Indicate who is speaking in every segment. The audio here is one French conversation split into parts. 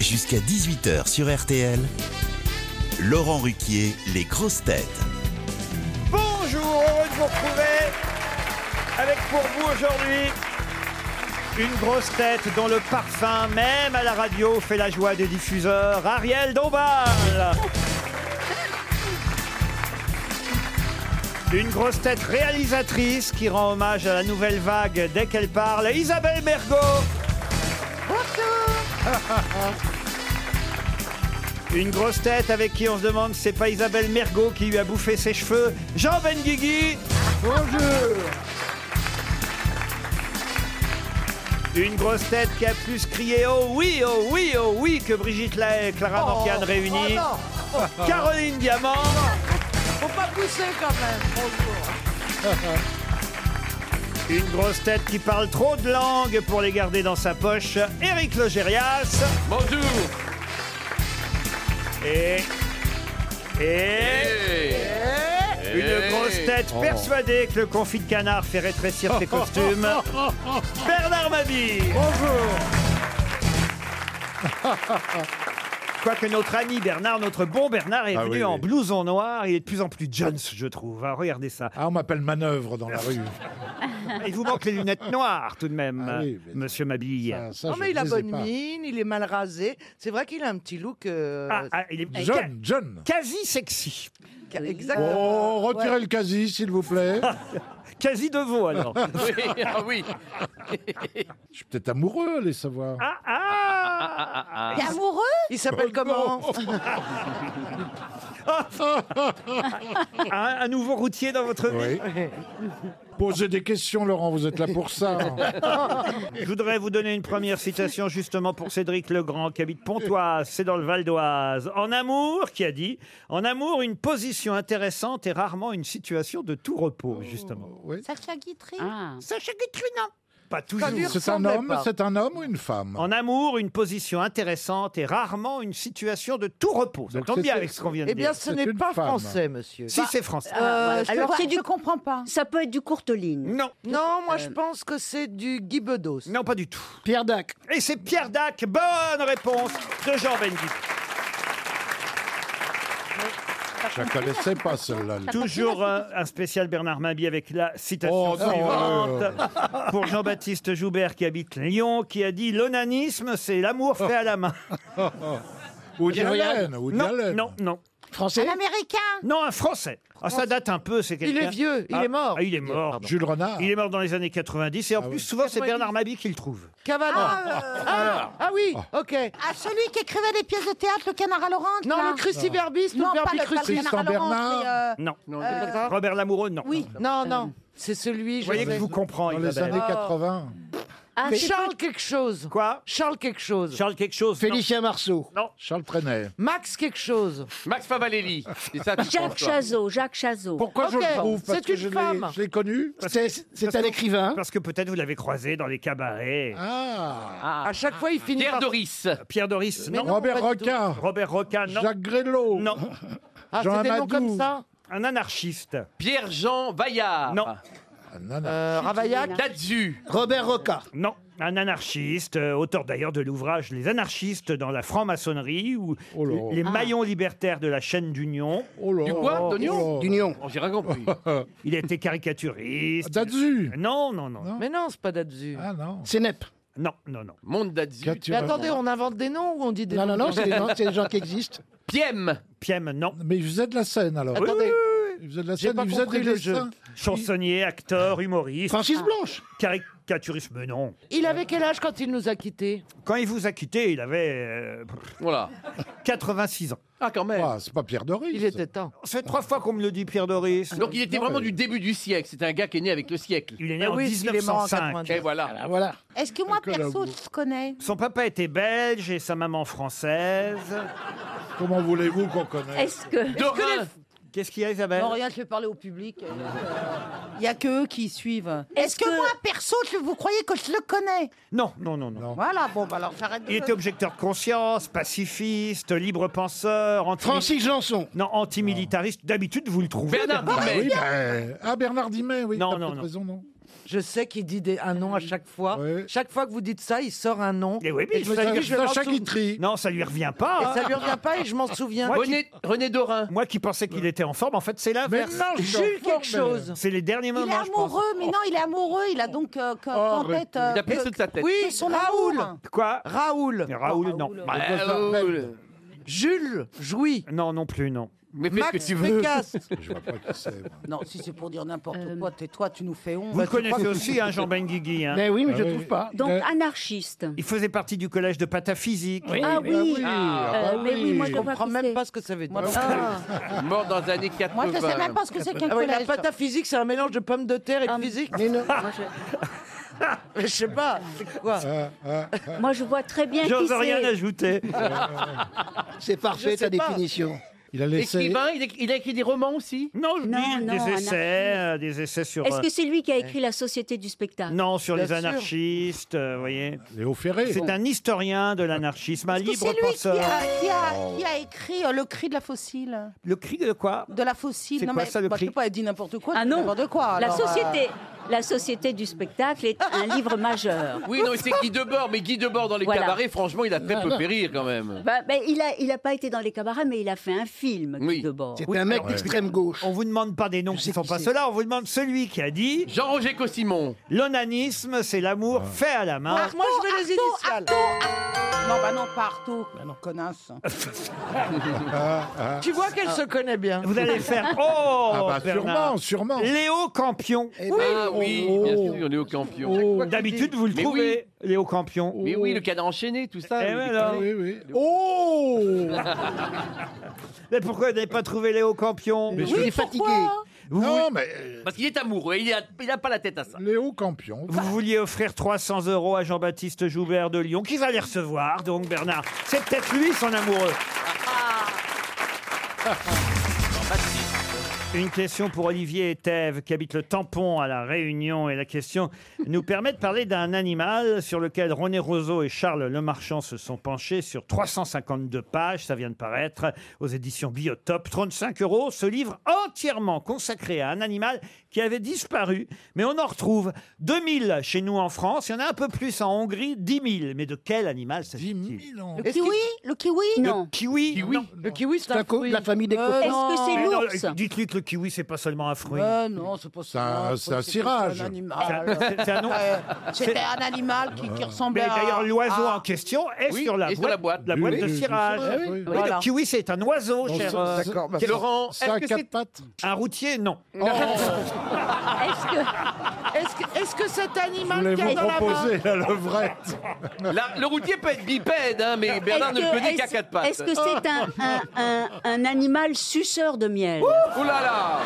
Speaker 1: jusqu'à 18h sur RTL. Laurent Ruquier, les grosses têtes.
Speaker 2: Bonjour, heureux de vous retrouver avec pour vous aujourd'hui une grosse tête dont le parfum, même à la radio, fait la joie des diffuseurs, Ariel Dombal. Une grosse tête réalisatrice qui rend hommage à la nouvelle vague dès qu'elle parle, Isabelle Mergot. Une grosse tête avec qui on se demande si c'est pas Isabelle Mergot qui lui a bouffé ses cheveux, Jean Benguigui. Bonjour. Une grosse tête qui a plus crié oh oui, oh oui, oh oui que Brigitte Lahaye et Clara
Speaker 3: oh,
Speaker 2: Morgan
Speaker 4: oh
Speaker 2: réunies.
Speaker 4: non. Oh.
Speaker 2: Caroline Diamant.
Speaker 4: Faut pas pousser quand même, bonjour.
Speaker 2: Une grosse tête qui parle trop de langues pour les garder dans sa poche, Éric Logérias. Bonjour. Et. Et.
Speaker 4: Et-
Speaker 2: Une grosse tête
Speaker 4: Oh.
Speaker 2: persuadée que le confit de canard fait rétrécir ses costumes. Bernard Mabille. Bonjour. Quoique notre ami Bernard, notre bon Bernard est
Speaker 5: Ah
Speaker 2: venu
Speaker 5: oui,
Speaker 2: en
Speaker 5: oui.
Speaker 2: blouson noir, il est de plus en plus Jones, je trouve. Ah, regardez ça. Ah, on m'appelle manœuvre dans la rue. il vous manque les lunettes noires tout de même, monsieur Mabille.
Speaker 6: non, Ah, mais il a bonne mine, il est mal rasé. C'est vrai qu'il a un petit look. euh,
Speaker 2: Ah, ah, il est jeune, jeune. Quasi sexy.
Speaker 6: Ca- Exactement.
Speaker 5: Oh, retirez
Speaker 6: Ouais.
Speaker 5: le quasi, s'il vous plaît.
Speaker 2: quasi de veau, alors.
Speaker 7: Oui, ah oui.
Speaker 5: Je suis peut-être amoureux, allez savoir.
Speaker 2: Ah.
Speaker 4: T'es amoureux
Speaker 6: Il s'appelle
Speaker 5: comment
Speaker 2: Ah, un, un nouveau routier dans votre vie
Speaker 5: Posez des questions, Laurent, vous êtes là pour ça.
Speaker 2: Je voudrais vous donner une première citation justement pour Cédric Legrand qui habite Pontoise, c'est dans le Val d'Oise. En amour, qui a dit En amour, une position intéressante est rarement une situation de tout repos, justement.
Speaker 8: Sacha Guitry
Speaker 9: Ah.
Speaker 2: Sacha Guitry, non Pas toujours.
Speaker 5: C'est un homme, c'est un homme ou une femme
Speaker 2: En amour, une position intéressante est rarement une situation de tout repos. Ça
Speaker 5: Donc
Speaker 2: tombe
Speaker 5: c'est-
Speaker 2: bien avec ce qu'on vient de
Speaker 6: Eh
Speaker 2: dire.
Speaker 6: bien, ce n'est pas français, monsieur.
Speaker 2: Si,
Speaker 6: Bah,
Speaker 2: c'est français.
Speaker 6: euh, je Ah,
Speaker 8: Alors
Speaker 6: vois-
Speaker 8: c'est du
Speaker 6: je-
Speaker 8: comprends pas. Ça peut être du courte ligne.
Speaker 2: Non.
Speaker 6: Non, moi je pense que c'est du Guy Bedos.
Speaker 2: Non, pas du tout.
Speaker 6: Pierre Dac.
Speaker 2: Et c'est Pierre Dac. Bonne réponse de Jean Benguigui.
Speaker 5: Je la connaissais pas, celle-là.
Speaker 2: Toujours euh, un spécial Bernard Mabie avec la citation
Speaker 5: Oh, non,
Speaker 2: suivante pour Jean-Baptiste Joubert qui habite Lyon qui a dit l'onanisme c'est l'amour fait à la main.
Speaker 5: Woody Allen, Woody
Speaker 2: non,
Speaker 5: Allen.
Speaker 2: non, non.
Speaker 5: Français
Speaker 8: Un américain
Speaker 2: Non, un français. Ah, ça date un peu, c'est
Speaker 6: Il
Speaker 2: quelqu'un.
Speaker 6: est vieux, il
Speaker 2: Ah,
Speaker 6: est mort.
Speaker 2: ah, il est mort.
Speaker 5: Jules Renard. Ah
Speaker 2: Il est mort dans les années 90 et en plus souvent c'est
Speaker 6: 90.
Speaker 2: Bernard Mabie qui le trouve.
Speaker 6: Cavana.
Speaker 8: Ah,
Speaker 6: Ah oui, ok.
Speaker 8: à celui qui écrivait des pièces de théâtre, le canard à Laurent.
Speaker 6: Ah. Non,
Speaker 8: là.
Speaker 6: le
Speaker 4: Ah.
Speaker 6: cruciverbiste ou
Speaker 8: Non, pas
Speaker 6: le verbi
Speaker 8: le, pas le
Speaker 6: crucis.
Speaker 8: canard à
Speaker 5: Tristan
Speaker 8: Laurent. mais, euh,
Speaker 2: Non.
Speaker 6: Euh,
Speaker 2: Robert Lamoureux, non.
Speaker 8: Oui.
Speaker 6: Non, non, c'est celui. Oh.
Speaker 2: Vous voyez que
Speaker 6: Joseph.
Speaker 2: je vous comprends,
Speaker 5: Dans les
Speaker 2: Isabelle.
Speaker 5: années 80.
Speaker 8: ah,
Speaker 6: Mais
Speaker 8: c'est
Speaker 6: Charles quelque chose.
Speaker 2: Quoi
Speaker 6: Charles quelque chose.
Speaker 2: Charles quelque chose non.
Speaker 6: Marceau.
Speaker 5: Charles Trenet.
Speaker 6: Max quelque chose.
Speaker 7: Max Favalelli. C'est ça, tu
Speaker 8: pas- Jacques
Speaker 7: penses, toi.
Speaker 8: Chazot, Jacques Chazot.
Speaker 5: Pourquoi je
Speaker 6: Ok,
Speaker 5: le trouve Parce
Speaker 6: c'est
Speaker 5: que
Speaker 6: une
Speaker 5: je l'ai,
Speaker 6: femme.
Speaker 5: je l'ai connu.
Speaker 2: Parce
Speaker 10: C'est un
Speaker 2: que-
Speaker 10: écrivain.
Speaker 2: Parce que peut-être vous l'avez croisé dans les cabarets.
Speaker 5: Ah,
Speaker 7: Ah.
Speaker 6: À chaque fois, il finit
Speaker 7: Pierre
Speaker 6: par...
Speaker 7: Doris.
Speaker 2: Pierre Doris, non.
Speaker 6: non.
Speaker 5: Robert
Speaker 6: pas du tout.
Speaker 5: Roca,
Speaker 2: Robert Roca, non.
Speaker 5: Jacques Grélot.
Speaker 2: Non.
Speaker 6: Ah,
Speaker 5: Jean
Speaker 6: c'est des noms
Speaker 5: Amadou.
Speaker 6: comme ça
Speaker 2: Un anarchiste.
Speaker 7: Pierre-Jean Vaillard.
Speaker 2: Non.
Speaker 5: Ah, non, non.
Speaker 6: Euh, Ravaillac
Speaker 7: Dazu.
Speaker 10: Robert Roca.
Speaker 2: Non, un anarchiste, euh, auteur d'ailleurs de l'ouvrage Les anarchistes dans la franc-maçonnerie ou
Speaker 5: Oh là.
Speaker 6: Ah.
Speaker 2: Les maillons libertaires de la chaîne d'Union.
Speaker 5: Oh là.
Speaker 7: Du quoi, d'oignon
Speaker 5: Oh là.
Speaker 10: D'Union.
Speaker 7: On j'ai rien compris.
Speaker 2: Il était caricaturiste.
Speaker 5: Dazu.
Speaker 2: Non, non, non.
Speaker 5: Non.
Speaker 6: Mais non, c'est pas Dazu.
Speaker 5: Ah non.
Speaker 10: Cénep.
Speaker 2: Non, non, non.
Speaker 7: Monde Dazu.
Speaker 6: Mais
Speaker 5: Catherine.
Speaker 6: attendez, on invente des noms ou on dit des
Speaker 10: Non,
Speaker 6: noms
Speaker 10: non, non, c'est des, gens- c'est des gens qui existent.
Speaker 7: Piem.
Speaker 2: Piem, non.
Speaker 5: Mais il faisait de la scène alors.
Speaker 6: Attendez.
Speaker 5: Il faisait de la
Speaker 6: J'ai
Speaker 5: scène,
Speaker 6: pas
Speaker 5: il faisait
Speaker 6: compris
Speaker 5: des
Speaker 6: le jeu.
Speaker 5: dessins.
Speaker 2: Chansonnier, acteur, humoriste,
Speaker 10: Francis Blanche.
Speaker 2: caricaturiste, mais non.
Speaker 6: Il avait quel âge quand il nous a quittés
Speaker 2: Quand il vous a quitté, il avait euh, pff,
Speaker 7: Voilà.
Speaker 2: 86 ans.
Speaker 7: Ah, quand même.
Speaker 5: Ah, c'est pas Pierre Doris.
Speaker 6: Il était temps.
Speaker 2: Ça fait trois fois qu'on me le dit, Pierre Doris.
Speaker 7: Donc, il était
Speaker 5: Non,
Speaker 7: vraiment
Speaker 5: mais-
Speaker 7: du début du siècle. C'était un gars qui est né avec le siècle.
Speaker 2: Il est né en
Speaker 6: oui, il est mort en
Speaker 2: 1905.
Speaker 6: 90.
Speaker 7: Et voilà.
Speaker 10: Ah, voilà.
Speaker 8: euh, Est-ce que moi,
Speaker 5: Nicolas
Speaker 8: perso,
Speaker 5: Hulot.
Speaker 8: je connais
Speaker 2: Son papa était belge et sa maman française.
Speaker 5: Comment voulez-vous qu'on connaisse
Speaker 8: Est-ce que.
Speaker 7: Dorin.
Speaker 2: Qu'est-ce qu'il y a, Isabelle
Speaker 4: rien, je vais parler au public. Il n'y a que eux qui suivent.
Speaker 8: Est-ce que moi, perso, je- vous croyez que je le connais
Speaker 2: Non, non, non, non.
Speaker 4: Voilà, bon, bah alors j'arrête
Speaker 2: Il était objecteur de conscience, pacifiste, libre penseur, anti
Speaker 10: Francis Janson.
Speaker 2: non, antimilitariste. D'habitude, vous le trouvez.
Speaker 7: Bernard
Speaker 2: Bernard-
Speaker 5: Ah,
Speaker 7: Dimet.
Speaker 5: oui, ben, ah, Bernard Dimet, oui.
Speaker 2: Non,
Speaker 5: t'as
Speaker 2: non,
Speaker 5: peut-être
Speaker 2: non.
Speaker 5: raison, non.
Speaker 6: Je sais qu'il dit des- un nom à chaque fois.
Speaker 5: Ouais.
Speaker 6: Chaque fois que vous dites ça, il sort un nom.
Speaker 2: Eh oui, mais
Speaker 6: et je me
Speaker 2: ça-
Speaker 6: dis, je vais m'en
Speaker 5: Sacha
Speaker 6: souvenir.
Speaker 5: Guitry.
Speaker 2: Non, ça lui revient pas.
Speaker 6: Et
Speaker 2: hein.
Speaker 6: ça lui revient pas et je m'en souviens.
Speaker 2: Moi,
Speaker 7: René, René Dorin.
Speaker 2: Moi qui pensais qu'il était en forme, en fait, c'est
Speaker 5: Mais
Speaker 2: l'inverse.
Speaker 5: non, je suis en
Speaker 6: Jules
Speaker 5: forme,
Speaker 6: quelque chose.
Speaker 2: C'est les derniers
Speaker 8: Il est
Speaker 2: moments, je pense.
Speaker 8: amoureux, mais non, il est amoureux. Il a donc euh, que- en
Speaker 5: arrête.
Speaker 8: tête. euh,
Speaker 7: Il a pris ça de sa tête.
Speaker 6: Oh, Oui,
Speaker 8: son
Speaker 6: Raoul.
Speaker 8: amour.
Speaker 2: Quoi
Speaker 6: Raoul.
Speaker 2: Raoul, non. Bah,
Speaker 5: mais-
Speaker 7: Raoul.
Speaker 6: Jules Jouy.
Speaker 2: non, non plus, non.
Speaker 7: Mais fais ce
Speaker 6: Max
Speaker 7: que tu veux.
Speaker 6: Pécasse.
Speaker 5: Je vois pas qui c'est. moi.
Speaker 8: Non, si c'est pour dire n'importe quoi, tais-toi, tu nous
Speaker 10: Mm.
Speaker 8: fais honte.
Speaker 2: Euh,
Speaker 10: Bah,
Speaker 2: Vous le connaissez aussi, hein, Jean Benguigui. hein.
Speaker 10: Mais Ben oui, mais
Speaker 5: Ah
Speaker 10: je
Speaker 5: oui.
Speaker 10: trouve pas. Ben
Speaker 9: Donc
Speaker 5: Euh,
Speaker 9: anarchiste.
Speaker 2: Il faisait partie du collège de pataphysique.
Speaker 10: bah
Speaker 9: ah oui,
Speaker 5: Ah,
Speaker 9: Euh,
Speaker 5: bah
Speaker 9: mais oui, moi je
Speaker 6: Je
Speaker 9: vois
Speaker 6: comprends
Speaker 9: qui c'est.
Speaker 6: même pas ce que ça veut dire.
Speaker 7: Mort dans les années 80.
Speaker 8: Moi, je sais même pas ce que c'est qu'un
Speaker 6: Ah ouais, la
Speaker 8: collège.
Speaker 6: pâte à physique, c'est un mélange de pommes de terre et de physique.
Speaker 10: Mais non.
Speaker 9: Moi, je...
Speaker 6: Je sais pas, c'est quoi
Speaker 5: Ah, ah, ah.
Speaker 9: moi, je vois très bien qui
Speaker 2: J'ose rien
Speaker 9: c'est.
Speaker 2: ajouter.
Speaker 10: C'est parfait ta
Speaker 6: sais pas.
Speaker 10: définition.
Speaker 5: Il a laissé.
Speaker 7: Écrivain, il, éc- il a écrit des romans aussi
Speaker 2: Non, je
Speaker 9: Non,
Speaker 2: dis
Speaker 9: non,
Speaker 2: des
Speaker 9: un
Speaker 2: essais, euh, des essais sur.
Speaker 9: Est-ce
Speaker 2: euh,
Speaker 9: que c'est lui qui a écrit La Société du spectacle
Speaker 2: Non, sur
Speaker 6: Bien
Speaker 2: les
Speaker 6: sûr.
Speaker 2: anarchistes, euh, vous voyez.
Speaker 5: Léo Ferré.
Speaker 2: C'est un historien de l'anarchisme, un
Speaker 8: Est-ce que
Speaker 2: libre
Speaker 8: c'est lui qui
Speaker 2: penseur. Oh.
Speaker 8: a, qui
Speaker 10: Oh.
Speaker 8: a- qui a écrit euh, le cri de la fossile
Speaker 2: Le cri de quoi
Speaker 8: De la fossile.
Speaker 2: C'est
Speaker 8: non,
Speaker 2: quoi
Speaker 8: mais,
Speaker 2: ça, le
Speaker 8: bah,
Speaker 2: cri
Speaker 8: Je sais pas, elle dit n'importe quoi.
Speaker 9: Ah
Speaker 8: elle dit
Speaker 9: non.
Speaker 8: N'importe quoi.
Speaker 9: La
Speaker 8: alors, euh,
Speaker 9: société, la société du spectacle est un livre majeur.
Speaker 7: Oui, non, c'est Guy Debord, mais Guy Debord dans les
Speaker 9: Voilà.
Speaker 7: cabarets, franchement, il a très peu fait rire quand même.
Speaker 9: Bah, bah, il a, il a pas été dans les cabarets, mais il a fait un film Guy
Speaker 7: Oui.
Speaker 9: Debord.
Speaker 10: C'était un mec d'extrême gauche.
Speaker 2: On vous demande pas des noms qui
Speaker 10: sais
Speaker 2: sont
Speaker 10: qui
Speaker 2: pas
Speaker 10: c'est.
Speaker 2: ceux-là, on vous demande celui qui a dit
Speaker 7: Jean-Roger Cossimon.
Speaker 2: l'onanisme, c'est
Speaker 10: Ah.
Speaker 2: l'amour fait à la main.
Speaker 6: Moi, je veux les initiales.
Speaker 9: ah.
Speaker 8: Non, bah non, pas Artaud. Bah non, connasse.
Speaker 7: Ah,
Speaker 6: Tu vois qu'elle
Speaker 9: Ah.
Speaker 6: se connaît bien.
Speaker 2: Ah. Vous allez faire oh
Speaker 5: Ah bah
Speaker 2: Bernard.
Speaker 5: sûrement, sûrement.
Speaker 2: Léo Campion.
Speaker 7: Ah oui,
Speaker 5: Oh.
Speaker 7: bien sûr, on est au campion.
Speaker 2: Oh. D'habitude vous le
Speaker 7: Mais
Speaker 2: trouvez, Léo Campion.
Speaker 7: Mais oui, le cadre enchaîné, tout ça.
Speaker 2: Eh
Speaker 7: le
Speaker 2: ouais,
Speaker 7: décalé.
Speaker 2: alors.
Speaker 5: Oui, oui.
Speaker 2: Oh
Speaker 7: Oh.
Speaker 2: Mais pourquoi vous n'avez pas trouvé Léo Campion
Speaker 10: Je suis fatigué.
Speaker 2: vous,
Speaker 5: Non, mais euh,
Speaker 7: Parce qu'il est amoureux, il a, il a pas la tête à ça.
Speaker 5: Léo Campion.
Speaker 2: vous vouliez offrir 300 euros à Jean-Baptiste Joubert de Lyon, qui va les recevoir, donc Bernard. C'est peut-être lui son amoureux. Une question pour Olivier et Thèves, qui habite le tampon à La Réunion. Et la question nous permet de parler d'un animal sur lequel René Roseau et Charles Lemarchand se sont penchés sur 352 pages. Ça vient de paraître aux éditions Biotop. 35 euros, ce livre entièrement consacré à un animal qui avait disparu. Mais on en retrouve 2000 chez nous en France. Il y en a un peu plus en Hongrie, 10 000. Mais de quel animal s'agit-il
Speaker 5: 10 000 ans.
Speaker 8: Le kiwi Le kiwi
Speaker 9: Non.
Speaker 2: Kiwi.
Speaker 7: Kiwi.
Speaker 2: Non.
Speaker 6: Le kiwi, c'est un
Speaker 10: La co-
Speaker 6: fruit.
Speaker 10: la famille des
Speaker 6: Euh,
Speaker 10: coquins.
Speaker 9: Est-ce que c'est
Speaker 2: Mais non,
Speaker 9: l'ours
Speaker 2: Dites-lui que le kiwi, c'est pas seulement un fruit.
Speaker 6: Euh, non, c'est pas
Speaker 5: C'est un- c'est un cirage.
Speaker 6: un
Speaker 2: C'est
Speaker 6: animal.
Speaker 2: un- c'est- c'est un nom-
Speaker 8: Euh, C'était un animal qui, qui ressemblait
Speaker 2: Ah. Mais
Speaker 8: à.
Speaker 2: d'ailleurs, l'oiseau
Speaker 8: à-
Speaker 2: en question est
Speaker 7: Oui,
Speaker 2: sur la
Speaker 7: et
Speaker 2: boîte,
Speaker 7: sur la boîte.
Speaker 2: la boîte de
Speaker 5: Oui,
Speaker 2: cirage.
Speaker 5: oui, oui.
Speaker 2: Oui,
Speaker 6: Voilà.
Speaker 2: Le kiwi, c'est un oiseau,
Speaker 5: Bon,
Speaker 2: cher.
Speaker 5: ça-
Speaker 2: euh,
Speaker 5: d'accord, bah,
Speaker 7: Laurent,
Speaker 5: ça- ça
Speaker 7: est-ce
Speaker 5: a
Speaker 7: que
Speaker 5: quatre
Speaker 7: c'est-
Speaker 5: pattes.
Speaker 2: un routier, non.
Speaker 4: Oh.
Speaker 9: Est-ce que
Speaker 6: Est-ce que, est-ce que cet
Speaker 5: Je
Speaker 6: animal
Speaker 5: voulais
Speaker 6: qui est
Speaker 5: vous
Speaker 6: dans la main,
Speaker 5: proposer la levrette.
Speaker 7: La- le routier peut être bipède, hein, mais Bernard
Speaker 9: est-ce
Speaker 7: ne
Speaker 9: que-
Speaker 7: connaît qu'à
Speaker 9: est-ce-
Speaker 7: quatre pattes.
Speaker 9: Est-ce que c'est un, un, un, un animal suceur de miel
Speaker 7: Oh là là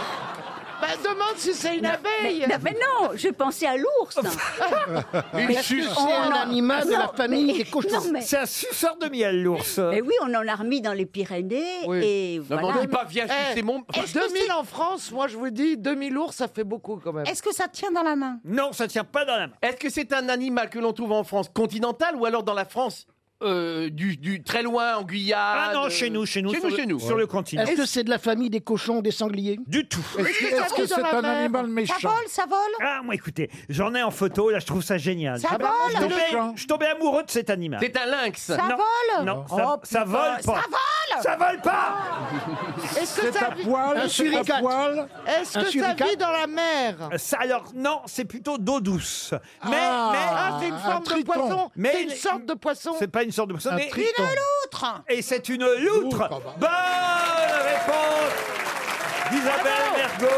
Speaker 6: bah, demande si c'est une
Speaker 9: mais,
Speaker 6: abeille.
Speaker 9: non, mais non, je pensais à l'ours. Ah.
Speaker 7: Il suce.
Speaker 10: C'est un animal de la famille des cochons.
Speaker 9: Non, mais,
Speaker 2: C'est un suceur de miel, l'ours.
Speaker 9: mais oui, on en a remis dans les Pyrénées
Speaker 6: Oui.
Speaker 9: et
Speaker 7: Non, mais on
Speaker 9: voilà.
Speaker 7: dit pas, viens
Speaker 6: Eh,
Speaker 7: sucer mon...
Speaker 6: 2000 en France, moi je vous dis, 2000 ours, ça fait beaucoup quand même.
Speaker 8: Est-ce que ça tient dans la main
Speaker 2: Non, ça tient pas dans la main.
Speaker 7: Est-ce que c'est un animal que l'on trouve en France continentale ou alors dans la France euh, du, du très loin, en Guyane
Speaker 2: Ah non,
Speaker 7: euh,
Speaker 2: chez nous, chez nous.
Speaker 7: Chez
Speaker 2: sur
Speaker 7: nous,
Speaker 2: le-
Speaker 7: chez nous.
Speaker 2: Sur le continent.
Speaker 10: Est-ce que c'est de la famille des cochons, des sangliers
Speaker 2: Du tout.
Speaker 5: Est-ce que-
Speaker 6: que ça
Speaker 5: est-ce que
Speaker 6: vit dans
Speaker 5: c'est
Speaker 6: la
Speaker 5: un
Speaker 6: mer
Speaker 5: animal
Speaker 8: Ça
Speaker 5: méchant
Speaker 8: vole, ça vole
Speaker 2: Ah, moi, écoutez, j'en ai en photo, là, je trouve ça génial.
Speaker 8: Ça
Speaker 2: Je-
Speaker 8: vole
Speaker 2: je, tombais,
Speaker 5: méchant.
Speaker 2: je tombais amoureux de cet animal.
Speaker 7: C'est un lynx.
Speaker 8: Ça
Speaker 2: Non.
Speaker 8: vole
Speaker 2: Non,
Speaker 8: Oh,
Speaker 2: ça, ça
Speaker 8: putain,
Speaker 2: vole pas.
Speaker 8: Ça vole
Speaker 2: Ça vole pas
Speaker 6: Ah. Est-ce que,
Speaker 5: C'est
Speaker 6: ça
Speaker 5: à
Speaker 6: vit,
Speaker 5: poil C'est
Speaker 10: Un
Speaker 5: à
Speaker 10: suricate.
Speaker 5: poil
Speaker 6: est-ce
Speaker 10: un
Speaker 6: que ça
Speaker 10: suricate
Speaker 6: vit dans la mer
Speaker 2: Euh, Ça, alors, non, c'est plutôt d'eau douce. Mais,
Speaker 6: Ah, c'est une
Speaker 5: un
Speaker 6: forme de
Speaker 5: triton.
Speaker 6: poisson.
Speaker 2: Mais
Speaker 6: C'est une
Speaker 2: il-
Speaker 6: sorte de poisson.
Speaker 2: mais c'est pas une sorte de personne.
Speaker 5: Un
Speaker 2: mais-
Speaker 5: triton.
Speaker 8: Autre
Speaker 2: Et c'est une loutre.
Speaker 5: Loutre, ah
Speaker 2: Bonne réponse d'Isabelle Mergo.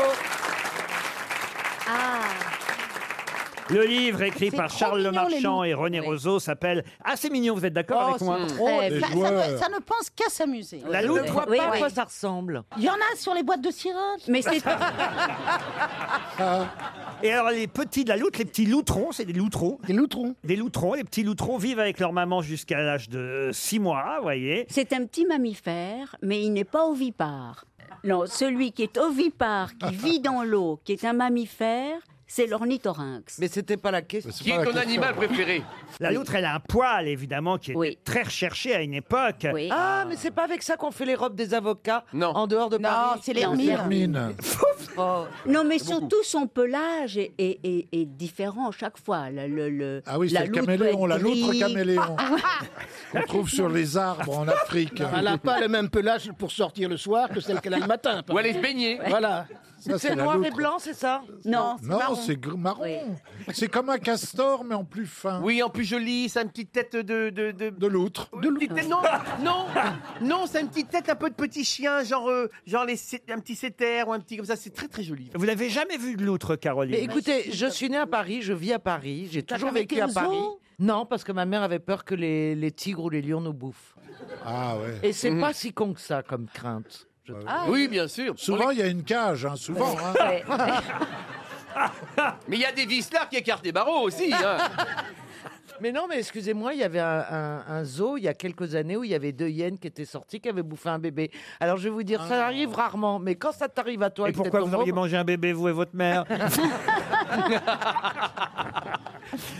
Speaker 9: Ah,
Speaker 2: Le livre écrit
Speaker 8: C'est
Speaker 2: par
Speaker 8: trop
Speaker 2: Charles
Speaker 8: mignon,
Speaker 2: Lemarchand et René
Speaker 9: Oui.
Speaker 2: Roseau s'appelle Ah, c'est mignon, vous êtes d'accord avec moi
Speaker 8: Eh, Ça,
Speaker 9: très
Speaker 5: Les
Speaker 8: ça ne,
Speaker 5: joueurs.
Speaker 8: ça ne pense qu'à s'amuser.
Speaker 2: La
Speaker 6: Je ne
Speaker 2: loutre
Speaker 6: vois
Speaker 9: Oui,
Speaker 6: pas à
Speaker 9: oui.
Speaker 6: quoi ça ressemble.
Speaker 8: Il y en a sur les boîtes de cirage.
Speaker 9: Mais c'est
Speaker 2: Et alors, les petits de la loutre, les petits loutrons, c'est des loutrons.
Speaker 10: Des loutrons
Speaker 2: Des loutrons, les petits loutrons vivent avec leur maman jusqu'à l'âge de 6 mois, vous voyez.
Speaker 9: c'est un petit mammifère, mais il n'est pas ovipare. Non, celui qui est ovipare, qui vit dans l'eau, qui est un mammifère, c'est l'ornithorynx.
Speaker 6: Mais c'était pas la question.
Speaker 5: C'est
Speaker 7: Qui
Speaker 5: pas
Speaker 7: est
Speaker 5: la
Speaker 7: ton
Speaker 5: question.
Speaker 7: animal préféré
Speaker 2: La loutre, elle a un poil, évidemment, qui est
Speaker 9: Oui.
Speaker 2: très recherché à une époque.
Speaker 9: Oui.
Speaker 6: Ah, mais c'est pas avec ça qu'on fait les robes des avocats
Speaker 7: Non.
Speaker 6: en dehors de
Speaker 8: Non,
Speaker 6: Paris
Speaker 8: c'est les
Speaker 9: Non,
Speaker 8: hermines.
Speaker 5: Hermine.
Speaker 9: Oh. Non, mais surtout son pelage est, est- est- est différent chaque fois. Le, le- le-
Speaker 5: Ah oui,
Speaker 9: la
Speaker 5: c'est le
Speaker 9: loutre peut
Speaker 5: caméléon,
Speaker 9: être
Speaker 5: la loutre
Speaker 9: gris.
Speaker 5: caméléon. Qu'on trouve sur les arbres en Afrique.
Speaker 10: Elle n'a pas le même pelage pour sortir le soir que celle qu'elle a le matin. par
Speaker 7: Ou aller se baigner.
Speaker 10: Voilà.
Speaker 5: Ça,
Speaker 6: C'est
Speaker 5: la
Speaker 6: noir et
Speaker 5: loutre.
Speaker 6: blanc, c'est ça
Speaker 9: Non,
Speaker 5: Non, c'est gr- marron.
Speaker 9: Oui.
Speaker 5: C'est comme un castor, mais en plus fin.
Speaker 7: Oui, en plus joli, ça a une petite tête de. de, de...
Speaker 5: De loutre.
Speaker 7: de petite tête- non, non, non, c'est une petite tête un peu de petit chien, genre, euh, genre les, sé- un petit setter ou un petit comme ça, c'est très très joli.
Speaker 2: Vous l'avez jamais vu de l'outre, Caroline
Speaker 6: Mais écoutez, je suis née à Paris, je vis à Paris, j'ai toujours
Speaker 8: jamais
Speaker 6: vécu
Speaker 8: été
Speaker 6: à
Speaker 8: au zoo
Speaker 6: Paris. Non, parce que ma mère avait peur que les, les tigres ou les lions nous bouffent.
Speaker 5: Ah ouais. Euh,
Speaker 6: Et c'est pas si con que ça comme crainte. je trouve.
Speaker 7: Mhm. oui, bien sûr.
Speaker 5: Souvent, il y a une cage, hein, souvent. hein.
Speaker 7: Mais il y a des vislards qui écartent des barreaux aussi. hein.
Speaker 6: Mais non, mais excusez-moi, il y avait un, un- un zoo il y a quelques années où il y avait deux hyènes qui étaient sorties, qui avaient bouffé un bébé. Alors je vais vous dire,
Speaker 5: Ah.
Speaker 6: ça arrive rarement, mais quand ça t'arrive à toi,
Speaker 2: Et
Speaker 6: que t'es
Speaker 2: pourquoi vous
Speaker 6: ton
Speaker 2: auriez
Speaker 6: môme-
Speaker 2: mangé un bébé, vous et votre mère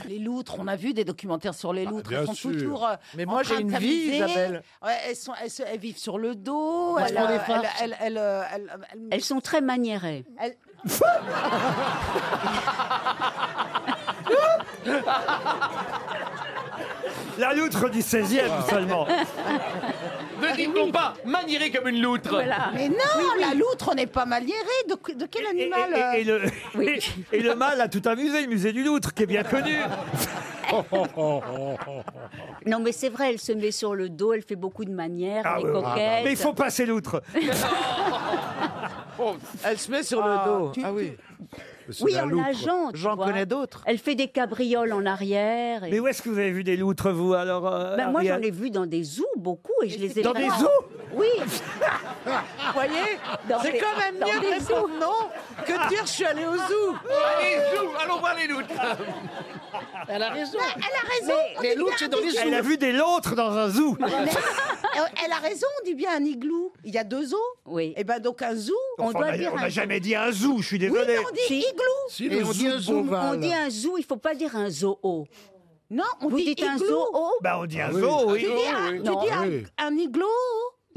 Speaker 8: Les loutres, on a vu des documentaires sur
Speaker 2: Ah,
Speaker 8: les loutres.
Speaker 5: bien
Speaker 8: elles sont
Speaker 5: sûr.
Speaker 8: toujours. euh,
Speaker 6: Mais
Speaker 8: en
Speaker 6: moi,
Speaker 8: train de
Speaker 6: j'ai une vie,
Speaker 8: s'amuser.
Speaker 6: Isabelle.
Speaker 8: Ouais, elles, sont, elles, se- elles vivent sur le dos.
Speaker 10: Elles
Speaker 8: elles,
Speaker 10: font des
Speaker 8: euh,
Speaker 10: farces.
Speaker 8: elles- elles- elles, euh, elles- elles-
Speaker 9: Elles sont très maniérées.
Speaker 2: La loutre du 16e seulement. Ah,
Speaker 7: Ne dit-on pas manieré comme une loutre
Speaker 8: Mais non, la loutre, on n'est pas maniérée. De, que- de quel
Speaker 2: Et, et-
Speaker 8: animal
Speaker 2: et-
Speaker 8: euh,
Speaker 2: et le, et le mâle a tout un musée, le musée du loutre, qui est bien connu.
Speaker 9: Non, mais c'est vrai, elle se met sur le dos, elle fait beaucoup de manières,
Speaker 2: Ah
Speaker 9: elle
Speaker 2: ouais,
Speaker 9: est
Speaker 2: ouais,
Speaker 9: coquette.
Speaker 2: Mais il faut passer l'outre.
Speaker 6: Oh, Elle se met sur
Speaker 8: Ah,
Speaker 6: le dos.
Speaker 8: tu-
Speaker 6: ah oui.
Speaker 5: C'est
Speaker 9: Oui,
Speaker 5: la
Speaker 9: en
Speaker 5: loutre.
Speaker 9: nageant. tu
Speaker 6: J'en
Speaker 9: vois.
Speaker 6: connais d'autres.
Speaker 9: Elle fait des cabrioles en arrière. et-
Speaker 2: Mais où est-ce que vous avez vu des loutres, vous, alors euh,
Speaker 9: Ben, moi, j'en
Speaker 2: Ariel
Speaker 9: ai vu dans des zoos beaucoup et je les ai
Speaker 2: Dans des
Speaker 9: vraiment-
Speaker 2: zoos
Speaker 9: Oui,
Speaker 6: Vous voyez
Speaker 9: Dans
Speaker 6: C'est
Speaker 9: les-
Speaker 6: quand même
Speaker 9: dans
Speaker 6: mieux de
Speaker 9: les
Speaker 6: répondre non que de dire je suis allée au zoo.
Speaker 7: Allez, zou, allons voir les loutres.
Speaker 10: Elle a raison.
Speaker 8: Elle a raison. on
Speaker 10: Les
Speaker 8: dit
Speaker 10: loutres,
Speaker 8: bien
Speaker 10: c'est
Speaker 8: un
Speaker 10: dans les
Speaker 2: Elle a
Speaker 10: sous.
Speaker 2: vu des loutres dans un zoo.
Speaker 8: igloo. Euh, Elle a raison, on dit bien un igloo. Il y a deux zoos.
Speaker 9: oui.
Speaker 8: Et ben donc un zoo.
Speaker 9: On
Speaker 2: Enfin,
Speaker 9: doit
Speaker 2: n'a-
Speaker 9: dire
Speaker 2: n'a
Speaker 9: un-
Speaker 2: jamais dit un zoo, je suis
Speaker 8: Oui,
Speaker 2: désolé.
Speaker 8: mais on dit igloo.
Speaker 5: Si
Speaker 10: Et
Speaker 5: le
Speaker 10: on dit un
Speaker 5: zoo
Speaker 10: zoo,
Speaker 9: On
Speaker 5: boval.
Speaker 9: dit un zoo, il faut pas dire un zoo.
Speaker 8: Non, on
Speaker 9: Vous
Speaker 8: dit
Speaker 9: dites un
Speaker 8: igloo.
Speaker 9: zoo
Speaker 2: Bah, on dit un
Speaker 5: Ah oui.
Speaker 2: zoo, oui.
Speaker 8: Tu dis, un, tu
Speaker 9: Non.
Speaker 8: dis un-
Speaker 5: Oui.
Speaker 8: un igloo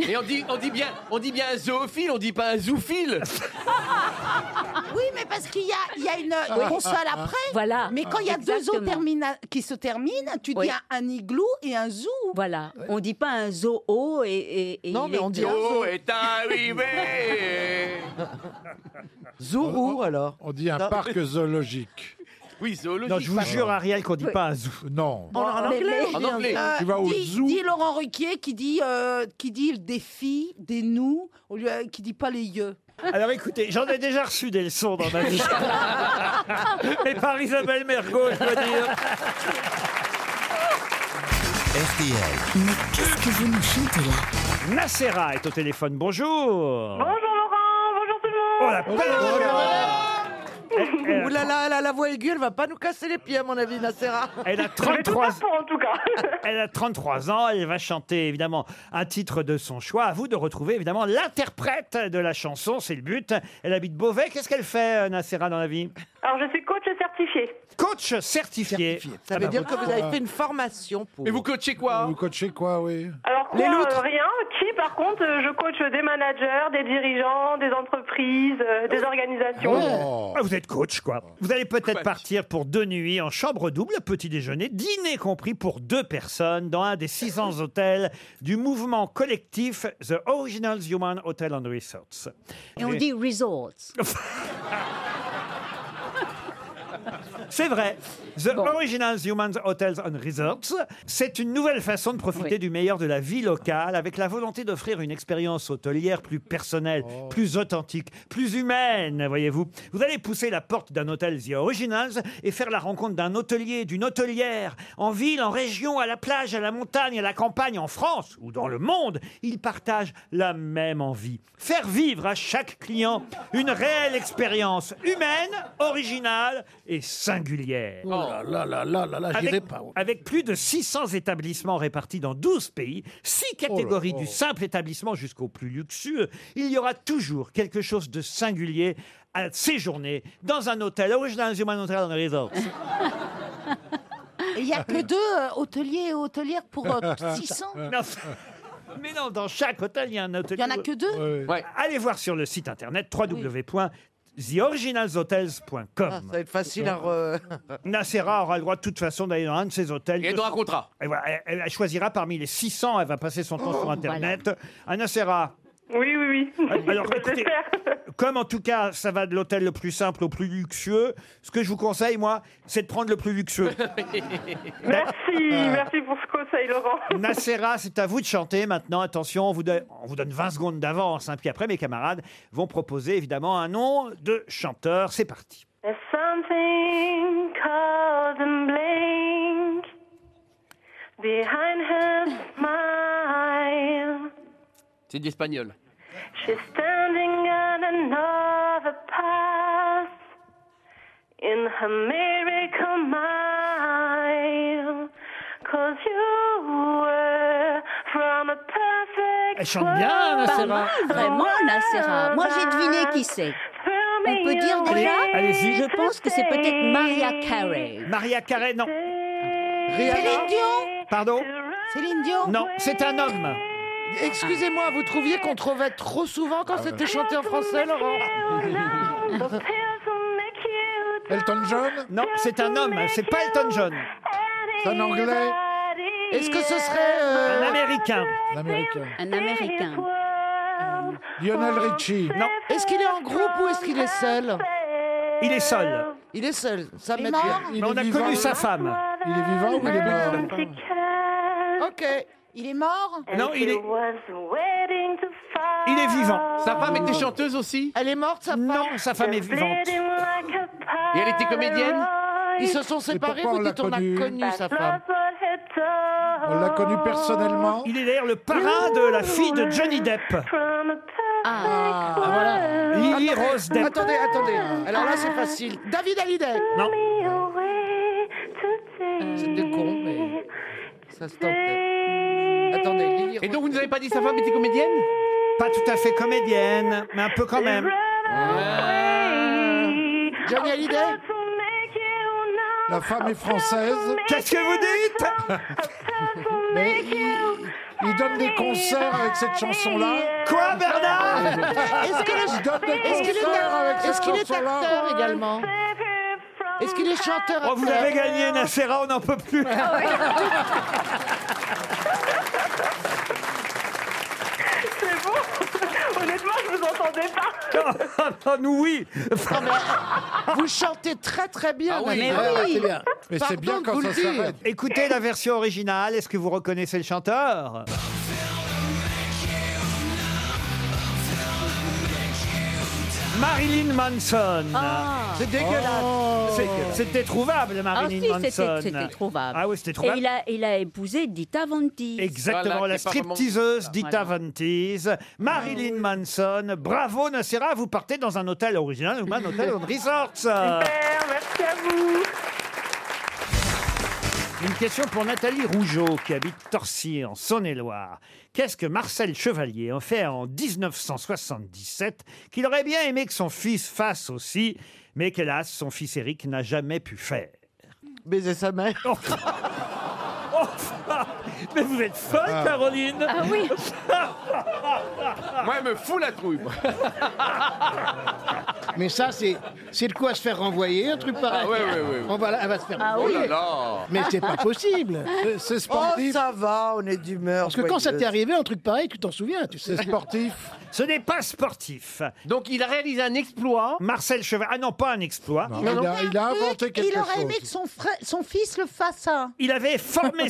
Speaker 7: Et on dit, on dit bien, on dit bien un zoophile, on dit pas un zoophile.
Speaker 8: Oui, mais parce qu'il y a, il y a une une console après.
Speaker 9: Ah. Voilà.
Speaker 8: Mais quand il y a deux zoos
Speaker 9: Exactement.
Speaker 8: termina- qui se terminent, tu
Speaker 9: Oui.
Speaker 8: dis un, un igloo et un zoo.
Speaker 9: Voilà, on dit pas un zoo et, et, et
Speaker 6: Non,
Speaker 9: il
Speaker 6: mais
Speaker 9: est-
Speaker 6: on dit un
Speaker 7: Zoo
Speaker 6: zoo.
Speaker 7: est arrivé.
Speaker 6: Zoo ou alors
Speaker 5: On dit un
Speaker 6: Non.
Speaker 5: parc zoologique.
Speaker 7: Oui, zoologique.
Speaker 2: Non, je vous
Speaker 7: pardon.
Speaker 2: jure, Ariel, qu'on dit pas un zoo.
Speaker 5: Non.
Speaker 6: En, en
Speaker 8: Mais-
Speaker 6: anglais
Speaker 8: mais-
Speaker 6: on dit
Speaker 7: En anglais.
Speaker 8: Euh,
Speaker 5: Tu vas au
Speaker 8: dit,
Speaker 5: zoo.
Speaker 8: dit Laurent Ruquier qui dit, euh, qui dit des filles, des nous, au lieu, euh, qui dit pas les yeux.
Speaker 2: Alors écoutez, j'en ai déjà reçu des leçons dans ma vie. Mais par Isabelle Mergo, je dois dire.
Speaker 1: RTL.
Speaker 11: Mais qu'est-ce que vous nous chantez là
Speaker 2: Nacera est au téléphone, bonjour.
Speaker 12: Bonjour Laurent, bonjour tout le monde.
Speaker 2: Oh la pauvre.
Speaker 6: Ouh
Speaker 2: Elle-
Speaker 6: là là, elle a la voix aiguë, elle va pas nous casser les pieds à mon avis, Nacera.
Speaker 2: Elle a
Speaker 12: Je vais tout
Speaker 2: 33
Speaker 12: faire pour en tout cas.
Speaker 2: Elle a 33 ans, elle va chanter évidemment un titre de son choix. À vous de retrouver évidemment l'interprète de la chanson, c'est le but. Elle habite Beauvais. Qu'est-ce qu'elle fait, euh, Nacera, dans la vie
Speaker 12: Alors je suis coach certifié.
Speaker 2: Coach certifié. Ah
Speaker 6: Ça veut
Speaker 2: bah,
Speaker 6: dire
Speaker 2: votre-
Speaker 6: que vous avez fait une formation pour.
Speaker 7: Mais vous coachez quoi
Speaker 5: Vous coachez quoi, oui
Speaker 12: Alors quoi,
Speaker 6: Les loutres.
Speaker 12: euh, rien. Qui par contre, euh, je coach des managers, des dirigeants, des entreprises, euh, des organisations.
Speaker 5: Oh.
Speaker 2: Ah, vous êtes coach, quoi. Vous allez peut-être
Speaker 7: Coach.
Speaker 2: partir pour deux nuits en chambre double, petit déjeuner, dîner compris pour deux personnes dans un des 600 hôtels du mouvement collectif The Original Human Hotel and Resorts.
Speaker 9: Et on dit resorts.
Speaker 2: C'est vrai. The Original Humans Hotels and Resorts, c'est une nouvelle façon de profiter
Speaker 8: Oui.
Speaker 2: du meilleur de la vie locale avec la volonté d'offrir une expérience hôtelière plus personnelle, plus authentique, plus humaine, voyez-vous. Vous allez pousser la porte d'un hôtel The Originals et faire la rencontre d'un hôtelier, d'une hôtelière, en ville, en région, à la plage, à la montagne, à la campagne, en France ou dans le monde. Ils partagent la même envie. Faire vivre à chaque client une réelle expérience humaine, originale et singulière.
Speaker 10: Oh là là là là là là, j'irai
Speaker 2: Avec,
Speaker 10: pas.
Speaker 2: avec plus de 600 établissements répartis dans 12 pays, six
Speaker 10: Oh
Speaker 2: catégories du simple établissement jusqu'au plus luxueux, il y aura toujours quelque chose de singulier à séjourner dans un hôtel. Original Human Hotel and Resort.
Speaker 8: Et il y a que deux euh, hôteliers et hôtelières pour euh, 600.
Speaker 2: Non, mais non, dans chaque hôtel, il y a un
Speaker 8: Il
Speaker 2: hôtel.
Speaker 8: y en a que deux. Ah
Speaker 5: Ouais, ouais.
Speaker 7: Ouais.
Speaker 2: Allez voir sur le site internet www.certifié theoriginalshotels.com.
Speaker 6: Ah, ça va être facile à re-
Speaker 2: Nacera aura le droit de toute façon d'aller dans un de ses hôtels.
Speaker 7: Et de racontera.
Speaker 2: Et voilà, elle, elle- elle choisira parmi les 600, elle va passer son temps
Speaker 12: Oh,
Speaker 2: sur Internet. Ah, Nacera
Speaker 12: Oui, oui, oui.
Speaker 2: alors, écoutez, comme en tout cas, ça va de l'hôtel le plus simple au plus luxueux, ce que je vous conseille, moi, c'est de prendre le plus luxueux.
Speaker 12: Merci,
Speaker 2: Ah,
Speaker 12: merci pour ce conseil, Laurent.
Speaker 2: Nacera, Euh, c'est à vous de chanter maintenant. Attention, on vous donne, on vous donne 20 secondes d'avance. hein. Puis après, mes camarades vont proposer évidemment un nom de chanteur. C'est parti.
Speaker 12: There's something cold and blank behind her smile.
Speaker 7: C'est de l'espagnol.
Speaker 12: She's standing on another path in her miracle mile. Cause you were from a perfect
Speaker 9: Elle chante bien,
Speaker 12: world.
Speaker 9: Nacera. Vraiment,
Speaker 12: Ah,
Speaker 9: Nacera. Moi, j'ai deviné qui c'est. On peut dire déjà,
Speaker 2: Allez-y.
Speaker 9: je pense que c'est peut-être Maria Carey.
Speaker 2: Maria Carey, non.
Speaker 6: Céline Dion
Speaker 2: Pardon
Speaker 6: Céline Dion
Speaker 2: Non, c'est un
Speaker 9: Ah.
Speaker 2: homme.
Speaker 6: Excusez-moi, vous trouviez qu'on trouvait trop souvent
Speaker 2: Ah,
Speaker 6: quand c'était chanté en français, Laurent
Speaker 2: Elton John Non, c'est un homme. C'est pas Elton John.
Speaker 5: C'est un anglais.
Speaker 6: Est-ce que ce serait. euh,
Speaker 2: Un américain.
Speaker 5: Un américain.
Speaker 9: Un Américain.
Speaker 5: Euh, Lionel Richie.
Speaker 2: Non.
Speaker 6: Est-ce qu'il est en groupe ou est-ce qu'il est seul
Speaker 2: Il est seul.
Speaker 6: Il est seul. Ça
Speaker 2: Il est
Speaker 6: m'aide
Speaker 2: mort
Speaker 6: bien.
Speaker 2: Mais on a connu sa femme.
Speaker 5: Il est vivant ou il est mort
Speaker 6: Ok.
Speaker 4: Il est mort
Speaker 2: Non, il est-
Speaker 12: Il
Speaker 2: Il est vivant.
Speaker 7: Sa femme était chanteuse aussi
Speaker 6: Elle est morte, sa femme
Speaker 2: Non, sa femme est vivante.
Speaker 7: Et elle était comédienne
Speaker 6: Ils se sont
Speaker 5: Et
Speaker 6: séparés,
Speaker 5: pourquoi on
Speaker 6: vous
Speaker 5: l'a
Speaker 6: dites on a
Speaker 5: connu
Speaker 6: connu sa femme.
Speaker 5: On l'a connu personnellement.
Speaker 2: Il est d'ailleurs le parrain de la fille de Johnny Depp,
Speaker 9: Ah,
Speaker 2: Lily Rose Depp.
Speaker 6: Attendez, attendez. Alors là, c'est facile. David Hallyday.
Speaker 2: Non,
Speaker 6: C'était con, mais ça se tentait. Attendez, Lily
Speaker 7: Et donc vous nous avez pas dit sa femme était comédienne
Speaker 2: pas tout à fait comédienne, mais un peu quand même.
Speaker 6: Rose- Ah. Johnny Hallyday.
Speaker 5: La femme est française.
Speaker 2: Qu'est-ce que vous dites
Speaker 5: Mais il, il donne des concerts avec cette chanson-là.
Speaker 2: Quoi, Bernard
Speaker 6: Est-ce que le-
Speaker 5: Il donne des
Speaker 6: est-ce qu'il est,
Speaker 5: concerts avec cette
Speaker 6: est-ce qu'il est
Speaker 5: chanson-là.
Speaker 6: acteur également Est-ce qu'il est chanteur
Speaker 2: Oh, vous
Speaker 6: acteur
Speaker 2: avez gagné, Nacera, on n'en peut plus.
Speaker 12: C'est bon. Honnêtement, je vous entendais pas.
Speaker 2: Ah, Nous, oui.
Speaker 6: euh, Vous chantez très très bien.
Speaker 7: Ah oui,
Speaker 6: Valérie.
Speaker 7: mais
Speaker 10: Ouais, ouais, c'est bien.
Speaker 5: Mais c'est bien
Speaker 6: Pardon de
Speaker 5: quand
Speaker 6: vous
Speaker 5: ça
Speaker 6: le dire.
Speaker 5: s'arrête.
Speaker 2: Écoutez la version originale. Est-ce que vous reconnaissez le chanteur Marilyn Manson.
Speaker 6: C'est dégueulasse.
Speaker 5: Oh.
Speaker 2: C'est- C'était trouvable,
Speaker 9: Ah
Speaker 2: Marilyn
Speaker 9: si,
Speaker 2: Manson.
Speaker 9: c'était- c'était trouvable.
Speaker 2: Ah oui, c'était
Speaker 9: Et
Speaker 2: trouvable.
Speaker 9: il a, il a épousé Dita Vanti.
Speaker 2: Exactement,
Speaker 7: Voilà,
Speaker 2: la
Speaker 7: qui est pas vraiment-
Speaker 2: stripteaseuse Dita
Speaker 9: Voilà.
Speaker 2: Vantis, Marilyn
Speaker 12: Ah
Speaker 2: Manson, bravo Nacera, vous partez dans un hôtel original ou un hôtel home resort.
Speaker 12: Super, merci à vous.
Speaker 2: Une question pour Nathalie Rougeau qui habite Torcy en Saône-et-Loire. Qu'est-ce que Marcel Chevalier a fait en 1977 qu'il aurait bien aimé que son fils fasse aussi, mais qu'hélas son fils Eric n'a jamais pu faire
Speaker 6: Baiser sa mère.
Speaker 2: Oh. Oh, Mais vous êtes folle, Caroline
Speaker 9: Ah oui,
Speaker 7: Moi, elle me fout la trouille. moi.
Speaker 10: Mais ça, c'est c'est de quoi se faire renvoyer, un truc pareil.
Speaker 7: Ah ouais, ouais, ouais, ouais.
Speaker 10: On va, la- elle va se faire
Speaker 7: Oh
Speaker 10: renvoyer.
Speaker 7: là là
Speaker 10: Mais c'est pas possible.
Speaker 5: C'est- C'est
Speaker 6: Ah Oh,
Speaker 5: sportif.
Speaker 6: ça va, on est d'humeur.
Speaker 10: Parce que quand ça
Speaker 6: joyeuse.
Speaker 10: t'est arrivé, un truc pareil, tu t'en souviens, tu sais.
Speaker 5: C'est sportif.
Speaker 2: Ce n'est pas sportif.
Speaker 7: Donc il a réalisé un exploit.
Speaker 2: Marcel Chevalier. Ah non, pas un exploit.
Speaker 5: Non, il, a, il a inventé quelque
Speaker 4: Il aurait aimé que
Speaker 5: chose.
Speaker 4: son, frère- son fils le fasse. hein.
Speaker 2: Il avait formé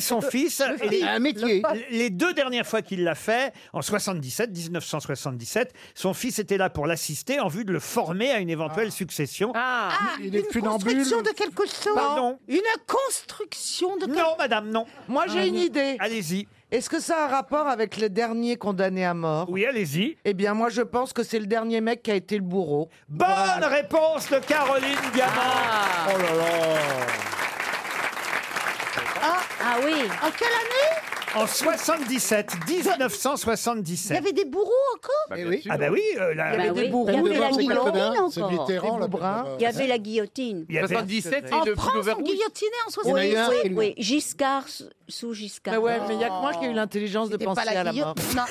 Speaker 2: son fils. et les,
Speaker 10: Un métier.
Speaker 2: les deux dernières fois qu'il l'a fait, en 77, 1977, son fils était là pour l'assister en vue de le former à une éventuelle succession.
Speaker 7: Ah
Speaker 4: Ah,
Speaker 5: il est
Speaker 4: une
Speaker 5: funambule.
Speaker 4: construction de quelque chose.
Speaker 2: Pardon.
Speaker 4: Une construction de quelque
Speaker 2: Non, madame, non. Mmh.
Speaker 6: Moi, j'ai une idée.
Speaker 2: Allez-y.
Speaker 6: Est-ce que ça a un rapport avec les derniers condamnés à mort
Speaker 2: Oui, allez-y.
Speaker 6: Eh bien, moi, je pense que c'est le dernier mec qui a été le bourreau. Ah.
Speaker 2: Bonne réponse de Caroline Diamant.
Speaker 5: Oh là là.
Speaker 9: ah oui.
Speaker 4: En quelle année
Speaker 2: En 77,
Speaker 4: Il y
Speaker 2: 1977.
Speaker 4: avait des bourreaux encore
Speaker 10: Eh oui.
Speaker 2: Ah bah oui, euh,
Speaker 9: Bah
Speaker 2: la-
Speaker 9: oui, Il y avait,
Speaker 6: bourreaux,
Speaker 9: la
Speaker 10: des
Speaker 9: guillotine
Speaker 10: barbares,
Speaker 5: C'est
Speaker 9: encore.
Speaker 5: Mitterrand,
Speaker 6: Des
Speaker 5: là. euh,
Speaker 6: bourrins.
Speaker 5: peut-être.
Speaker 9: Il y avait la guillotine.
Speaker 2: il y avait-
Speaker 7: 77, c'est
Speaker 4: En
Speaker 7: le
Speaker 4: France, on guillotinait en
Speaker 10: Il y en a
Speaker 4: 60.
Speaker 10: eu un
Speaker 9: Oui,
Speaker 10: qui lui-
Speaker 9: oui, Giscard sous- sous Giscard.
Speaker 6: Mais ouais, mais il n'y a que moi qui ai eu l'intelligence de
Speaker 4: C'était
Speaker 6: penser
Speaker 4: pas la
Speaker 6: à la mort.
Speaker 4: guillotine. Non.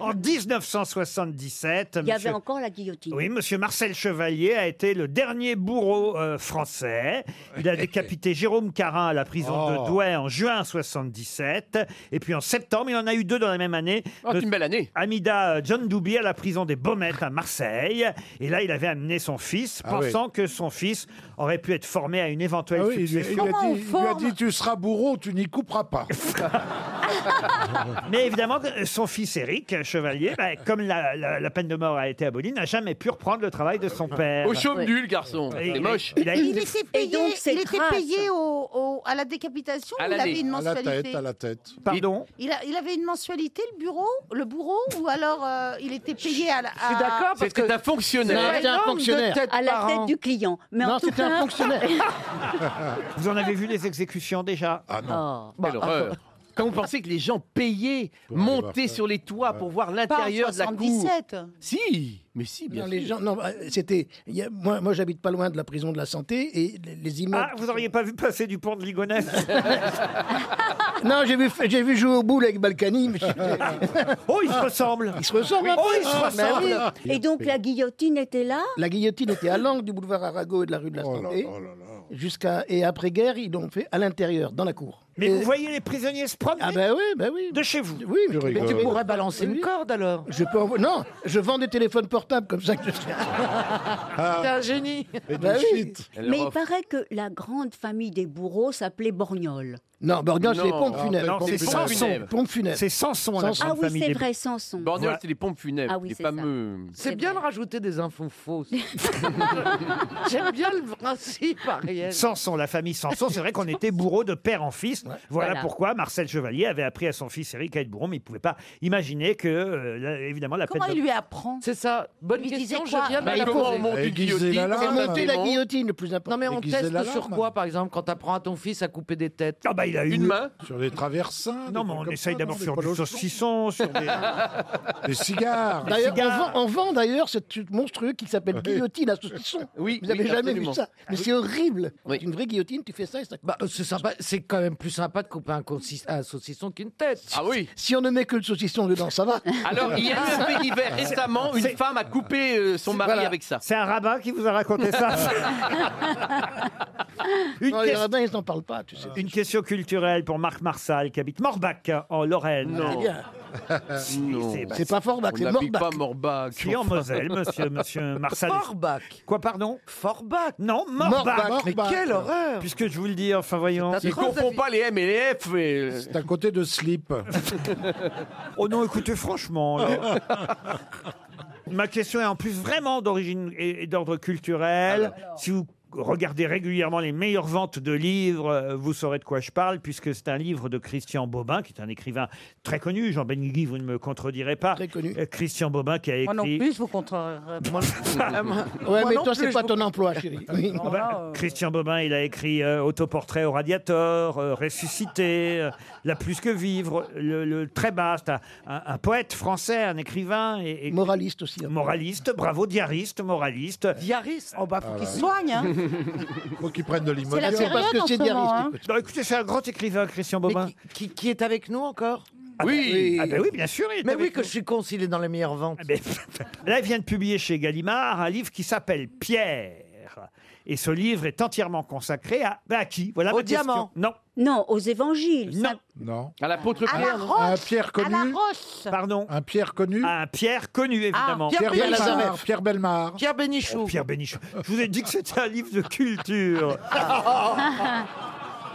Speaker 2: en 1977.
Speaker 9: Il y avait
Speaker 2: monsieur-
Speaker 9: encore la guillotine.
Speaker 2: oui, monsieur Marcel Chevalier a été le dernier bourreau euh, français. Il a décapité Jérôme Carin à la prison
Speaker 7: Oh.
Speaker 2: de Douai en juin 77. Et puis en septembre, il en a eu deux dans la même année. Oh, une belle année. Amida euh, John Douby à la prison des Baumettes à Marseille. Et là, il avait amené son fils,
Speaker 10: Ah oui.
Speaker 2: pensant que son fils aurait pu être formé à une éventuelle
Speaker 10: Ah oui, il, lui- il
Speaker 2: succession.
Speaker 10: lui a dit, il lui a dit, tu seras bourreau, tu n'y couperas pas.
Speaker 2: Mais évidemment, son fils Éric Chevalier, bah, comme la, la- la peine de mort a été abolie, n'a jamais pu reprendre le travail de son
Speaker 6: Euh,
Speaker 2: père.
Speaker 7: Au chaume nul, garçon.
Speaker 2: Et
Speaker 7: C'est
Speaker 2: il a-
Speaker 7: moche.
Speaker 2: il a-
Speaker 8: Il était payé,
Speaker 9: donc, ces
Speaker 8: il était
Speaker 9: traces-
Speaker 8: payé au- au- à la décapitation
Speaker 2: À
Speaker 8: ou il
Speaker 2: l'année.
Speaker 8: avait une
Speaker 2: À la
Speaker 8: mensualité
Speaker 2: tête, à la
Speaker 10: tête.
Speaker 2: Pardon
Speaker 8: Il, a- il avait une mensualité, le bureau, le bourreau, ou alors euh, il était payé à la.
Speaker 7: Je suis d'accord, parce C'était que- un fonctionnaire.
Speaker 8: C'est
Speaker 7: C'était un
Speaker 8: nombre de
Speaker 7: fonctionnaire.
Speaker 8: têtes
Speaker 9: À la
Speaker 8: par
Speaker 9: tête
Speaker 8: an.
Speaker 9: du client. Mais en
Speaker 8: Non,
Speaker 9: tout
Speaker 8: c'était
Speaker 9: cas-
Speaker 8: un fonctionnaire.
Speaker 2: Vous en avez vu les exécutions déjà Bah,
Speaker 10: Ah
Speaker 7: non.
Speaker 8: Oh.
Speaker 7: Quelle horreur. Quand vous pensez que les gens
Speaker 10: aller
Speaker 7: payaient,
Speaker 10: voir
Speaker 7: montaient
Speaker 10: ça.
Speaker 7: sur les toits pour voir
Speaker 8: Pas en
Speaker 7: l'intérieur de la cour.
Speaker 8: 77.
Speaker 7: Si, mais si, bien
Speaker 10: Non,
Speaker 7: sûr.
Speaker 10: les gens, non, bah, c'était. il y a- moi, moi j'habite pas loin de la prison de la santé et les, les immeubles.
Speaker 2: Ah, vous auriez pas vu passer du pont de Ligonnès
Speaker 10: Non, j'ai vu, j'ai vu jouer au boule avec Balkany. mais-
Speaker 2: oh, ils se ressemblent.
Speaker 10: Ils se ressemblent. un
Speaker 9: Oh,
Speaker 10: peu.
Speaker 9: ils se
Speaker 10: Ah, mais
Speaker 9: ressemblent.
Speaker 10: oui.
Speaker 9: Et donc la guillotine était là
Speaker 10: La guillotine était à l'angle du boulevard Arago et de la rue de la Santé. Jusqu'à et après guerre, ils l'ont fait à l'intérière, dans la cour.
Speaker 2: Mais
Speaker 10: Et-
Speaker 2: vous voyez les prisonniers se promener
Speaker 10: Ah ben oui, ben oui.
Speaker 2: De chez vous.
Speaker 10: Oui, mais,
Speaker 6: rigole.
Speaker 10: mais
Speaker 6: pourrais balancer une
Speaker 10: corde alors. Je peux envo- non, je vends des téléphones portables comme ça que je Ah.
Speaker 9: Ah.
Speaker 6: T'es un génie.
Speaker 10: Bah oui.
Speaker 9: Mais il paraît que la grande famille des bourreaux s'appelait Borgnole.
Speaker 10: Non, Borgnole, c'est les
Speaker 7: Non.
Speaker 10: pompes funèbres.
Speaker 7: Non, Ah, c'est
Speaker 10: Les
Speaker 7: pompes funèbres.
Speaker 10: Pompes funèbres.
Speaker 2: C'est Samson,
Speaker 9: Ah oui, c'est vrai, Samson.
Speaker 7: Borgnole, c'est les pompes funèbres.
Speaker 9: Ah oui,
Speaker 7: les
Speaker 9: c'est ça.
Speaker 7: fameux.
Speaker 6: C'est bien de rajouter des infos fausses. J'aime bien le principe, Ariel.
Speaker 2: Samson, la famille Samson, c'est vrai qu'on était bourreau de père en fils. Voilà,
Speaker 6: Voilà.
Speaker 2: pourquoi Marcel Chevalier avait appris à son fils Éric à être bourreau, mais il pouvait pas imaginer que, euh, la- évidemment, la
Speaker 8: Comment
Speaker 2: peine de-
Speaker 8: il lui apprend
Speaker 6: C'est ça. Bonne
Speaker 8: Il lui disait
Speaker 6: question, je
Speaker 8: quoi
Speaker 6: viens de
Speaker 2: Bah,
Speaker 6: la
Speaker 2: comment
Speaker 6: poser.
Speaker 2: on monte une Aiguiser la guillotine lame.
Speaker 6: C'est
Speaker 2: C'est monter
Speaker 10: la guillotine, le plus important.
Speaker 6: Non, mais on
Speaker 10: Aiguiser la
Speaker 6: teste sur
Speaker 10: lame.
Speaker 6: quoi, par exemple, quand t'apprends à ton fils à couper des têtes
Speaker 2: Ah, bah, il a eu-
Speaker 7: Une main
Speaker 10: Sur des traversins.
Speaker 2: Non, mais on essaye d'abord sur du saucisson, sur des,
Speaker 10: Des cigares.
Speaker 2: Des
Speaker 10: D'ailleurs, on
Speaker 2: cigares.
Speaker 10: vend, on vend d'ailleurs ce truc monstrueux qui s'appelle guillotine à saucisson.
Speaker 7: Oui,
Speaker 10: Vous avez
Speaker 7: oui,
Speaker 10: jamais
Speaker 7: absolument.
Speaker 10: vu ça. Mais c'est horrible. C'est Une vraie guillotine, tu fais ça et ça.
Speaker 6: Bah, c'est sympa, c'est quand même plus sympa de couper un, consis- un saucisson qu'une tête.
Speaker 7: Ah oui.
Speaker 10: Si on ne met que le saucisson dedans, ça va.
Speaker 7: Alors, il y a eu un fait divers récemment. Une femme a coupé euh, son mari
Speaker 10: Voilà.
Speaker 7: avec ça.
Speaker 2: C'est un rabbin qui vous a raconté ça Une
Speaker 10: Non, les
Speaker 2: question-
Speaker 10: rabbins, ils n'en parlent pas, tu sais.
Speaker 2: Une question culturelle pour Marc Marsal qui habite Morbach en Lorraine.
Speaker 10: C'est Ah, bien.
Speaker 2: Si,
Speaker 7: Non.
Speaker 2: bah,
Speaker 10: C'est pas Forbach,
Speaker 7: On
Speaker 10: c'est
Speaker 7: n'habille
Speaker 10: Morbach.
Speaker 7: pas Morbach.
Speaker 2: si, en Moselle, monsieur, monsieur Marsal.
Speaker 6: Forbach.
Speaker 2: Quoi, pardon
Speaker 6: Forbach.
Speaker 2: Non,
Speaker 10: Morbach,
Speaker 2: Morbach.
Speaker 10: Mais Morbach. quelle
Speaker 6: horreur
Speaker 2: Puisque je vous le dis, enfin voyons.
Speaker 7: Ils confondent pas les M et les F. mais-
Speaker 10: C'est à côté de Slip.
Speaker 2: Oh non, écoutez, franchement. là. Ma question est en plus vraiment d'origine et et d'ordre culturel. Si vous regardez régulièrement les meilleures ventes de livres, euh, vous saurez de quoi je parle, puisque c'est un livre de Christian Bobin, qui est un écrivain très connu. Jean Benguigui, vous ne me contredirez pas.
Speaker 10: Très connu.
Speaker 2: Euh, Christian Bobin qui a
Speaker 6: Oh
Speaker 8: Moi non
Speaker 2: écrit.
Speaker 8: plus, je vous contrerai.
Speaker 10: Ouais,
Speaker 8: Moi
Speaker 10: mais
Speaker 8: non
Speaker 10: toi,
Speaker 8: plus,
Speaker 10: c'est
Speaker 8: je
Speaker 10: pas
Speaker 8: vous-
Speaker 10: ton emploi, chérie. Oui.
Speaker 2: Ah bah,
Speaker 8: Oh.
Speaker 2: Christian Bobin, il a écrit euh, Autoportrait au radiateur, euh, Ressuscité, euh, La plus que vivre, le, le très bas. C'est un, un- un poète français, un écrivain et, et
Speaker 10: Moraliste aussi. hein.
Speaker 2: moraliste. Bravo, diariste, moraliste. Ah
Speaker 6: Diariste.
Speaker 8: Oh bah, faut qu'il se soigne. hein.
Speaker 13: Faut qu'ils prennent de
Speaker 8: C'est
Speaker 13: l'immobilier.
Speaker 8: la
Speaker 10: c'est
Speaker 8: période
Speaker 10: parce que
Speaker 8: en
Speaker 10: c'est
Speaker 8: ce
Speaker 10: diariste,
Speaker 8: moment. hein.
Speaker 10: écoute.
Speaker 2: Non, écoutez, c'est un grand écrivain, Christian
Speaker 6: Mais
Speaker 2: Bobin.
Speaker 6: qui, qui- qui est avec nous encore
Speaker 7: Oui.
Speaker 2: Ah ben oui, bien sûr. il est
Speaker 6: Mais oui,
Speaker 2: avec
Speaker 6: que
Speaker 2: nous.
Speaker 6: je suis con s'il est dans les meilleures ventes.
Speaker 2: Ah ben, Là, il vient de publier chez Gallimard un livre qui s'appelle Pierre. Et ce livre est entièrement consacré à, ben, à qui Voilà
Speaker 6: Au
Speaker 2: ma question.
Speaker 6: diamant.
Speaker 2: Non,
Speaker 9: Non, aux évangiles.
Speaker 2: non,
Speaker 9: Saint-
Speaker 13: Non.
Speaker 7: À l'apôtre
Speaker 8: À
Speaker 7: Pierre.
Speaker 8: la
Speaker 7: non
Speaker 10: Un
Speaker 8: roche.
Speaker 10: Pierre
Speaker 8: À la
Speaker 10: connu.
Speaker 8: roche. Ah,
Speaker 2: pardon.
Speaker 13: Un Pierre connu.
Speaker 2: À un Pierre connu, évidemment.
Speaker 6: Pierre
Speaker 10: Pierre
Speaker 6: Bénichou.
Speaker 10: Lazare.
Speaker 13: Pierre Belmar.
Speaker 6: Pierre Bénichou.
Speaker 2: Oh, Pierre Bénichou. Je vous ai dit que c'était un livre de culture.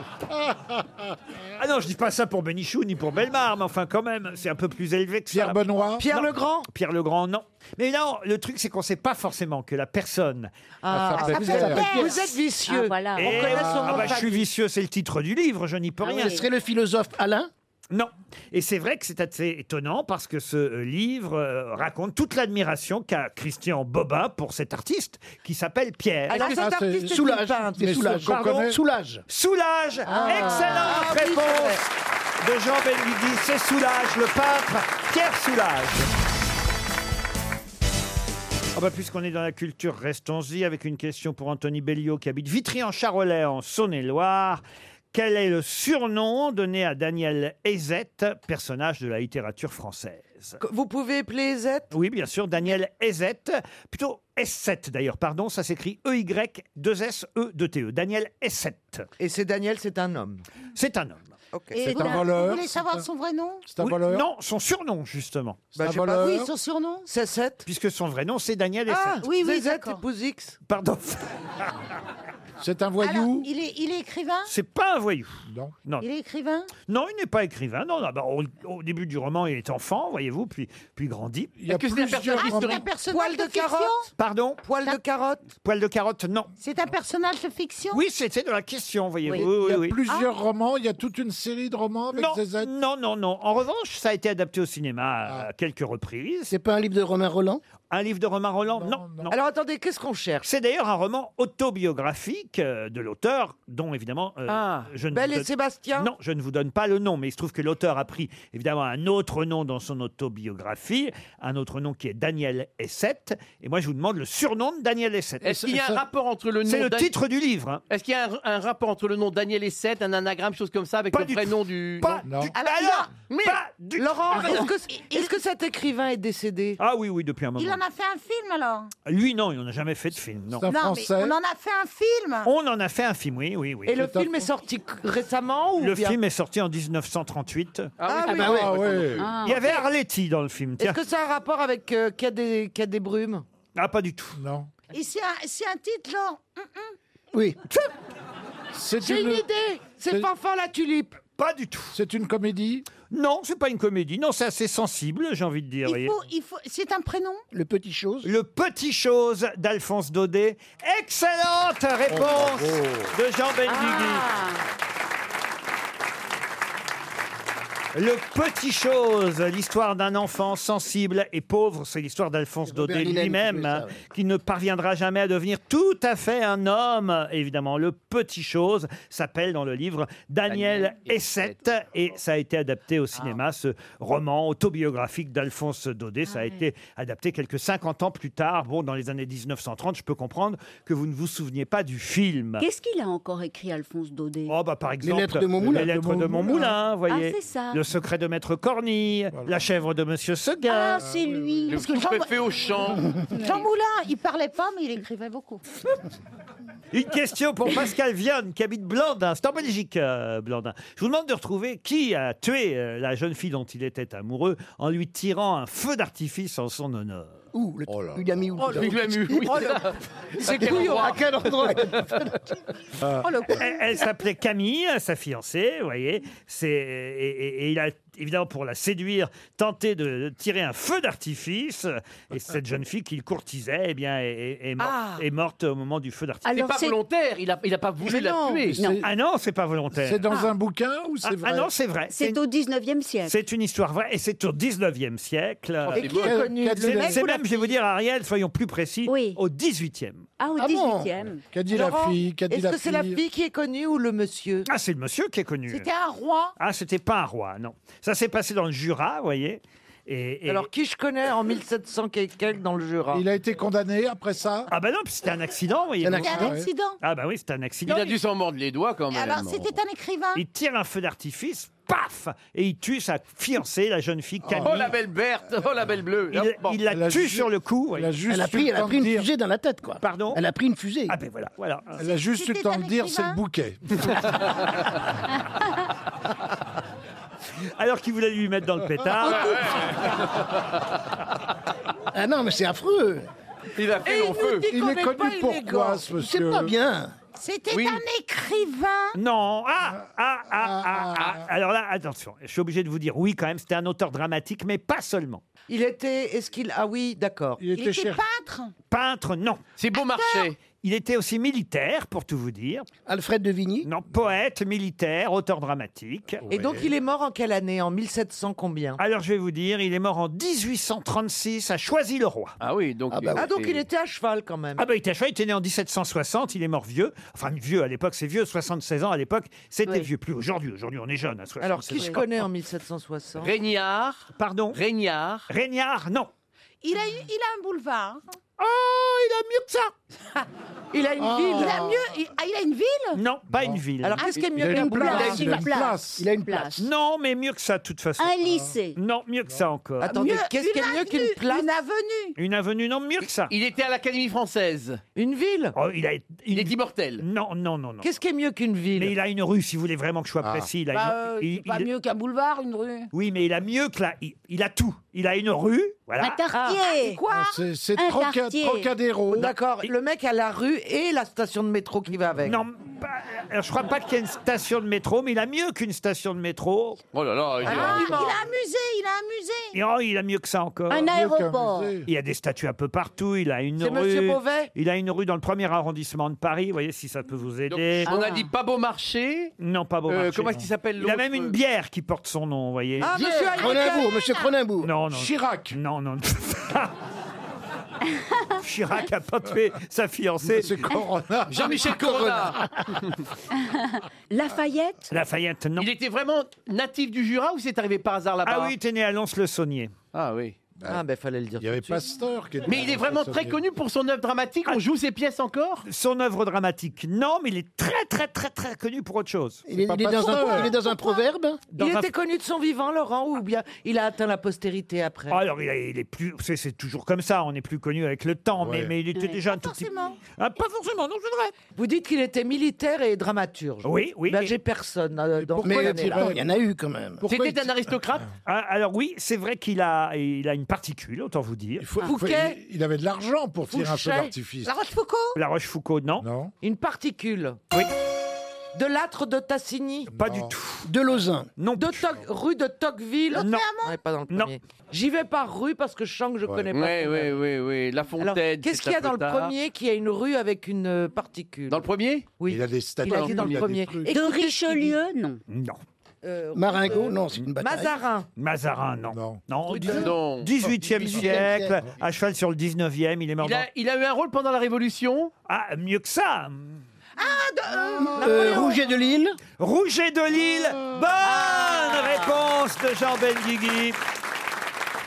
Speaker 2: ah non, je dis pas ça pour Bénichou ni pour Belmar, mais enfin quand même, c'est un peu plus élevé que ça.
Speaker 13: Pierre Benoît.
Speaker 6: Pierre
Speaker 2: Non.
Speaker 6: Legrand.
Speaker 2: Pierre Legrand, non. Mais là, on- le truc, c'est qu'on sait pas forcément que la personne.
Speaker 6: Ah,
Speaker 13: Ah, ça
Speaker 6: vous,
Speaker 13: fait
Speaker 6: êtes,
Speaker 13: peur.
Speaker 6: vous êtes vicieux.
Speaker 9: Ah, voilà.
Speaker 2: Eh,
Speaker 6: On connaît son
Speaker 2: ah,
Speaker 6: nom
Speaker 2: bah,
Speaker 6: de
Speaker 2: je suis
Speaker 6: famille.
Speaker 2: vicieux, c'est le titre du livre, je n'y peux
Speaker 9: Ah
Speaker 2: rien.
Speaker 9: oui.
Speaker 10: Ce serait le philosophe Alain.
Speaker 2: Non. Et c'est vrai que c'est assez étonnant parce que ce euh, livre euh, raconte toute l'admiration qu'a Christian Bobin pour cet artiste qui s'appelle Pierre.
Speaker 6: Alors
Speaker 10: Ah,
Speaker 6: cet
Speaker 10: c'est
Speaker 6: artiste est une
Speaker 10: Soulage.
Speaker 6: peintre.
Speaker 10: Mais Soulage.
Speaker 2: qu'on
Speaker 10: Pardon
Speaker 2: connaît.
Speaker 10: Soulage.
Speaker 2: Soulage Excellente
Speaker 6: Ah. oui,
Speaker 2: réponse de Jean Benguigui. C'est Soulage, le peintre Pierre Soulage. Ah bah, Puisqu'on est dans la culture, restons-y avec une question pour Anthony Belliot qui habite Vitry en Charolais en Saône-et-Loire. Quel est le surnom donné à Daniel Ezette, personnage de la littérature française Vous pouvez appeler Ezette Oui, bien sûr, Daniel Ezette. Plutôt S7 d'ailleurs, pardon, ça s'écrit E E-Y-2-S-E-2-T-E. E. Daniel S7. Et c'est Daniel, c'est un homme C'est un homme.
Speaker 14: Et vous, vous voulez savoir son vrai nom
Speaker 2: Oui, Non, son surnom, justement.
Speaker 14: Bah, je sais pas. Oui, son surnom
Speaker 2: C'est 7. Puisque son vrai nom, c'est Daniel
Speaker 14: Ah,
Speaker 2: Essette.
Speaker 14: oui, oui,
Speaker 6: Zézette
Speaker 14: d'accord.
Speaker 6: épouse X.
Speaker 2: Pardon. c'est un
Speaker 14: Alors, il est, il est écrivain
Speaker 2: C'est pas un voyou. Non. Non,
Speaker 14: Il est écrivain
Speaker 2: il n'est pas écrivain. Non, non, bah, au, au début du roman, il est enfant, voyez-vous, puis, puis grandit. Il
Speaker 14: Est-ce que c'est un plusieurs personnage romans. historique
Speaker 2: Poil de carotte Pardon Poil de carotte Poil de carotte, non.
Speaker 14: C'est un personnage de fiction
Speaker 2: Oui, c'était dans la question, voyez-vous.
Speaker 14: Oui.
Speaker 2: Oui,
Speaker 13: il y a
Speaker 2: oui, Ah. oui.
Speaker 13: plusieurs romans, il y a toute une série de romans avec
Speaker 2: Non,
Speaker 13: Zézette.
Speaker 2: non, non, non. En revanche, ça a été adapté au cinéma
Speaker 13: Ah.
Speaker 2: à quelques reprises. C'est
Speaker 10: pas un livre de Romain Roland
Speaker 2: Un livre de Romain Roland non, non. Alors attendez, qu'est-ce qu'on cherche C'est d'ailleurs un roman autobiographique euh, de l'auteur, dont évidemment. euh,
Speaker 6: Ah,
Speaker 2: ne
Speaker 6: Belle
Speaker 2: vous
Speaker 6: et Sébastien
Speaker 2: Non, je ne vous donne pas le nom, mais il se trouve que l'auteur a pris évidemment un autre nom dans son autobiographie, un autre nom qui est Daniel Essette. Et moi, je vous demande le surnom de Daniel Essette.
Speaker 7: Est-ce qu'il y a un rapport entre le nom
Speaker 2: C'est le
Speaker 7: d'A-
Speaker 2: titre du livre. hein.
Speaker 7: Est-ce qu'il y a un, un rapport entre le nom Daniel et 7, un anagramme, chose comme ça, avec le prénom du.
Speaker 2: Pas
Speaker 7: non.
Speaker 6: Alors,
Speaker 7: mais
Speaker 6: Laurent,
Speaker 7: Ah,
Speaker 6: est-ce
Speaker 7: non.
Speaker 6: que, est-ce que cet écrivain est décédé
Speaker 2: Ah oui, oui, depuis un moment.
Speaker 14: Il en a fait un film alors
Speaker 2: Lui, non, il n'en a jamais fait de film. Non,
Speaker 14: Non, mais on en a fait un film
Speaker 2: On en a fait un film, oui, oui, oui.
Speaker 6: Et le film est sorti c- récemment ou
Speaker 2: Le
Speaker 6: bien-
Speaker 2: film est sorti en 1938.
Speaker 6: Ah oui, Ah oui. bah oui. Ah,
Speaker 2: Il y avait
Speaker 6: ok.
Speaker 2: Arletty dans le film.
Speaker 6: Est-ce
Speaker 2: Tiens.
Speaker 6: que ça a un rapport avec euh, Qu'il y a des- qu'il y a des brumes
Speaker 2: Ah, pas du tout.
Speaker 13: Non.
Speaker 14: Et c'est un, c'est un titre, Laurent
Speaker 13: Oui.
Speaker 6: J'ai une idée C'est Fanfan la tulipe
Speaker 2: Pas du tout.
Speaker 13: C'est une comédie
Speaker 2: Non, c'est pas une comédie. Non, c'est assez sensible, j'ai envie de dire.
Speaker 14: il
Speaker 2: voyez.
Speaker 14: faut, oh, il faut, C'est un prénom
Speaker 2: Le Petit Chose Le Petit Chose d'Alphonse Daudet. Excellente réponse de Jean Benguigui. Le Petit Chose, l'histoire d'un enfant sensible et pauvre, c'est l'histoire d'Alphonse Daudet
Speaker 10: Hélène qui
Speaker 2: lui-même,
Speaker 10: fait ça,
Speaker 2: hein, qui ne parviendra jamais à devenir tout à fait un homme. Évidemment, Le Petit Chose s'appelle dans le livre Daniel Essette, et ça a été adapté au
Speaker 9: Ah.
Speaker 2: cinéma, ce roman autobiographique d'Alphonse Daudet. Ça a été adapté quelques 50 ans plus tard, bon, dans les années 1930. Je peux comprendre que vous ne vous souveniez pas du film.
Speaker 9: Bah. Qu'est-ce qu'il a encore écrit, Alphonse Daudet
Speaker 2: Oh bah par exemple,
Speaker 10: lettres de Montmoulin.
Speaker 2: Les lettres de Montmoulin,
Speaker 9: Ah,
Speaker 2: voyez.
Speaker 9: c'est ça.
Speaker 2: Le secret de Maître Cornille, la chèvre de Monsieur Seguin.
Speaker 9: Ah, c'est lui.
Speaker 7: Le
Speaker 14: Jean-
Speaker 7: fait au champ.
Speaker 14: Jean Moulin, il parlait pas, mais il écrivait beaucoup.
Speaker 2: Une question pour Pascal Vianne, qui habite Blandin. C'est en Belgique, euh, Blandin. Je vous demande de retrouver qui a tué euh, la jeune fille dont il était amoureux en lui tirant un feu d'artifice en son honneur.
Speaker 10: Ouh, le Ulamu.
Speaker 7: Oh, le Ulamu, oui.
Speaker 10: C'est
Speaker 7: À quel
Speaker 10: couillon,
Speaker 7: endroit
Speaker 10: à quel endroit
Speaker 2: Oh, elle elle s'appelait Camille, sa fiancée, vous voyez. C'est, et, et- et il a, évidemment, pour la séduire, tenté de tirer un feu d'artifice. Et cette jeune fille qu'il courtisait, eh bien, est, est- est mor-
Speaker 7: Ah.
Speaker 2: est morte au moment du feu d'artifice.
Speaker 7: C'est pas volontaire, il a, il a pas voulu la tuer.
Speaker 2: Ah non, c'est pas volontaire.
Speaker 13: C'est dans
Speaker 2: Ah.
Speaker 13: un bouquin ou c'est
Speaker 2: Ah,
Speaker 13: vrai
Speaker 2: ah non, c'est vrai.
Speaker 9: C'est
Speaker 2: une-
Speaker 9: au 19e siècle.
Speaker 2: C'est une histoire vraie et c'est au 19e siècle.
Speaker 9: Et qui est
Speaker 2: Oh, C'est-
Speaker 9: connu, le
Speaker 2: C'est
Speaker 9: mec
Speaker 2: c'est
Speaker 9: ou la
Speaker 2: même, je vais vous dire, Ariel, soyons plus précis, au 18e.
Speaker 9: Ah, au
Speaker 6: Ah bon
Speaker 9: 18e.
Speaker 13: Qu'a
Speaker 6: Laurent, Est-ce que c'est la fille qui est connue ou le monsieur
Speaker 2: Ah, c'est le monsieur qui est connu.
Speaker 14: un roi
Speaker 2: Ah, c'était pas un roi, non. Ça s'est passé dans le Jura, vous voyez. Et, et-
Speaker 6: Alors qui je connais en 1700 et quelques dans le Jura
Speaker 13: Il a été condamné après ça
Speaker 2: Ah bah non, puis c'était un accident, vous voyez.
Speaker 13: un accident,
Speaker 14: ouais. accident.
Speaker 2: Ah bah oui, c'était un
Speaker 7: Il
Speaker 2: accident.
Speaker 7: a dû s'en mordre les doigts quand même.
Speaker 14: Alors, c'était un écrivain
Speaker 2: Oh, Il tire un feu d'artifice, paf Et il tue sa fiancée, la jeune fille Camille.
Speaker 7: Oh la belle Berthe, oh la belle bleue.
Speaker 2: Il,
Speaker 7: Bon.
Speaker 2: il ah, la tue sur le coup. oui.
Speaker 10: Elle a pris, elle a pris une fusée dans la tête, quoi.
Speaker 2: Pardon
Speaker 10: Elle a pris une fusée.
Speaker 2: Ah ben voilà, voilà.
Speaker 13: Elle a juste eu le temps de dire c'est le bouquet.
Speaker 2: Alors qu'il voulait lui mettre dans le pétard.
Speaker 10: Ah non, mais c'est affreux.
Speaker 7: Il a
Speaker 10: Et il nous dit qu'on est pas élégant. C'est pas bien.
Speaker 14: C'était
Speaker 2: Oui.
Speaker 14: un écrivain
Speaker 2: Non, ah, ah, ah, ah, ah. Alors là, attention, je suis obligé de vous dire oui quand même, c'était un auteur dramatique, mais pas seulement.
Speaker 6: Il était. Est-ce qu'il. Ah oui, d'accord.
Speaker 13: Il
Speaker 14: Il était peintre
Speaker 2: Peintre, non.
Speaker 7: C'est Beaumarchais.
Speaker 2: Il était aussi militaire, pour tout vous dire.
Speaker 10: Alfred de Vigny
Speaker 2: Non, poète, militaire, auteur dramatique.
Speaker 6: Et donc il est mort en quelle année En 1700 combien
Speaker 2: Alors je vais vous dire, il est mort en 1836 à Choisy-le-Roi.
Speaker 7: Ah oui, donc.
Speaker 2: bah
Speaker 6: Ah donc il était à cheval quand même.
Speaker 2: Ah bah il était à cheval, il était né en 1760, il est mort vieux. Enfin vieux à l'époque, c'est vieux, 76 ans à l'époque, c'était
Speaker 6: Oui.
Speaker 2: vieux. Plus aujourd'hui, aujourd'hui on est jeune. à 76
Speaker 6: Alors qui je
Speaker 2: ans.
Speaker 6: connais en 1760
Speaker 7: Régnard.
Speaker 2: Pardon
Speaker 7: Régnard.
Speaker 2: Régnard, non.
Speaker 14: Il a, eu- il a un boulevard.
Speaker 6: Oh, il a mieux que ça Il a une
Speaker 14: Ah.
Speaker 6: ville
Speaker 14: Il a mieux- il- ah, il a une ville
Speaker 2: Non, pas une ville.
Speaker 14: Alors, qu'est-ce qui est mieux qu'un boulevard Il a une place.
Speaker 2: Il a une place. Non, mais mieux que ça, de toute façon. Euh,
Speaker 14: Un lycée.
Speaker 2: Non, mieux que ça encore.
Speaker 6: Attendez, qu'est-ce qui est mieux qu'une place Une
Speaker 8: avenue.
Speaker 2: Une avenue, non, mieux que ça.
Speaker 7: Il était à l'Académie française.
Speaker 6: Une ville
Speaker 2: Oh, il, a, il est
Speaker 7: immortel.
Speaker 2: Non, non, non, non.
Speaker 6: Qu'est-ce qui est mieux qu'une ville
Speaker 2: Mais il a une rue, si vous voulez vraiment que je sois
Speaker 7: Ah.
Speaker 2: précis. Il a
Speaker 8: Bah,
Speaker 2: une-
Speaker 8: euh,
Speaker 2: il-
Speaker 8: c'est pas
Speaker 2: il-
Speaker 8: mieux qu'un boulevard, une rue.
Speaker 2: Oui, mais il a mieux que la. Il, il a tout. Il a une rue. Voilà.
Speaker 8: Un quartier. Ah, quoi
Speaker 13: C'est-
Speaker 2: c'est Un Troca- quartier. Trocadéro.
Speaker 6: D'accord, le mec a la rue et la station de métro qui va avec.
Speaker 2: Non, bah, Alors, je crois pas qu'il y ait une station de métro, mais il a mieux qu'une station de métro.
Speaker 7: Oh là là, il
Speaker 14: Ah, il a un musée, il a un musée.
Speaker 2: Et oh, il a mieux que ça encore.
Speaker 14: Un Mieux qu'un aéroport. musée.
Speaker 2: Il y a des statues un peu partout. Il a une
Speaker 7: C'est
Speaker 2: rue.
Speaker 7: Monsieur Beauvais
Speaker 2: Il a une rue dans le premier arrondissement de Paris. Vous voyez si ça peut vous aider.
Speaker 7: On a dit pas beau marché.
Speaker 2: Non, pas Beaumarchais.
Speaker 7: Euh, comment est-ce qu'il s'appelle
Speaker 2: Il a
Speaker 7: l'autre
Speaker 2: même une bière qui porte son nom, vous voyez.
Speaker 7: Ah, monsieur Heineken. Cronenbourg,
Speaker 2: Monsieur Cronenbourg. Non, non.
Speaker 13: Chirac.
Speaker 2: Non, non. Chirac a pas tué sa fiancée. C'est
Speaker 13: Corona.
Speaker 7: Jean-Michel Corona.
Speaker 9: Lafayette
Speaker 2: Lafayette, non.
Speaker 7: Il était vraiment natif du Jura ou c'est arrivé par hasard là-bas
Speaker 2: Ah oui, t'es né à Lons-le-Saunier.
Speaker 7: Ah oui.
Speaker 6: Ah ben fallait le dire.
Speaker 13: Bah, Il y avait Pasteur qui était
Speaker 7: Mais il est vraiment très connu pour son œuvre dramatique. On joue ses pièces encore
Speaker 2: Ah. Son œuvre dramatique, non, mais il est très, très, très, très connu pour autre chose.
Speaker 10: Il est, il est dans, un, il est dans un proverbe
Speaker 2: Ah. Dans
Speaker 6: il
Speaker 2: un-
Speaker 6: était connu de son vivant, Laurent, ou bien il a atteint la postérité après
Speaker 2: Ah, Alors, il, a- il est plus. C'est, c'est toujours comme ça, on est plus connu avec le temps, mais,
Speaker 6: Ouais.
Speaker 2: mais il était
Speaker 6: Ouais.
Speaker 2: déjà
Speaker 6: Pas
Speaker 2: un tout petit.
Speaker 6: forcément.
Speaker 2: Ah, pas forcément, non, c'est vrai.
Speaker 6: Vous dites qu'il était militaire et dramaturge.
Speaker 2: Oui, oui.
Speaker 6: Ben, j'ai personne euh, dans
Speaker 2: pourquoi
Speaker 6: cette
Speaker 2: il
Speaker 6: année-là.
Speaker 2: dirait- Il y en a eu
Speaker 10: eh quand même.
Speaker 7: C'était un aristocrate
Speaker 2: Ah, Alors, oui, c'est vrai qu'il a, il a une particule, autant vous dire.
Speaker 13: Il, faut-
Speaker 7: Ah.
Speaker 13: il faut- il- il avait de l'argent pour tirer un peu
Speaker 6: Fouché.
Speaker 13: d'artifice.
Speaker 6: Ah. La Rochefoucauld
Speaker 2: La Rochefoucauld, non.
Speaker 6: Une particule.
Speaker 2: Oui.
Speaker 6: De l'âtre de Tassigny
Speaker 2: Pas du tout.
Speaker 10: De Lausanne.
Speaker 2: Non.
Speaker 6: De Toc- rue de Tocqueville
Speaker 7: Non.
Speaker 6: Ouais, pas dans le premier. J'y vais par rue parce que je sens que je connais pas.
Speaker 7: Oui,
Speaker 6: son
Speaker 7: oui,
Speaker 6: œuvre.
Speaker 7: oui, oui. La Fontaine.
Speaker 6: Alors, qu'est-ce
Speaker 7: c'est
Speaker 6: qu'il y
Speaker 7: un
Speaker 6: a
Speaker 7: peu
Speaker 6: dans le
Speaker 7: tard.
Speaker 6: premier qui a une rue avec une euh, particule Dans
Speaker 7: le premier
Speaker 6: Oui.
Speaker 13: Il a des statues.
Speaker 6: Il a dit dans le premier.
Speaker 9: De Richelieu, non.
Speaker 2: Non.
Speaker 7: Euh,
Speaker 10: Maringo, non, c'est une bataille.
Speaker 6: Mazarin.
Speaker 2: Mazarin, non. Non, dix-
Speaker 7: Non.
Speaker 2: 18e
Speaker 7: 18e
Speaker 2: siècle,
Speaker 7: siècle.
Speaker 2: à cheval sur le 19e, il est mort.
Speaker 7: Il a, il a eu un rôle pendant la Révolution
Speaker 2: Ah, mieux que ça
Speaker 3: Ah,
Speaker 10: Euh, Rouget de Lille. Euh. Ah.
Speaker 2: Rouget de Lille, bonne réponse de Jean Benguigui.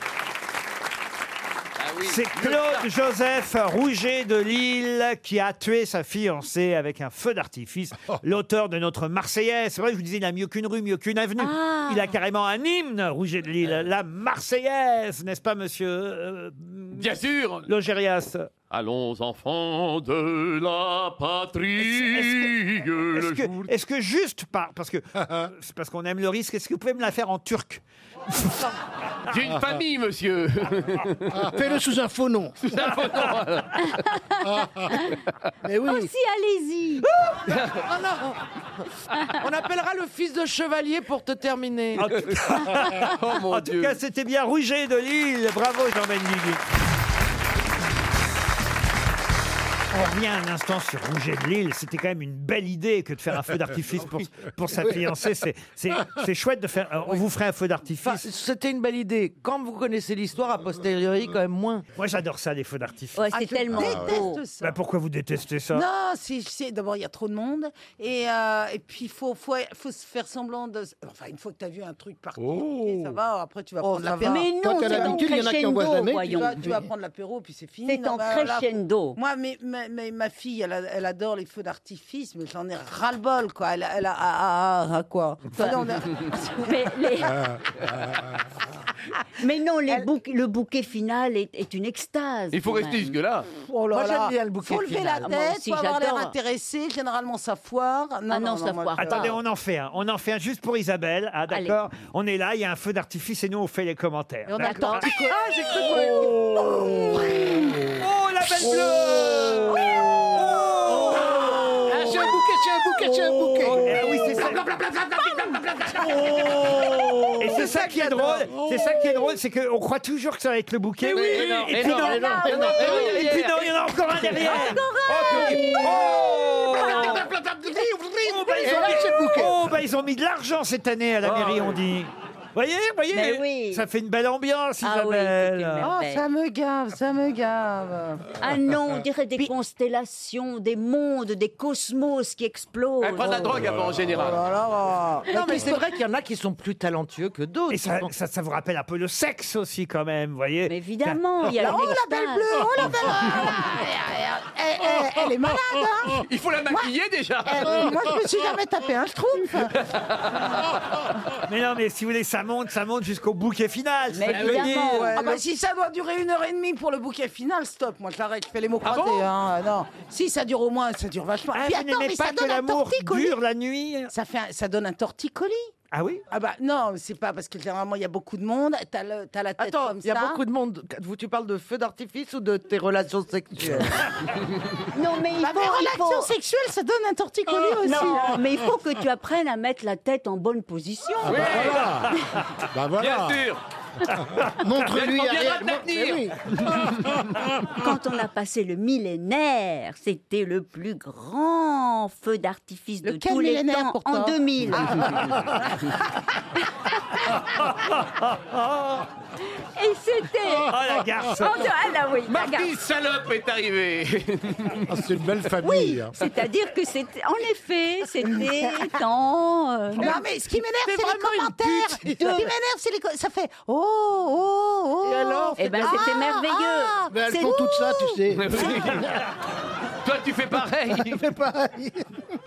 Speaker 7: Ah
Speaker 2: C'est Claude Joseph Rouget de Lille qui a tué sa fiancée avec un feu d'artifice.
Speaker 7: Oh.
Speaker 2: L'auteur de notre Marseillaise. C'est vrai, je vous disais, il a mieux qu'une rue, mieux qu'une avenue.
Speaker 10: Ah.
Speaker 2: Il a carrément un hymne, Rouget de
Speaker 7: Euh.
Speaker 2: Lille. La Marseillaise, n'est-ce pas, monsieur euh,
Speaker 7: Bien sûr
Speaker 2: Logérias
Speaker 7: Allons, enfants de la patrie
Speaker 2: Est-ce que, est-ce que juste par. Parce que euh, c'est parce qu'on aime le risque. Est-ce que vous pouvez me la faire en turc
Speaker 7: J'ai une famille, monsieur ah.
Speaker 10: Fais-le sous un faux nom.
Speaker 6: Mais oui.
Speaker 9: Aussi, allez-y.
Speaker 6: Non, Oh, non. On appellera le fils de chevalier pour te terminer.
Speaker 2: En tout cas,
Speaker 6: Oh,
Speaker 2: en tout cas, c'était bien Rouget de Lille. Bravo, Jean Benguigui. On revient un instant sur Rouget de Lille. C'était quand même une belle idée que de faire un feu d'artifice pour, pour sa
Speaker 6: Ah Oui.
Speaker 2: fiancée. C'est, c'est, c'est chouette de faire. euh, On vous ferait un feu d'artifice.
Speaker 6: C'était une belle idée. Quand vous connaissez l'histoire, a posteriori, quand même moins.
Speaker 2: Moi, j'adore ça, les feux d'artifice.
Speaker 6: Ouais,
Speaker 8: Ah,
Speaker 6: c'est
Speaker 8: je
Speaker 6: tellement
Speaker 8: déteste
Speaker 6: beau.
Speaker 8: ça.
Speaker 2: Bah, pourquoi vous détestez ça
Speaker 8: Non, c'est- c'est- d'abord, il y a trop de monde. Et, euh, et puis, il faut, faut, faut se faire semblant de. Enfin, une fois que tu as vu un truc partir, ok,
Speaker 2: Oh.
Speaker 8: ça va, après, tu vas
Speaker 9: Oh,
Speaker 8: prendre
Speaker 10: ça
Speaker 8: l'apéro.
Speaker 10: va. Mais Toi, non, t'as c'est l'habitude, en il y en a qui en boivent crescendo, jamais.
Speaker 8: Tu vas, tu vas
Speaker 10: voyons.
Speaker 8: prendre l'apéro, puis c'est fini.
Speaker 9: C'est
Speaker 8: Non,
Speaker 9: en
Speaker 8: bah, là,
Speaker 9: crescendo.
Speaker 8: faut- moi, mais, mais- mais ma fille, elle, a- elle adore les feux d'artifice, mais j'en ai ras-le-bol, quoi. Elle, a- elle a. Ah, ah, ah, ah, quoi. Enfin, non, on
Speaker 3: Ah,
Speaker 8: a-
Speaker 9: Mais les- Mais non, les bouqu- le bouquet final est, est une extase.
Speaker 7: Il faut
Speaker 9: quand
Speaker 7: rester
Speaker 9: même.
Speaker 7: jusque-là.
Speaker 8: Oh là
Speaker 9: Moi, j'aime
Speaker 8: là.
Speaker 9: bien le bouquet
Speaker 8: Faut lever
Speaker 9: final.
Speaker 8: la
Speaker 9: Moi
Speaker 8: tête,
Speaker 9: aussi,
Speaker 8: faut avoir l'air
Speaker 9: j'adore.
Speaker 8: intéressé. Généralement, ça foire. Non,
Speaker 9: Ah non, ça
Speaker 8: moi,
Speaker 9: foire
Speaker 8: je-
Speaker 2: Attendez, on en fait un. On en fait un juste pour Isabelle. Ah, d'accord. On est là, il y a un feu d'artifice et nous, on fait les commentaires.
Speaker 9: Et on
Speaker 2: D'accord.
Speaker 9: attend.
Speaker 6: Ah, j'ai cru
Speaker 2: Oh, la belle bleue
Speaker 10: Ah, j'ai un bouquet, j'ai un bouquet, j'ai un bouquet.
Speaker 2: Ah oui, c'est ça. Oh. Et c'est ça qui est drôle, c'est ça qui est drôle, c'est qu'on croit toujours que ça va être le bouquet.
Speaker 7: oui,
Speaker 2: et,
Speaker 7: et non, et
Speaker 2: puis
Speaker 7: non,
Speaker 2: non,
Speaker 7: et non, et non,
Speaker 2: et
Speaker 7: et
Speaker 2: puis
Speaker 7: non,
Speaker 2: non, il y en a encore un derrière.
Speaker 9: Ah,
Speaker 2: Oh, que- bah, oh,
Speaker 7: Oh,
Speaker 2: bah, ils ont mis- oh, bah, ils ont mis de l'argent cette année à la mairie, on dit. Voyez, voyez,
Speaker 8: Mais oui.
Speaker 2: ça fait une belle ambiance,
Speaker 8: Ah oui,
Speaker 2: Isabelle.
Speaker 8: Oh, ça me gave, ça me gave.
Speaker 9: Ah non, on dirait des constellations, des mondes, des cosmos qui explosent.
Speaker 7: Elle prend de la drogue avant en
Speaker 6: Oh
Speaker 7: général.
Speaker 6: Non, mais c'est vrai qu'il y en a qui sont plus talentueux que d'autres.
Speaker 2: Et ça, ça, ça vous rappelle un peu le sexe aussi, quand même, vous voyez
Speaker 9: évidemment, il y a
Speaker 8: Oh,
Speaker 9: l'extase.
Speaker 8: la belle bleue, oh, la belle Eh, eh, elle est malade, hein
Speaker 7: Il faut la maquiller déjà.
Speaker 8: Eh, Moi, je me suis jamais tapé un schtroumpf.
Speaker 2: Mais non, mais si vous voulez, ça monte, ça monte jusqu'au bouquet final.
Speaker 8: Mais
Speaker 2: ça veut
Speaker 8: évidemment,
Speaker 2: dire.
Speaker 8: Ah bah, si ça doit durer une heure et demie pour le bouquet final, stop. Moi, je l'arrête, je fais les mots
Speaker 2: Ah
Speaker 8: croisés.
Speaker 2: bon
Speaker 8: hein, non. Si ça dure au moins, ça dure vachement.
Speaker 2: Ah,
Speaker 8: Puis
Speaker 2: vous
Speaker 8: attends,
Speaker 2: n'aimez
Speaker 8: mais
Speaker 2: pas
Speaker 8: ça
Speaker 2: que
Speaker 8: donne un
Speaker 2: l'amour
Speaker 8: torticolis.
Speaker 2: dure la nuit
Speaker 8: Ça, fait un- ça donne un torticolis.
Speaker 2: Ah oui
Speaker 8: Ah bah non, c'est pas parce que généralement il y a beaucoup de monde, t'as le- t'as la tête
Speaker 6: Attends,
Speaker 8: comme
Speaker 6: il y a
Speaker 8: ça.
Speaker 6: beaucoup de monde. Vous, tu parles de feu d'artifice ou de tes relations sexuelles
Speaker 9: Non, mais il
Speaker 8: Bah,
Speaker 9: faut,
Speaker 8: mes
Speaker 9: il faut- Oh,
Speaker 8: relations sexuelles, ça donne un torticolis aussi.
Speaker 9: Non, mais il faut que tu apprennes à mettre la tête en bonne position.
Speaker 13: Ah bah voilà. Bah voilà.
Speaker 9: Bien sûr.
Speaker 13: Montre-lui arrière-
Speaker 9: Eh Quand on a passé le millénaire, c'était le plus grand feu d'artifice de
Speaker 8: Lequel
Speaker 9: tous les
Speaker 8: millénaire
Speaker 9: temps
Speaker 8: pour
Speaker 9: en
Speaker 8: toi
Speaker 9: 2000. Et c'était.
Speaker 7: Oh, la garce.
Speaker 9: En- Ah là oui, la garce.
Speaker 7: Marty Salope est arrivée. Ah,
Speaker 13: c'est une belle famille. hein.
Speaker 9: C'est-à-dire que c'était, en effet, c'était en. euh,
Speaker 8: Non, Ah, mais ce qui m'énerve,
Speaker 9: C'était
Speaker 8: c'est les
Speaker 9: vraiment une
Speaker 8: commentaires. Ce
Speaker 9: pute.
Speaker 8: qui m'énerve, c'est les. co- Ça fait oh, oh, oh.
Speaker 9: Et alors, Eh ben,
Speaker 8: Ah,
Speaker 9: c'était merveilleux.
Speaker 8: ah,
Speaker 9: Mais elles
Speaker 8: c'est
Speaker 9: font
Speaker 8: ouh.
Speaker 9: toutes ça,
Speaker 10: tu sais.
Speaker 7: Toi, tu fais pareil.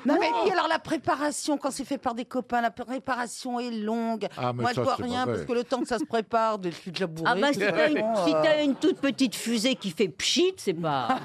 Speaker 8: Non, mais puis alors, la préparation, quand c'est fait par des copains, la préparation est longue.
Speaker 9: Ah, mais
Speaker 8: Moi,
Speaker 9: ça,
Speaker 8: je vois
Speaker 9: c'est pas
Speaker 8: rien
Speaker 9: vrai.
Speaker 8: parce que le temps que ça se prépare, je suis déjà bourré. euh.
Speaker 9: Ah bah si t'as une, si t'as une toute petite fusée qui fait pchit, c'est pas.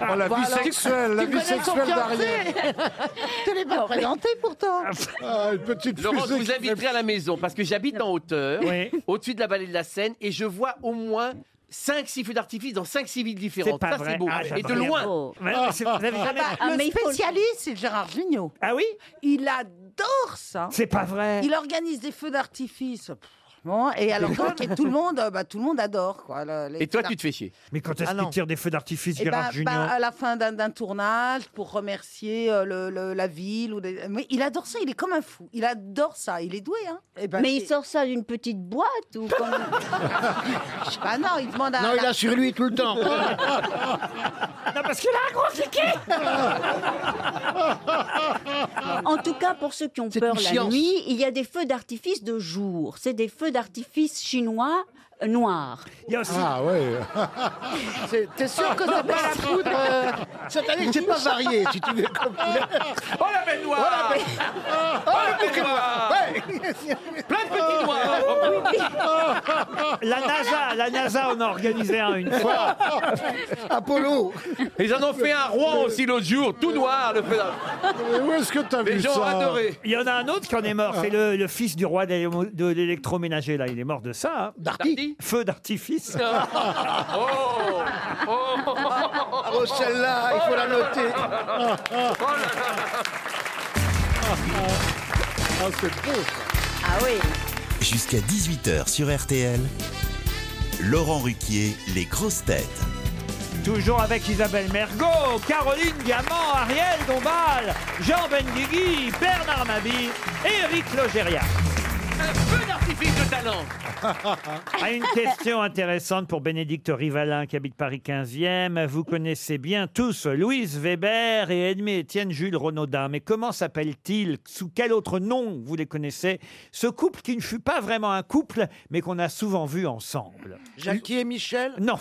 Speaker 13: Oh, la vie sexuelle, la vie sexuelle d'Ariel.
Speaker 8: te l'ai pas présenté pourtant.
Speaker 13: Ah, une petite
Speaker 7: Laurent, je
Speaker 13: fusée
Speaker 7: vous
Speaker 13: qui
Speaker 7: inviterai à la maison parce que j'habite en hauteur, au-dessus de la vallée de la Seine, et je vois au moins 5-6 feux d'artifice dans 5-6 villes différentes.
Speaker 2: pas
Speaker 7: Ça,
Speaker 2: vrai.
Speaker 7: c'est beau.
Speaker 2: Ah,
Speaker 7: et de
Speaker 2: j'adore.
Speaker 7: loin.
Speaker 2: Oh. Mais non, mais c'est- vous avez jamais-
Speaker 8: Ah bah,
Speaker 2: Ah,
Speaker 8: le
Speaker 2: mais il faut-
Speaker 8: spécialiste, c'est Gérard Jugnot.
Speaker 2: Ah oui
Speaker 8: Il adore ça.
Speaker 2: C'est pas vrai.
Speaker 8: Il organise des feux d'artifice. Pff, bon, et alors, donc, et tout, le monde, euh, bah, tout le monde adore. Quoi, le- les feux d'artifice.
Speaker 7: chier.
Speaker 2: Mais quand est-ce
Speaker 8: Ah,
Speaker 2: qu'il
Speaker 8: non.
Speaker 2: tire des feux d'artifice,
Speaker 8: Eh ben,
Speaker 2: Gérard Junior
Speaker 8: bah, à la fin d'un d'un tournage pour remercier euh, le- le- la ville. Ou des- Mais il adore ça, il est comme un fou. Il adore ça, il est doué. Hein. Eh ben,
Speaker 9: Mais il
Speaker 8: c'est-
Speaker 9: sort ça d'une petite boîte ou comme.
Speaker 8: Bah non, il demande à.
Speaker 10: Non, il
Speaker 8: à-
Speaker 10: a sur lui tout le temps.
Speaker 2: Non, parce qu'il a un gros
Speaker 9: En tout cas, pour ceux qui ont peur
Speaker 8: une
Speaker 9: la
Speaker 8: science.
Speaker 9: nuit, il y a des feux d'artifice de jour. C'est des feux d'artifice chinois euh, noirs.
Speaker 13: Ah ouais.
Speaker 10: C'est- T'es sûr que ça passe la poudre euh, Cette année, c'est pas varié, si tu veux.
Speaker 7: Oh la belle noire
Speaker 10: Oh la belle
Speaker 7: Oh la belle noire Plein de petits noirs
Speaker 2: La NASA, la NASA en a organisé un une fois.
Speaker 10: Apollo
Speaker 7: Ils en ont fait un Rouen aussi l'autre jour, tout noir le feu
Speaker 13: Mais où est-ce que t'as
Speaker 7: Les
Speaker 13: vu
Speaker 7: gens
Speaker 13: ça Ah.
Speaker 7: adoré.
Speaker 2: Il y en a un autre qui en est mort, c'est le, le fils du roi des- de l'électroménager, là, il est mort de ça. hein.
Speaker 7: Darty
Speaker 2: Feu d'artifice.
Speaker 7: Oh
Speaker 10: Oh, celle-là, il faut la
Speaker 6: Oh,
Speaker 10: noter. ah.
Speaker 13: Ah, c'est beau.
Speaker 9: Ah oui.
Speaker 1: Jusqu'à 18h sur RTL, Laurent Ruquier, les grosses têtes.
Speaker 2: Toujours avec Isabelle Mergot, Caroline Diamant, Ariel Dombal, Jean Benguigui, Bernard Mabi et Eric Logéria.
Speaker 7: Un feu d'artifice de talent
Speaker 2: Ah, une question intéressante pour Bénédicte Rivalin qui habite Paris 15e. Vous connaissez bien tous Louise Weber et Edmé Étienne Jules Renaudin. Mais comment s'appellent-ils Sous quel autre nom vous les connaissez Ce couple qui ne fut pas vraiment un couple, mais qu'on a souvent vu ensemble.
Speaker 6: Jackie et Michel
Speaker 2: Non.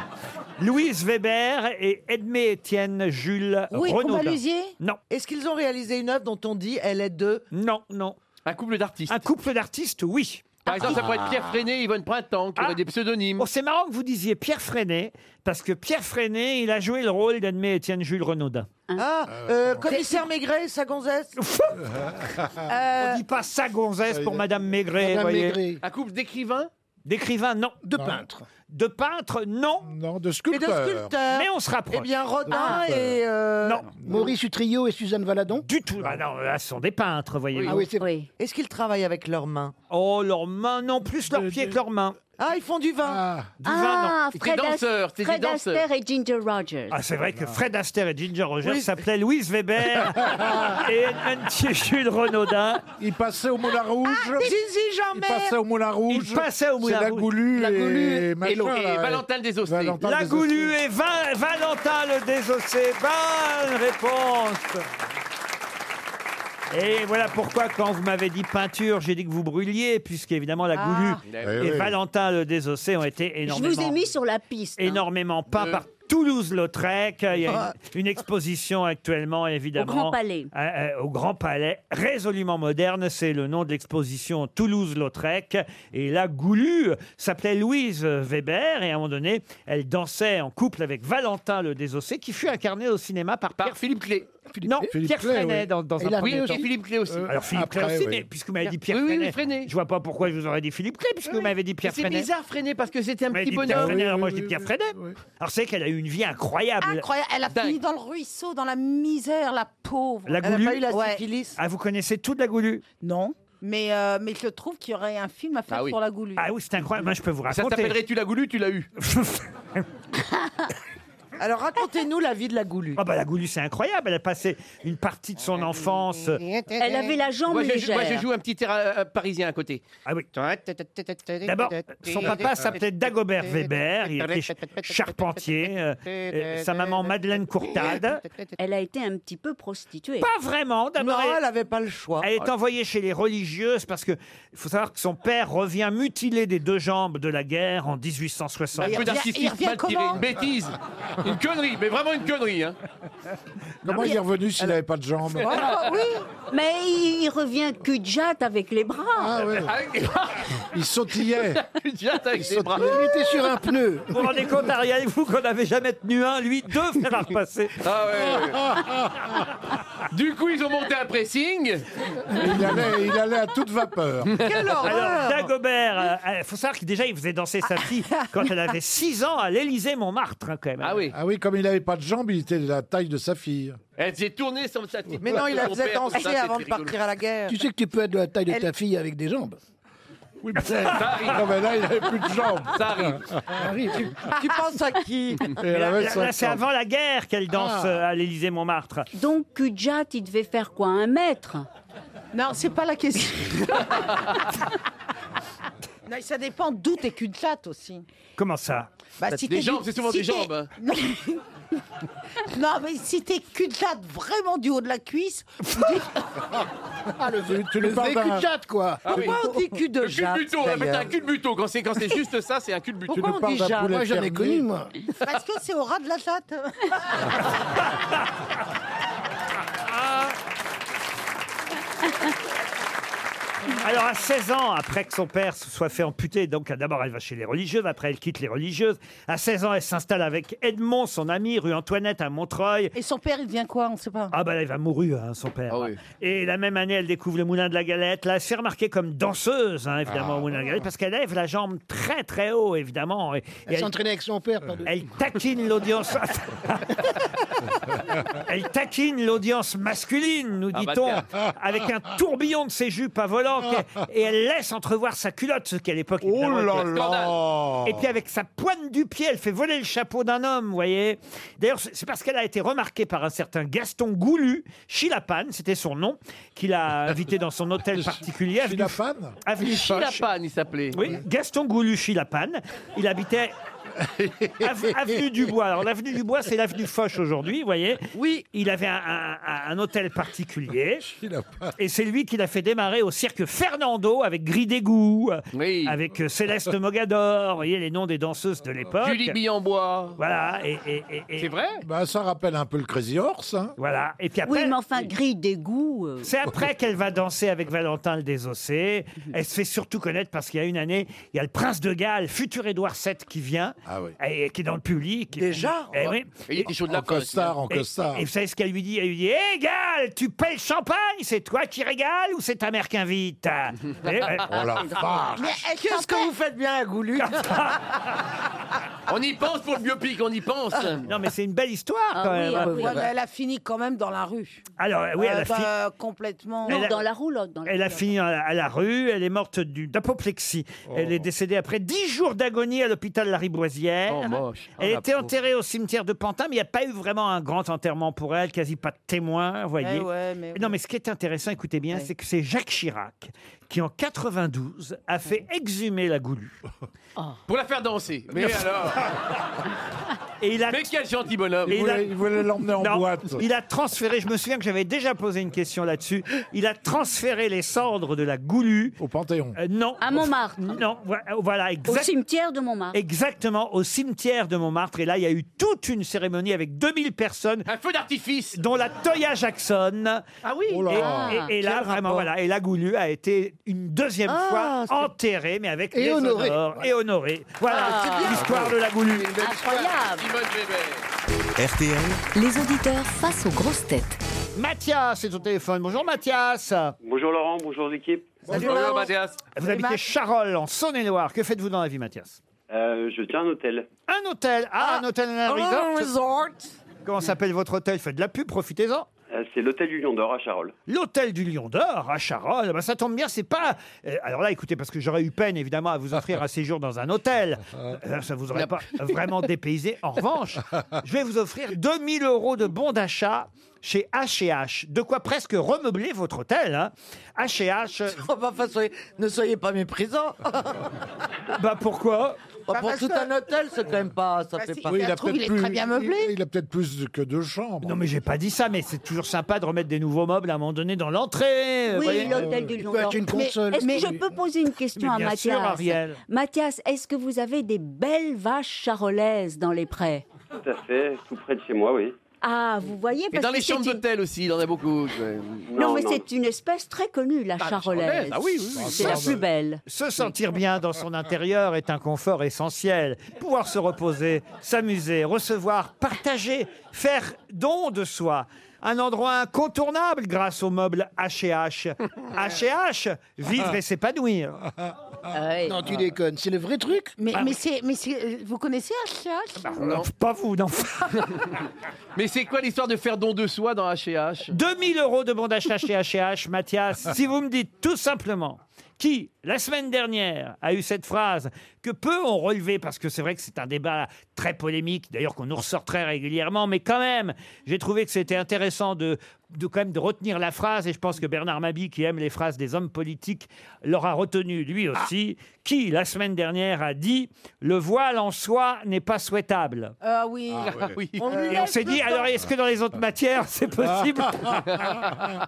Speaker 2: Louise Weber et Edmé Étienne Jules
Speaker 6: Oui,
Speaker 2: Renaudin.
Speaker 6: Combalusier
Speaker 2: Non.
Speaker 6: Est-ce qu'ils ont réalisé une œuvre dont on dit elle est de
Speaker 2: Non, non.
Speaker 7: Un couple d'artistes.
Speaker 2: Un couple d'artistes, oui.
Speaker 7: Par exemple, ça pourrait être Pierre Freinet, Yvonne Printemps, qui aurait des pseudonymes.
Speaker 2: Oh, c'est marrant que vous disiez Pierre Freinet, parce que Pierre Freinet, il a joué le rôle d'Admé Étienne Jules Renaudin.
Speaker 6: Ah, euh, commissaire Maigret, sa gonzesse
Speaker 2: On dit pas ça gonzesse pour Madame Maigret,
Speaker 13: Madame
Speaker 2: voyez.
Speaker 13: Maigret.
Speaker 7: Un couple d'écrivains
Speaker 2: D'écrivain, non. De
Speaker 13: peintre.
Speaker 2: De peintre, non.
Speaker 13: Non, de
Speaker 6: Et de
Speaker 13: sculpteur.
Speaker 6: sculpteur
Speaker 2: Mais on se rapproche.
Speaker 6: Eh bien, Rodin
Speaker 2: Ah.
Speaker 6: et... euh,
Speaker 2: Non.
Speaker 10: Maurice Utrillo et Suzanne Valadon
Speaker 2: Du tout. Ah non, là, ce sont des peintres, voyez.
Speaker 10: Ah oui, c'est
Speaker 9: Oui.
Speaker 6: Est-ce qu'ils travaillent avec leurs mains
Speaker 2: Oh, leurs mains, non, plus leurs pieds que leurs mains.
Speaker 6: Ah, ils font du vin.
Speaker 2: Du vin, non.
Speaker 9: Ah,
Speaker 2: Il était
Speaker 9: Fred, Ast-
Speaker 2: danseur, c'était
Speaker 9: Fred
Speaker 2: danseur.
Speaker 9: Astaire et Ginger Rogers.
Speaker 2: Ah, c'est vrai que Fred Astaire et Ginger Rogers
Speaker 9: Oui.
Speaker 2: s'appelaient Louise Weber et Edmond Jules Renaudin. Ils passaient au Moulin Rouge.
Speaker 6: Zizi
Speaker 13: Il passait au Moulin Rouge.
Speaker 2: Il passait au Moulin
Speaker 13: C'est la
Speaker 2: Rouge.
Speaker 13: Goulue
Speaker 2: La
Speaker 13: et,
Speaker 2: Goulue et
Speaker 13: machin, là,
Speaker 2: l'autre. Et
Speaker 13: ouais.
Speaker 2: Valentin le
Speaker 13: Désossé.
Speaker 2: La Goulue et Va- Valentin le désossé. Bonne réponse. Et voilà pourquoi, quand vous m'avez dit peinture, j'ai dit que vous brûliez, puisqu'évidemment la
Speaker 9: Ah.
Speaker 2: Goulue
Speaker 9: Eh
Speaker 2: et
Speaker 9: oui.
Speaker 2: Valentin le désossé ont été
Speaker 9: Je
Speaker 2: énormément
Speaker 9: vous ai mis sur la piste. hein.
Speaker 2: énormément pas
Speaker 9: Euh.
Speaker 2: par Toulouse-Lautrec. Il y a
Speaker 9: Ah.
Speaker 2: une, une exposition actuellement, évidemment.
Speaker 9: Grand Palais.
Speaker 2: Euh, euh, au Grand Palais, résolument moderne, c'est le nom de l'exposition Toulouse-Lautrec. Et la Goulue s'appelait Louise Weber. Et à un moment donné, elle dansait en couple avec Valentin le Désossé, qui fut incarné au cinéma par, Pierre Philippe Clé. non,
Speaker 13: Philippe
Speaker 2: Pierre
Speaker 13: Clé,
Speaker 2: Freinet
Speaker 13: oui.
Speaker 2: dans, dans
Speaker 13: Et
Speaker 2: un
Speaker 13: il a
Speaker 2: premier
Speaker 13: fait aussi.
Speaker 2: temps.
Speaker 13: Et Philippe Clé aussi.
Speaker 2: Alors Philippe Clé
Speaker 13: Après,
Speaker 2: aussi,
Speaker 13: oui.
Speaker 2: mais puisque vous m'avez dit Pierre
Speaker 13: Oui, oui,
Speaker 2: Freinet,
Speaker 13: Freinet.
Speaker 2: je vois pas pourquoi je vous aurais dit Philippe Clé, puisque vous m'avez dit Pierre
Speaker 7: C'est
Speaker 2: Freinet.
Speaker 7: bizarre, Freinet, parce que c'était un
Speaker 2: Mais
Speaker 7: petit
Speaker 2: dit Pierre
Speaker 7: bonhomme.
Speaker 2: Freinet, alors moi je dis Pierre Freinet. Alors c'est qu'elle a eu une vie incroyable.
Speaker 8: Incroyable. Elle a fini dans le ruisseau, dans la misère, la pauvre.
Speaker 2: La Goulue.
Speaker 8: Ouais.
Speaker 2: Ah, vous connaissez toute la Goulue
Speaker 8: Non. Mais, euh, mais je trouve qu'il y aurait un film à faire sur la Goulue.
Speaker 2: Ah oui, c'est incroyable. Moi, je peux vous
Speaker 7: Ça
Speaker 2: raconter.
Speaker 7: t'appellerait Tu la Goulue, tu l'as eu.
Speaker 2: Alors racontez-nous la vie de la Goulue. Ah bah la Goulue, c'est incroyable. Elle a passé une partie de son enfance. euh,
Speaker 9: Elle avait la jambe
Speaker 7: moi, je, joue-
Speaker 9: légère.
Speaker 7: Moi, je joue un petit terrain euh, parisien à côté.
Speaker 2: Ah oui. D'abord,
Speaker 7: D'abord,
Speaker 2: son papa s'appelait Dagobert Weber, il était ch- charpentier, euh, euh, sa maman Madeleine Courtade.
Speaker 9: Elle a été un petit peu prostituée.
Speaker 2: Pas vraiment, d'abord. elle
Speaker 6: n'avait pas le choix.
Speaker 2: Elle est envoyée chez les religieuses parce que il faut savoir que son père revient mutilé des deux jambes de la guerre en 1860.
Speaker 7: Un
Speaker 6: Bah,
Speaker 7: peu d'artifice mal tiré, une bêtise, une connerie, mais vraiment une connerie. Hein.
Speaker 13: Comment il est revenu s'il n'avait pas de jambes
Speaker 2: Ah,
Speaker 9: Mais il, il revient cul de jatte avec les bras.
Speaker 13: Ah, Il sautillait.
Speaker 7: avec
Speaker 13: ses bras.
Speaker 10: Il était sur un pneu.
Speaker 2: Vous vous rendez compte, Ariel, vous qu'on n'avait jamais tenu un, lui deux faire à repasser.
Speaker 7: Ah Du coup, ils ont monté un pressing.
Speaker 13: Il allait, il allait à toute vapeur.
Speaker 2: Alors, Dagobert, il faut savoir que déjà, il faisait danser sa fille quand elle avait 6 ans à l'Élysée Montmartre, hein, quand même.
Speaker 7: Ah oui.
Speaker 13: Ah oui, comme il n'avait pas de jambes, il était de la taille de sa fille.
Speaker 7: Elle s'est tournée sans sa petite
Speaker 13: Mais non, il la faisait danser avant de partir
Speaker 6: à la guerre.
Speaker 10: Tu sais que tu peux être de la taille de
Speaker 13: Elle-
Speaker 10: ta fille avec des jambes.
Speaker 13: Oui, mais
Speaker 10: Ah
Speaker 13: Non, mais là, il n'avait plus de jambes.
Speaker 7: Ça arrive.
Speaker 10: Tu,
Speaker 6: tu penses à qui
Speaker 2: Là, là, c'est avant la guerre qu'elle danse
Speaker 9: Ah.
Speaker 2: euh, à l'Élysée Montmartre.
Speaker 9: Donc cul de jatte, il devait faire quoi Un mètre
Speaker 8: Non, c'est pas la question. Non, ça dépend d'où t'es cul de chatte aussi.
Speaker 2: Comment ça
Speaker 8: Bah, si
Speaker 7: Des
Speaker 8: t'es
Speaker 7: jambes,
Speaker 8: du-
Speaker 7: c'est souvent
Speaker 8: si
Speaker 7: des
Speaker 8: t'es-
Speaker 7: jambes. hein.
Speaker 8: Non. Non, mais si t'es cul de chatte vraiment du haut de la cuisse.
Speaker 10: Ah, le
Speaker 13: Tu- tu lui Le parles vrai d'un- cul de chatte, quoi.
Speaker 7: Ah oui.
Speaker 13: Pourquoi on dit cul de
Speaker 7: Le
Speaker 13: jatte,
Speaker 7: culbuto, on va mettre
Speaker 13: d'ailleurs
Speaker 7: ah, un culbuto. Quand c'est quand c'est juste ça, c'est un culbuto.
Speaker 13: Pourquoi Tu nous on dit parles d'un jatte poulet Moi, j'en ai fermier. connu, moi.
Speaker 8: Parce que c'est au ras de la chatte.
Speaker 2: Alors, à 16 ans, après que son père se soit fait amputer, donc ah, d'abord elle va chez les religieuses, après elle quitte les religieuses. À 16 ans, elle s'installe avec Edmond, son ami, rue Antoinette à Montreuil.
Speaker 8: Et son père, il devient quoi On sait pas.
Speaker 2: Ah bah là, il va mourir, hein, son père. Et la même année, elle découvre le Moulin de la Galette. Là, elle se fait remarquer comme danseuse, hein, évidemment,
Speaker 10: Ah.
Speaker 2: au Moulin de la Galette, parce qu'elle lève la jambe très très haut, évidemment. Et, et
Speaker 10: Elle s'entraînait avec son père. pardon.
Speaker 2: elle taquine l'audience. Elle taquine l'audience masculine, nous
Speaker 10: Ah,
Speaker 2: dit-on,
Speaker 10: bah
Speaker 2: avec un tourbillon de ses jupes à volant, qu'elle- et elle laisse entrevoir sa culotte, ce qui à l'époque. évidemment,
Speaker 13: Oh là
Speaker 2: était un
Speaker 13: là.
Speaker 2: scandale. Et puis avec sa pointe du pied, elle fait voler le chapeau d'un homme, vous voyez. D'ailleurs, c'est c'est parce qu'elle a été remarquée par un certain Gaston Goulu, Chilapane, c'était son nom, qu'il a invité dans son hôtel particulier.
Speaker 13: Chilapane
Speaker 2: Avenue
Speaker 7: Chilapane, il s'appelait.
Speaker 2: Oui, Gaston Goulu Chilapane. Il habitait Ave- avenue du Bois. Alors l'avenue du Bois, c'est l'avenue Foch aujourd'hui, vous voyez. Oui. Il avait un, un- un- un hôtel particulier. Et c'est lui qui l'a fait démarrer au cirque Fernando avec Gris d'égout, euh, avec euh, Céleste Mogador, vous voyez les noms des danseuses de l'époque.
Speaker 7: Julie Billanbois.
Speaker 2: Voilà. Et, C'est
Speaker 7: vrai
Speaker 13: bah, Ça rappelle un peu le Crazy Horse. hein.
Speaker 2: Voilà. Et puis après.
Speaker 9: Oui, mais enfin, grille d'égout. euh.
Speaker 2: C'est après qu'elle va danser avec Valentin le Désossé. Elle se fait surtout connaître parce qu'il y a une année, il y a le prince de Galles, futur Édouard VII, qui vient, et, et qui est dans le public. Déjà et, oui.
Speaker 7: Il était chaud de la
Speaker 13: Ah En costard, en
Speaker 2: Et-
Speaker 13: costard.
Speaker 2: Et, vous savez ce qu'elle lui dit Elle lui dit Hé, Galles, tu payes le champagne C'est toi qui régales ou c'est ta mère qui invite Eh, Et-
Speaker 13: Oh la vache
Speaker 6: Qu'est-ce que vous faites bien à Goulu
Speaker 7: On y pense pour le biopic, on y pense.
Speaker 2: Ah. Non, mais c'est une belle histoire
Speaker 8: Ah
Speaker 2: quand
Speaker 8: oui,
Speaker 2: même.
Speaker 8: ah oui. Ouais, mais elle a fini quand même dans la rue.
Speaker 2: Alors, Ah oui, elle a
Speaker 8: pas
Speaker 2: fini-
Speaker 8: complètement.
Speaker 2: Non, Elle a- dans la
Speaker 8: roulotte. Dans
Speaker 2: Elle a fini à à la rue, elle est morte du- d'apoplexie. Elle est décédée après 10 jours d'agonie à l'hôpital Lariboisière.
Speaker 7: Oh, moche. Oh,
Speaker 2: Elle
Speaker 7: la
Speaker 2: était
Speaker 7: pauvre.
Speaker 2: enterrée au cimetière de Pantin, mais il n'y a pas eu vraiment un grand enterrement pour elle, quasi pas de témoins, vous voyez.
Speaker 8: Eh ouais, mais
Speaker 2: Non, mais ce qui est intéressant, écoutez bien, c'est que c'est Jacques Chirac qui, en 92, a fait exhumer la goulue.
Speaker 8: Oh.
Speaker 7: Pour la faire danser. Mais alors
Speaker 2: Et il a...
Speaker 7: Mais quel gentil bonhomme
Speaker 2: Et a- Non,
Speaker 13: boîte.
Speaker 2: Il a transféré, je me souviens que j'avais déjà posé une question là-dessus, il a transféré les cendres de la goulue. Au Panthéon Non.
Speaker 9: À Montmartre.
Speaker 2: Non, voi- euh,
Speaker 9: Au
Speaker 2: voilà, exact-
Speaker 9: cimetière de Montmartre.
Speaker 2: exactement, au cimetière de Montmartre. Et là, il y a eu toute une cérémonie avec 2000 personnes. Un feu d'artifice Dont la Toya Jackson.
Speaker 7: Ah oui
Speaker 2: Et, et- et Oh là, vraiment, voilà. Et la Goulue a été une deuxième
Speaker 7: Ah,
Speaker 2: fois enterrée, mais avec
Speaker 10: Et
Speaker 2: les
Speaker 10: honorée.
Speaker 2: honneurs et honorée. Voilà
Speaker 10: Ah, c'est bien.
Speaker 2: l'histoire de la Goulue.
Speaker 9: Incroyable.
Speaker 1: RTL,
Speaker 11: Les auditeurs face aux grosses têtes.
Speaker 2: Mathias est au téléphone. Bonjour Mathias.
Speaker 15: Bonjour Laurent, bonjour l'équipe.
Speaker 2: Vous habitez Charolles, en Saône-et-Loire. Que faites-vous dans la vie, Mathias
Speaker 15: Euh, je tiens un hôtel.
Speaker 2: Un hôtel. Ah, un hôtel and a
Speaker 15: un
Speaker 2: resort. Comment s'appelle votre hôtel Faites de la pub, profitez-en.
Speaker 15: Euh, c'est l'hôtel du Lion d'Or à Charolles.
Speaker 2: L'hôtel du Lion d'Or à Charolles, bah, ça tombe bien, c'est pas. euh, alors là, écoutez, parce que j'aurais eu peine évidemment à vous offrir un séjour dans un hôtel. Euh, ça vous aurait pas vraiment dépaysé. En revanche, je vais vous offrir 2000 euros de bons d'achat chez H&H. De quoi presque remeubler votre hôtel. hein. H&H.
Speaker 6: ne soyez pas méprisant.
Speaker 2: bah pourquoi
Speaker 6: Bah, Pour tout un hôtel, c'est quand même pas. Ça fait pas.
Speaker 13: Il, a peut-être plus que deux chambres.
Speaker 2: Non mais j'ai pas dit ça, mais c'est toujours sympa de remettre des nouveaux meubles à un moment donné dans l'entrée. vous euh, voyez.
Speaker 9: Oui, l'hôtel du Lion d'Or. Mais Est-ce que je peux poser une question
Speaker 2: Mais
Speaker 9: à
Speaker 2: bien
Speaker 9: Mathias
Speaker 2: sûr, Ariel.
Speaker 9: Mathias, est-ce que vous avez des belles vaches charolaises dans les prés
Speaker 15: Tout à fait, tout près de chez moi, oui.
Speaker 9: Ah, vous voyez
Speaker 7: Et
Speaker 9: parce
Speaker 7: dans
Speaker 9: que
Speaker 7: les
Speaker 9: c'est
Speaker 7: chambres
Speaker 9: une-
Speaker 7: d'hôtel aussi, il en a beaucoup.
Speaker 9: Non, mais c'est une espèce très connue, la
Speaker 7: Ah, la
Speaker 9: charolaise.
Speaker 7: charolaise, ah oui, oui, oui.
Speaker 9: C'est la
Speaker 2: Ça,
Speaker 9: plus
Speaker 2: me-
Speaker 9: belle.
Speaker 2: Se sentir bien dans son intérieur est un confort essentiel. Pouvoir se reposer, s'amuser, recevoir, partager, faire don de soi. Un endroit incontournable grâce aux meubles H&H. H&H, vivre et s'épanouir.
Speaker 8: Ah
Speaker 10: Non, tu déconnes, c'est le vrai truc.
Speaker 14: Mais,
Speaker 2: Ah
Speaker 14: mais, c'est, mais
Speaker 8: euh,
Speaker 14: c'est, vous connaissez HH
Speaker 2: Pas vous, Ah non.
Speaker 7: Mais c'est quoi l'histoire de faire don de soi dans H&H
Speaker 2: 2000 euros de bon d'achat chez H&H, Mathias, si vous me dites tout simplement qui, la semaine dernière, a eu cette phrase que peu ont relevé, parce que c'est vrai que c'est un débat très polémique, d'ailleurs qu'on nous ressort très régulièrement, mais quand même, j'ai trouvé que c'était intéressant de, de quand même de retenir la phrase, et je pense que Bernard Mabi, qui aime les phrases des hommes politiques, l'aura retenu lui aussi, qui, la semaine dernière, a dit « Le voile en soi n'est pas souhaitable ».
Speaker 8: Ah oui.
Speaker 2: Ah oui. Et on s'est dit, alors est-ce que dans les
Speaker 13: Ah.
Speaker 2: autres matières, c'est possible
Speaker 13: Ah,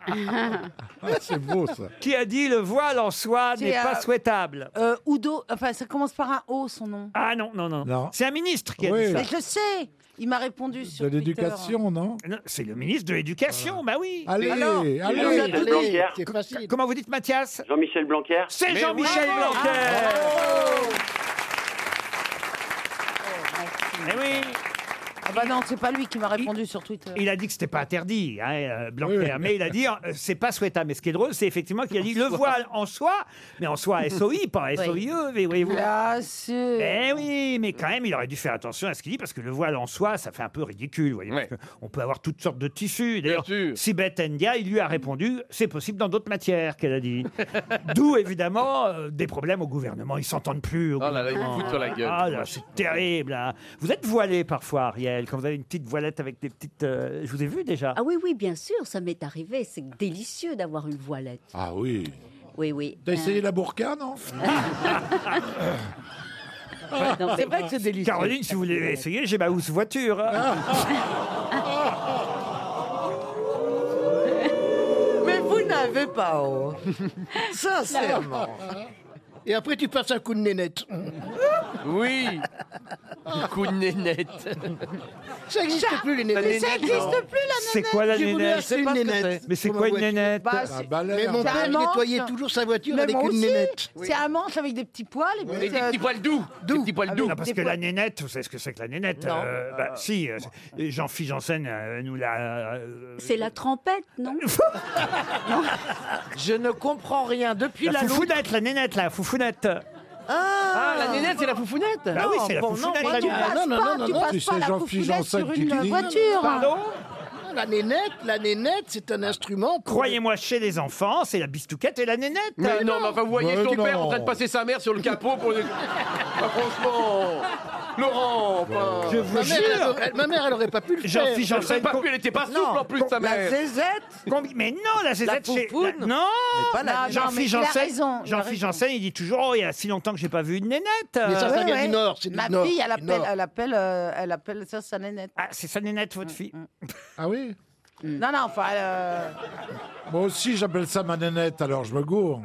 Speaker 13: C'est beau ça.
Speaker 2: Qui a dit le voile en soi
Speaker 8: C'est,
Speaker 2: n'est
Speaker 8: euh,
Speaker 2: pas souhaitable
Speaker 8: Euh, Udo, enfin, ça commence par un O, son nom.
Speaker 2: Ah non, non, non. C'est un ministre qui a
Speaker 13: Oui.
Speaker 2: dit ça.
Speaker 8: Mais je sais, il m'a répondu sur
Speaker 13: De
Speaker 8: Twitter.
Speaker 13: l'éducation, non
Speaker 2: hein.
Speaker 13: Ah.
Speaker 2: Non, C'est le ministre de l'Éducation, bah oui.
Speaker 13: Allez,
Speaker 2: Alors,
Speaker 13: allez,
Speaker 2: il nous a tout dit.
Speaker 15: Blanquer.
Speaker 10: C'est facile.
Speaker 2: Comment vous dites, Mathias
Speaker 15: Jean-Michel Blanquer.
Speaker 2: C'est
Speaker 15: Mais
Speaker 2: Jean-Michel
Speaker 15: oui.
Speaker 2: Blanquer
Speaker 13: Ah.
Speaker 2: Eh oui
Speaker 8: Ah bah non, c'est pas lui qui m'a répondu sur Twitter.
Speaker 2: Il a dit que c'était pas interdit, hein, euh, Blanquer, mais il a dit euh, c'est pas souhaitable. Mais ce qui est drôle, c'est effectivement qu'il a dit le voile en soi, mais en soi SOI, pas
Speaker 8: Oui.
Speaker 2: SOIE, mais E, voyez-vous.
Speaker 13: Ah.
Speaker 8: Bien
Speaker 9: Euh,
Speaker 8: sûr.
Speaker 2: Eh oui, mais quand même, il aurait dû faire attention à ce qu'il dit parce que le voile en soi, ça fait un peu ridicule. Vous voyez, parce que on peut avoir toutes sortes de tissus. D'ailleurs, Sibeth Endia, il lui a répondu c'est possible dans d'autres matières qu'elle a dit. D'où évidemment euh, des problèmes au gouvernement. Ils s'entendent plus. Au
Speaker 7: Oh là là, ils me
Speaker 2: gouvernement.
Speaker 7: foutent sur la gueule.
Speaker 2: Ah là, c'est terrible. hein. Vous êtes voilé parfois, Ariel, quand vous avez une petite voilette avec des petites. euh, je vous ai vu déjà.
Speaker 9: Ah oui, oui, bien sûr, ça m'est arrivé. C'est délicieux d'avoir une voilette.
Speaker 13: Ah oui.
Speaker 9: Oui, oui.
Speaker 13: T'as essayé
Speaker 9: Euh,
Speaker 13: la burqa, non
Speaker 2: Ah,
Speaker 9: non, mais-
Speaker 2: Caroline, si vous voulez essayer, j'ai ma housse voiture. hein.
Speaker 6: Mais vous n'avez pas, oh. Sincèrement.
Speaker 10: Et après, tu passes un coup de nénette.
Speaker 7: Oui Du coup de nénette
Speaker 10: Ça n'existe plus, les nénettes.
Speaker 7: Mais ça n'existe plus,
Speaker 10: la
Speaker 2: C'est nénette. quoi, la
Speaker 10: J'ai voulu
Speaker 2: nénette
Speaker 10: acheter
Speaker 2: Je sais
Speaker 10: une
Speaker 2: pas ce que
Speaker 10: nénette.
Speaker 2: c'est. Mais c'est
Speaker 10: pour
Speaker 2: quoi,
Speaker 10: ma
Speaker 2: une
Speaker 10: voiture.
Speaker 2: nénette Bah,
Speaker 8: c'est-
Speaker 10: Mais mon
Speaker 8: C'est un
Speaker 10: père, il
Speaker 8: manche.
Speaker 10: nettoyait toujours sa voiture
Speaker 8: Mais
Speaker 10: avec
Speaker 8: moi
Speaker 10: une
Speaker 8: aussi.
Speaker 10: nénette.
Speaker 8: C'est un manche avec des petits poils. Et puis,
Speaker 7: Des
Speaker 8: euh,
Speaker 7: petits poils doux Des petits poils doux
Speaker 2: Non, parce que la nénette, vous savez ce que c'est que la nénette
Speaker 7: Non. Ah.
Speaker 2: euh, bah, Si, euh, Jean-Philippe Janssen euh, nous l'a. euh,
Speaker 9: C'est la trompette, non
Speaker 6: Je ne comprends rien. Depuis
Speaker 2: la
Speaker 6: la, loupe,
Speaker 2: foufounette, la nénette, la foufounette.
Speaker 7: Ah, la nénette, c'est la foufounette
Speaker 2: Ah
Speaker 10: Bah oui, c'est la foufounette, la nénette. Non,
Speaker 7: non,
Speaker 10: non, non, non, non, tu sais, Jean-Philippe Jansac qui dit- Pardon Ah, La nénette, la nénette, c'est un instrument. pour-
Speaker 2: Croyez-moi, chez les enfants, c'est la bistouquette et la nénette.
Speaker 7: Mais non, mais enfin, vous voyez son père en train de passer sa mère sur le capot pour. Ah, franchement, Laurent, enfin.
Speaker 2: Je vous
Speaker 10: Ma mère, elle
Speaker 2: jure.
Speaker 10: aurait- ma mère, elle aurait pas pu le faire.
Speaker 2: Jean-Philippe Janssen.
Speaker 7: Elle aurait pas pu, elle était pas souple, en plus, sa mère.
Speaker 2: La zézette Mais non, la zézette,
Speaker 7: La
Speaker 2: c'est.
Speaker 7: foufoune
Speaker 2: la- Non
Speaker 7: Mais pas la Non, non,
Speaker 2: Jean-Philippe
Speaker 7: mais il a
Speaker 2: Janssen-
Speaker 7: raison, il a
Speaker 2: Jean-Philippe
Speaker 7: raison.
Speaker 2: Janssen, il dit toujours Oh, il y a si longtemps que j'ai pas vu une nénette.
Speaker 8: Mais ça, ça
Speaker 2: euh.
Speaker 8: vient Ouais, du ouais. Nord, c'est du Ma Nord, fille, elle du appelle- Nord. elle appelle, euh, elle appelle ça sa nénette. Mm,
Speaker 2: Ah, c'est sa nénette, votre fille
Speaker 13: Ah oui
Speaker 8: Non, non, enfin. euh,
Speaker 13: Moi aussi, j'appelle ça ma nénette, alors je me gourre.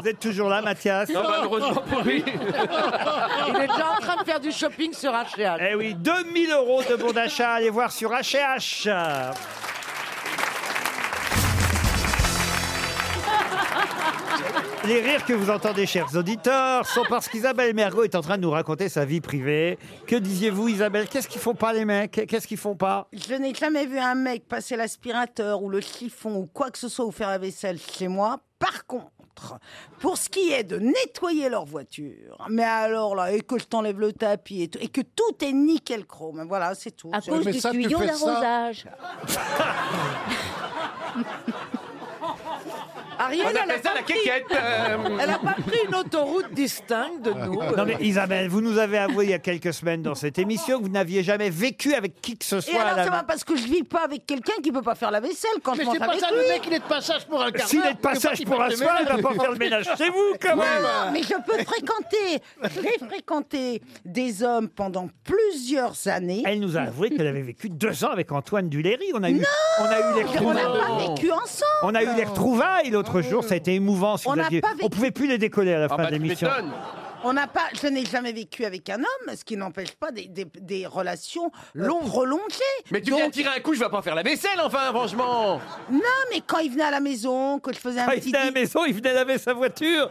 Speaker 2: Vous êtes toujours là, Mathias
Speaker 13: Non, malheureusement pour lui.
Speaker 6: Il est déjà en train de faire du shopping sur HH.
Speaker 2: Eh oui, 2000 euros de bon d'achat, allez voir sur HH. Les rires que vous entendez, chers auditeurs, sont parce qu'Isabelle Mergot est en train de nous raconter sa vie privée. Que disiez-vous, Isabelle Qu'est-ce qu'ils font pas, les mecs Qu'est-ce qu'ils font pas
Speaker 8: Je n'ai jamais vu un mec passer l'aspirateur ou le chiffon ou quoi que ce soit ou faire la vaisselle chez moi. Par contre, pour ce qui est de nettoyer leur voiture, mais alors là, et que je t'enlève le tapis et, tout, et que tout est nickel chrome, voilà, c'est tout.
Speaker 9: À cause du tuyau d'arrosage.
Speaker 8: Ah,
Speaker 6: Ariel,
Speaker 7: On
Speaker 6: elle a
Speaker 7: appelle ça
Speaker 6: pas
Speaker 7: la
Speaker 6: pris-
Speaker 7: quéquette, euh.
Speaker 6: Elle n'a pas pris une autoroute distincte de nous.
Speaker 2: Ah
Speaker 6: euh,
Speaker 2: Non mais Isabelle, vous nous avez avoué il y a quelques semaines dans cette émission que vous n'aviez jamais vécu avec qui que ce soit.
Speaker 8: Et
Speaker 2: à
Speaker 8: alors,
Speaker 2: la
Speaker 8: ça
Speaker 2: main.
Speaker 8: va parce que je vis pas avec quelqu'un qui peut pas faire la vaisselle quand
Speaker 10: Mais
Speaker 8: je rentre
Speaker 10: c'est pas
Speaker 8: avec
Speaker 10: ça,
Speaker 8: lui.
Speaker 10: le mec, il est de passage pour un quart
Speaker 2: S'il
Speaker 10: d'heure,
Speaker 2: est de passage
Speaker 10: il
Speaker 2: pour
Speaker 10: peut
Speaker 2: un
Speaker 10: pas
Speaker 2: soir, il
Speaker 10: faire
Speaker 2: va
Speaker 10: le
Speaker 2: pas faire le ménage chez vous, quand
Speaker 8: Ouais,
Speaker 2: même
Speaker 8: non, Mais je peux fréquenter, j'ai fréquenté des hommes pendant plusieurs années.
Speaker 2: Elle nous a avoué qu'elle avait vécu deux ans avec Antoine Duléry. On a eu, on a eu les
Speaker 8: On n'a pas
Speaker 2: retrouvailles.
Speaker 8: vécu ensemble.
Speaker 2: On a eu les retrouvailles l'autre jour, ça a été émouvant. Si
Speaker 8: On
Speaker 2: vous
Speaker 8: n'a
Speaker 2: aviez-
Speaker 8: pas vécu-
Speaker 2: on pouvait plus les décoller à la fin
Speaker 7: bah,
Speaker 2: de
Speaker 7: tu
Speaker 2: l'émission.
Speaker 7: m'étonnes.
Speaker 8: On n'a pas, je n'ai jamais vécu avec un homme, ce qui n'empêche pas des, des- des relations longues, prolongées.
Speaker 7: Mais tu viens de tirer un coup, je vais pas faire la vaisselle, enfin, franchement.
Speaker 8: Non, mais quand il venait à la maison, que je faisais un
Speaker 2: Ah, il
Speaker 8: petit.
Speaker 2: venait à la maison, il venait laver sa voiture.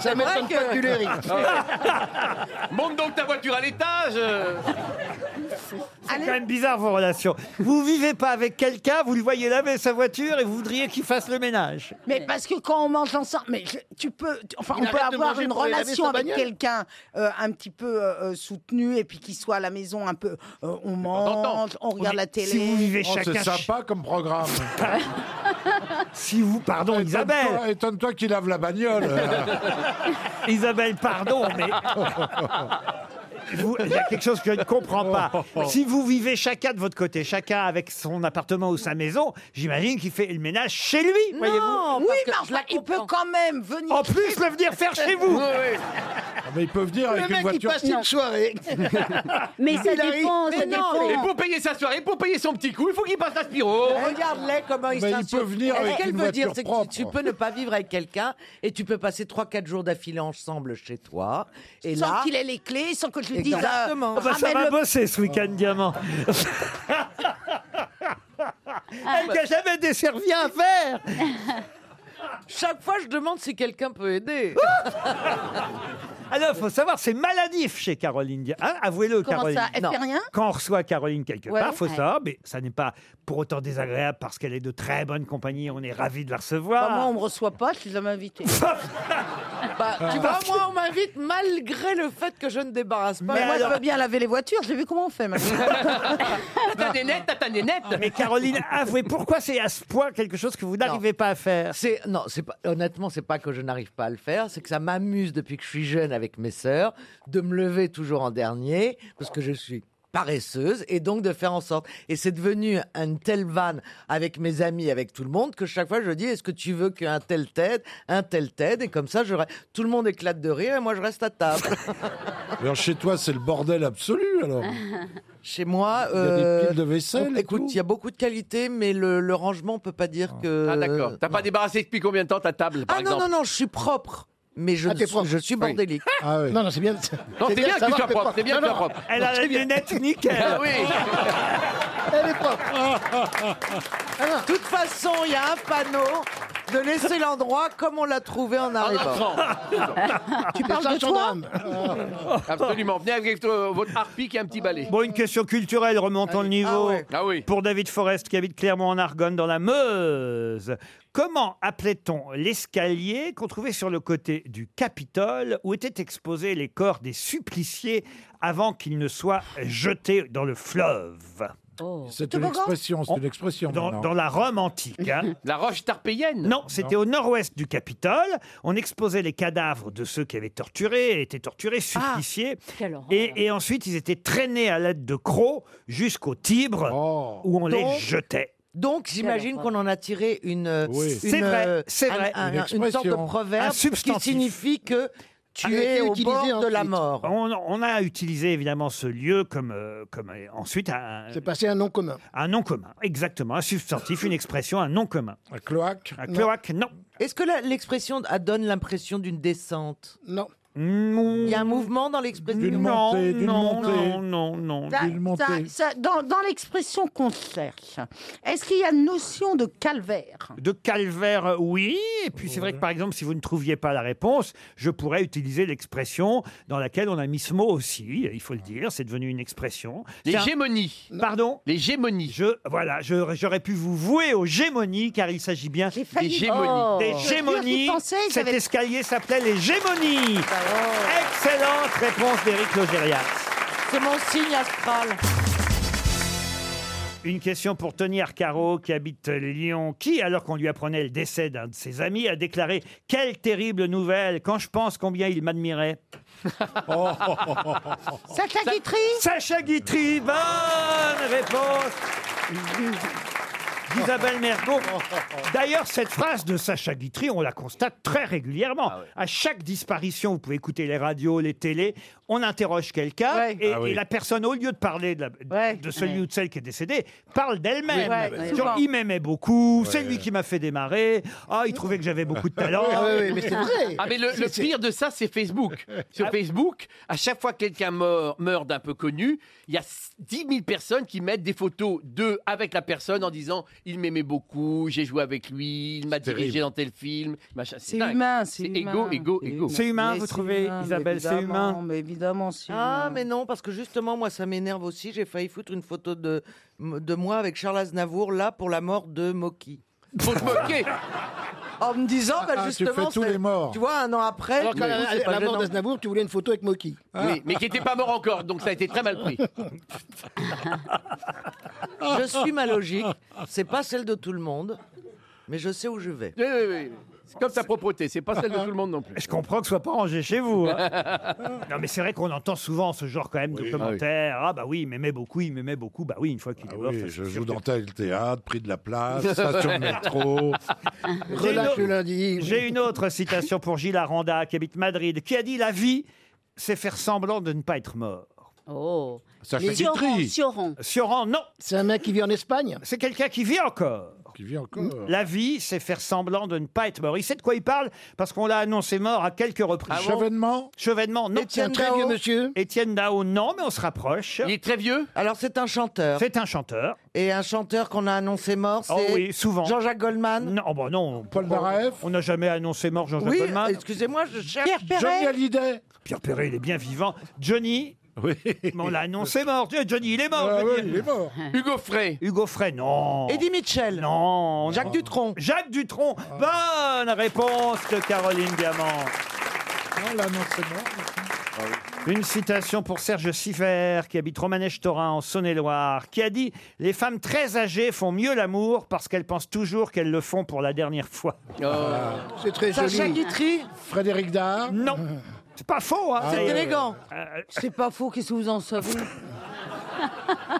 Speaker 10: Ça m'étonne pas que tu l'aies ri.
Speaker 7: Monte donc ta voiture à l'étage. euh.
Speaker 2: C'est quand même bizarre vos relations. Vous vivez pas avec quelqu'un, vous le voyez laver sa voiture et vous voudriez qu'il fasse le ménage.
Speaker 8: Mais parce que quand on mange ensemble, mais je- tu peux, tu- enfin,
Speaker 10: Il
Speaker 8: on peut
Speaker 10: arrête de
Speaker 8: avoir
Speaker 10: manger
Speaker 8: une
Speaker 10: pour aller laver
Speaker 8: relation
Speaker 10: sa
Speaker 8: avec
Speaker 10: bagnole.
Speaker 8: quelqu'un euh, un petit peu euh, euh, soutenu et puis qui soit à la maison un peu, euh, on mange, on regarde la télé.
Speaker 13: Oh, C'est sympa comme programme.
Speaker 2: si vous, pardon, Isabelle.
Speaker 13: Étonne-toi qu'il lave la bagnole.
Speaker 2: Isabelle, pardon, mais vous- il y a quelque chose que je ne comprends pas. Si vous vivez chacun de votre côté, chacun avec son appartement ou sa maison, j'imagine qu'il fait le ménage chez lui, voyez-vous.
Speaker 8: oui, mais enfin, il peut quand même venir.
Speaker 2: En plus, le venir faire chez vous.
Speaker 13: Mais ils peuvent venir
Speaker 10: Le
Speaker 13: avec
Speaker 10: mec,
Speaker 13: une voiture.
Speaker 10: il passe une soirée.
Speaker 9: Mais ça
Speaker 10: Il arrive.
Speaker 9: dépend, ça
Speaker 10: Mais non,
Speaker 9: dépend.
Speaker 7: Et pour payer sa soirée, pour payer son petit coup, il faut qu'il passe la spiro.
Speaker 6: Regarde-les comment ils
Speaker 13: Mais il
Speaker 6: s'insultent.
Speaker 13: peut venir
Speaker 6: Ce
Speaker 13: avec
Speaker 6: qu'elle
Speaker 13: une
Speaker 6: veut dire,
Speaker 13: voiture
Speaker 6: c'est que
Speaker 13: propre.
Speaker 6: tu- tu peux ne pas vivre avec quelqu'un et tu peux passer 3-4 jours d'affilée ensemble chez toi. Et
Speaker 8: sans
Speaker 6: là,
Speaker 8: qu'il ait les clés, sans que je lui dise.
Speaker 6: Exactement.
Speaker 8: euh,
Speaker 2: Ah bah, ça
Speaker 8: ramène
Speaker 2: va
Speaker 8: le-
Speaker 2: bosser ce week-end, diamant.
Speaker 6: Ah.
Speaker 2: Elle n'a jamais desservi un verre.
Speaker 6: chaque fois, je demande si quelqu'un peut aider.
Speaker 2: Alors, Ah faut savoir, c'est maladif chez Caroline. Dia- Hein, Avouez-le,
Speaker 8: Comment
Speaker 2: Caroline.
Speaker 8: ça, elle fait rien
Speaker 2: Quand on reçoit Caroline quelque
Speaker 8: Ouais.
Speaker 2: part, faut
Speaker 8: Ouais.
Speaker 2: savoir, mais ça n'est pas pour autant désagréable parce qu'elle est de très bonne compagnie. On est ravis de la recevoir.
Speaker 8: Bah, moi, on me reçoit pas, je suis jamais invité.
Speaker 6: Bah,
Speaker 13: Ah.
Speaker 6: tu vois, moi, on m'invite malgré le fait que je ne débarrasse pas.
Speaker 8: Mais moi,
Speaker 2: alors-
Speaker 8: je peux bien laver les voitures, j'ai vu comment on fait maintenant.
Speaker 7: T'as des nettes, t'as- t'as des nettes.
Speaker 2: Ah, Mais Caroline, avouez, pourquoi c'est à ce point quelque chose que vous n'arrivez pas à faire
Speaker 6: C'est non, c'est pas honnêtement, c'est pas que je n'arrive pas à le faire, c'est que ça m'amuse depuis que je suis jeune avec mes sœurs de me lever toujours en dernier parce que je suis paresseuse et donc de faire en sorte et c'est devenu une telle vanne avec mes amis avec tout le monde que chaque fois je dis est-ce que tu veux qu'un tel t'aide un tel t'aide et comme ça je re- tout le monde éclate de rire et moi je reste à table
Speaker 13: Alors chez toi, c'est le bordel absolu, alors.
Speaker 6: chez moi
Speaker 13: y a des
Speaker 6: euh,
Speaker 13: piles de vaisselle
Speaker 6: on-
Speaker 13: et
Speaker 6: écoute
Speaker 13: tout.
Speaker 6: il y a beaucoup de qualités mais le, le rangement on peut pas dire que
Speaker 7: Ah, d'accord. T'as pas débarrassé depuis combien de temps ta table, par
Speaker 6: ah non
Speaker 7: exemple
Speaker 6: non non je suis propre mais je,
Speaker 10: Ah,
Speaker 6: ne
Speaker 10: t'es
Speaker 6: suis-
Speaker 10: propre.
Speaker 6: je suis bordélique
Speaker 13: Ah oui.
Speaker 10: Non, non, c'est bien.
Speaker 7: Non, c'est
Speaker 10: de
Speaker 7: bien que tu
Speaker 10: savoir
Speaker 7: sois
Speaker 10: que
Speaker 7: propre, c'est bien que tu sois
Speaker 10: Non, non.
Speaker 7: propre.
Speaker 2: Elle a la lunette
Speaker 7: Ah
Speaker 2: nickel.
Speaker 7: oui
Speaker 10: Elle est propre.
Speaker 6: De toute façon, il y a un panneau de laisser l'endroit comme on l'a trouvé en
Speaker 7: En
Speaker 6: arrivant.
Speaker 7: entrant.
Speaker 10: Tu parles de toi
Speaker 7: Absolument. Venez avec euh, votre harpie qui est un petit balai.
Speaker 2: Bon, une question culturelle, remontons le niveau.
Speaker 7: Ah oui.
Speaker 2: Pour David Forest, qui habite Clermont-en-Argonne, dans la Meuse. Comment appelait-on l'escalier qu'on trouvait sur le côté du Capitole où étaient exposés les corps des suppliciés avant qu'ils ne soient jetés dans le fleuve
Speaker 9: Oh.
Speaker 13: C'est une expression, c'est une expression.
Speaker 2: dans,
Speaker 13: maintenant.
Speaker 2: dans la Rome antique. La roche tarpéienne Non, c'était
Speaker 13: Non.
Speaker 2: au nord-ouest du Capitole. On exposait les cadavres de ceux qui avaient torturé, étaient torturés, suppliciés. et, et ensuite, ils étaient traînés à l'aide de crocs jusqu'au Tibre,
Speaker 13: Oh.
Speaker 2: où on les
Speaker 6: Donc-
Speaker 2: jetait.
Speaker 6: Donc j'imagine qu'on en a tiré une, euh,
Speaker 2: Oui.
Speaker 6: une,
Speaker 2: C'est vrai,
Speaker 6: euh,
Speaker 2: c'est vrai.
Speaker 6: un- un-
Speaker 2: Une
Speaker 6: une, sorte de
Speaker 2: expression. Un
Speaker 6: proverbe qui
Speaker 2: substantif.
Speaker 6: signifie que tu
Speaker 2: Ah,
Speaker 6: es au
Speaker 2: utilisé
Speaker 6: bord de la
Speaker 2: ensuite.
Speaker 6: mort.
Speaker 2: On, on a utilisé évidemment ce lieu comme, euh, comme euh, ensuite un.
Speaker 10: C'est passé un nom commun.
Speaker 2: Un nom commun, exactement. Un substantif, une expression, un nom commun. Un cloaque Un cloaque, non.
Speaker 6: Est-ce que la- l'expression ah, donne l'impression d'une descente
Speaker 10: Non.
Speaker 6: Il y a un mouvement dans l'expression
Speaker 13: D'une
Speaker 6: Non,
Speaker 13: montée, d'une
Speaker 6: non,
Speaker 13: montée.
Speaker 6: non.
Speaker 2: non, non.
Speaker 14: Ça-
Speaker 13: D'une montée.
Speaker 14: ça- ça- dans dans l'expression qu'on cherche, est-ce qu'il y a une notion de calvaire
Speaker 2: De calvaire, euh, oui. Et puis c'est vrai que par exemple, si vous ne trouviez pas la réponse, je pourrais utiliser l'expression dans laquelle on a mis ce mot aussi. Il faut le dire, c'est devenu une expression.
Speaker 7: Les
Speaker 2: C'est un-
Speaker 7: gémonies.
Speaker 2: Pardon
Speaker 7: Les gémonies.
Speaker 2: Je, voilà, je- j'aurais pu vous vouer aux gémonies, car il s'agit bien
Speaker 7: failli- Des gémonies. Oh.
Speaker 2: Des
Speaker 7: Je
Speaker 2: gémonies.
Speaker 7: jure qu'ils pensaient, ils
Speaker 2: Cet
Speaker 7: avaient-
Speaker 2: escalier s'appelait les gémonies.
Speaker 7: Ah, oh.
Speaker 2: Excellente réponse d'Éric Logérias.
Speaker 6: C'est mon signe astral.
Speaker 2: Une question pour Tony Arcaro qui habite Lyon, qui, alors qu'on lui apprenait le décès d'un de ses amis, a déclaré Quelle terrible nouvelle Quand je pense combien il m'admirait.
Speaker 14: Sacha Guitry
Speaker 2: Sacha Guitry, bonne réponse d'Isabelle Mergo. D'ailleurs, cette phrase de Sacha Guitry, on la constate très régulièrement.
Speaker 13: Ah
Speaker 2: À chaque disparition, vous pouvez écouter les radios, les télés, on interroge quelqu'un et,
Speaker 13: Ah oui.
Speaker 2: et la personne, au lieu de parler de, la- de celui ou de celle qui est décédée, parle d'elle-même.
Speaker 13: Oui, ouais,
Speaker 2: Genre,
Speaker 13: souvent.
Speaker 2: il m'aimait beaucoup, c'est lui qui m'a fait démarrer, ah, il trouvait que j'avais beaucoup de talent.
Speaker 7: Ah, mais le, le pire de ça, c'est Facebook. Sur Facebook, à chaque fois que quelqu'un meurt, meurt d'un peu connu, il y a 10 000 personnes qui mettent des photos d'eux avec la personne en disant Il m'aimait beaucoup, j'ai joué avec lui, il m'a dirigé dans tel film. machin.
Speaker 8: C'est
Speaker 7: dingue.
Speaker 8: humain, c'est
Speaker 7: égo,
Speaker 8: humain.
Speaker 7: égo, égo.
Speaker 8: Mais c'est humain, mais évidemment, Mais évidemment, c'est
Speaker 6: Ah,
Speaker 8: humain.
Speaker 6: mais non, parce que justement, moi, ça m'énerve aussi. J'ai failli foutre une photo de, de moi avec Charles Aznavour, là, pour la mort de Moki.
Speaker 7: Faut te moquer
Speaker 6: En me disant, bah,
Speaker 10: Ah, tu
Speaker 6: justement.
Speaker 10: fais tous
Speaker 6: c'est-
Speaker 10: les morts.
Speaker 6: Tu vois, un an après.
Speaker 10: Alors
Speaker 6: du
Speaker 10: qu'à
Speaker 6: coup,
Speaker 10: la,
Speaker 6: c'est
Speaker 10: à
Speaker 6: pas
Speaker 10: la mort
Speaker 6: gênant.
Speaker 2: hein.
Speaker 10: d'Aznavour, tu voulais une photo avec Moki.
Speaker 13: Ah.
Speaker 7: Oui, mais qui n'était pas mort encore, donc ça a été très mal pris.
Speaker 6: Je suis ma logique. C'est pas celle de tout le monde, mais je sais où je vais.
Speaker 7: Oui, oui, oui. C'est comme sa propreté, c'est pas celle de tout le monde non plus.
Speaker 2: Eh, Je comprends que ce soit pas rangé chez vous. hein. non, mais c'est vrai qu'on entend souvent ce genre quand même de commentaires. Ah, bah oui, il m'aimait beaucoup, il m'aimait beaucoup. Bah oui, une fois qu'il est
Speaker 13: Ah
Speaker 2: mort.
Speaker 13: Oui,
Speaker 2: ça,
Speaker 13: je
Speaker 2: c'est sûr
Speaker 13: joue
Speaker 2: que-
Speaker 13: dans tel théâtre, prix de la place, station de métro.
Speaker 2: J'ai une
Speaker 13: Relâche
Speaker 2: autre- J'ai une autre citation pour Gilles Aranda, qui habite Madrid, qui a dit La vie, c'est faire semblant de ne pas être mort.
Speaker 9: Oh.
Speaker 2: Sacha
Speaker 9: Mais Sioran,
Speaker 2: Guitry.
Speaker 9: Sioran.
Speaker 2: Sioran, non
Speaker 10: C'est un mec qui vit en Espagne
Speaker 2: C'est quelqu'un qui vit encore.
Speaker 13: Qui vit encore.
Speaker 2: La vie, c'est faire semblant de ne pas être mort. Il sait de quoi il parle parce qu'on l'a annoncé mort à quelques reprises.
Speaker 13: Ah bon Chevènement
Speaker 2: Chevènement, non.
Speaker 13: Étienne Un très Dao vieux
Speaker 10: monsieur
Speaker 2: Étienne Dao, non, mais on se rapproche.
Speaker 7: Il est très vieux
Speaker 6: Alors, c'est un chanteur.
Speaker 2: C'est un chanteur.
Speaker 6: Et un chanteur qu'on a annoncé mort, c'est.
Speaker 2: Oh oui, souvent.
Speaker 6: Jean-Jacques Goldman
Speaker 2: Non, bon, non. Paul On n'a jamais annoncé mort Jean-Jacques
Speaker 6: Oui, euh,
Speaker 2: Goldman.
Speaker 6: excusez-moi, je cherche.
Speaker 13: Hallyday.
Speaker 2: Pierre Perret, il est bien vivant. Johnny
Speaker 13: Oui.
Speaker 2: Mais on l'a annoncé mort. Tiens, Johnny, Ah il est mort. je veux dire.
Speaker 7: Hugo Frey.
Speaker 2: Hugo Frey, non.
Speaker 6: Eddie Mitchell.
Speaker 2: Non.
Speaker 6: Jacques Dutronc. Ah.
Speaker 2: Jacques Dutronc. Bonne réponse de Caroline Diamant.
Speaker 6: Oh,
Speaker 13: Non, là, non, c'est mort.
Speaker 2: Une citation pour Serge Siffer, qui habite Romanèche-Torin en Saône-et-Loire, qui a dit Les femmes très âgées font mieux l'amour parce qu'elles pensent toujours qu'elles le font pour la dernière fois.
Speaker 10: Euh,
Speaker 2: Ah.
Speaker 10: C'est très joli.
Speaker 2: Sacha
Speaker 6: Guitry
Speaker 10: Frédéric Dard
Speaker 2: Non. C'est pas faux, hein
Speaker 10: Ah,
Speaker 2: c'est-
Speaker 10: ouais.
Speaker 2: Euh,
Speaker 8: C'est pas faux, qu'est-ce que vous en savez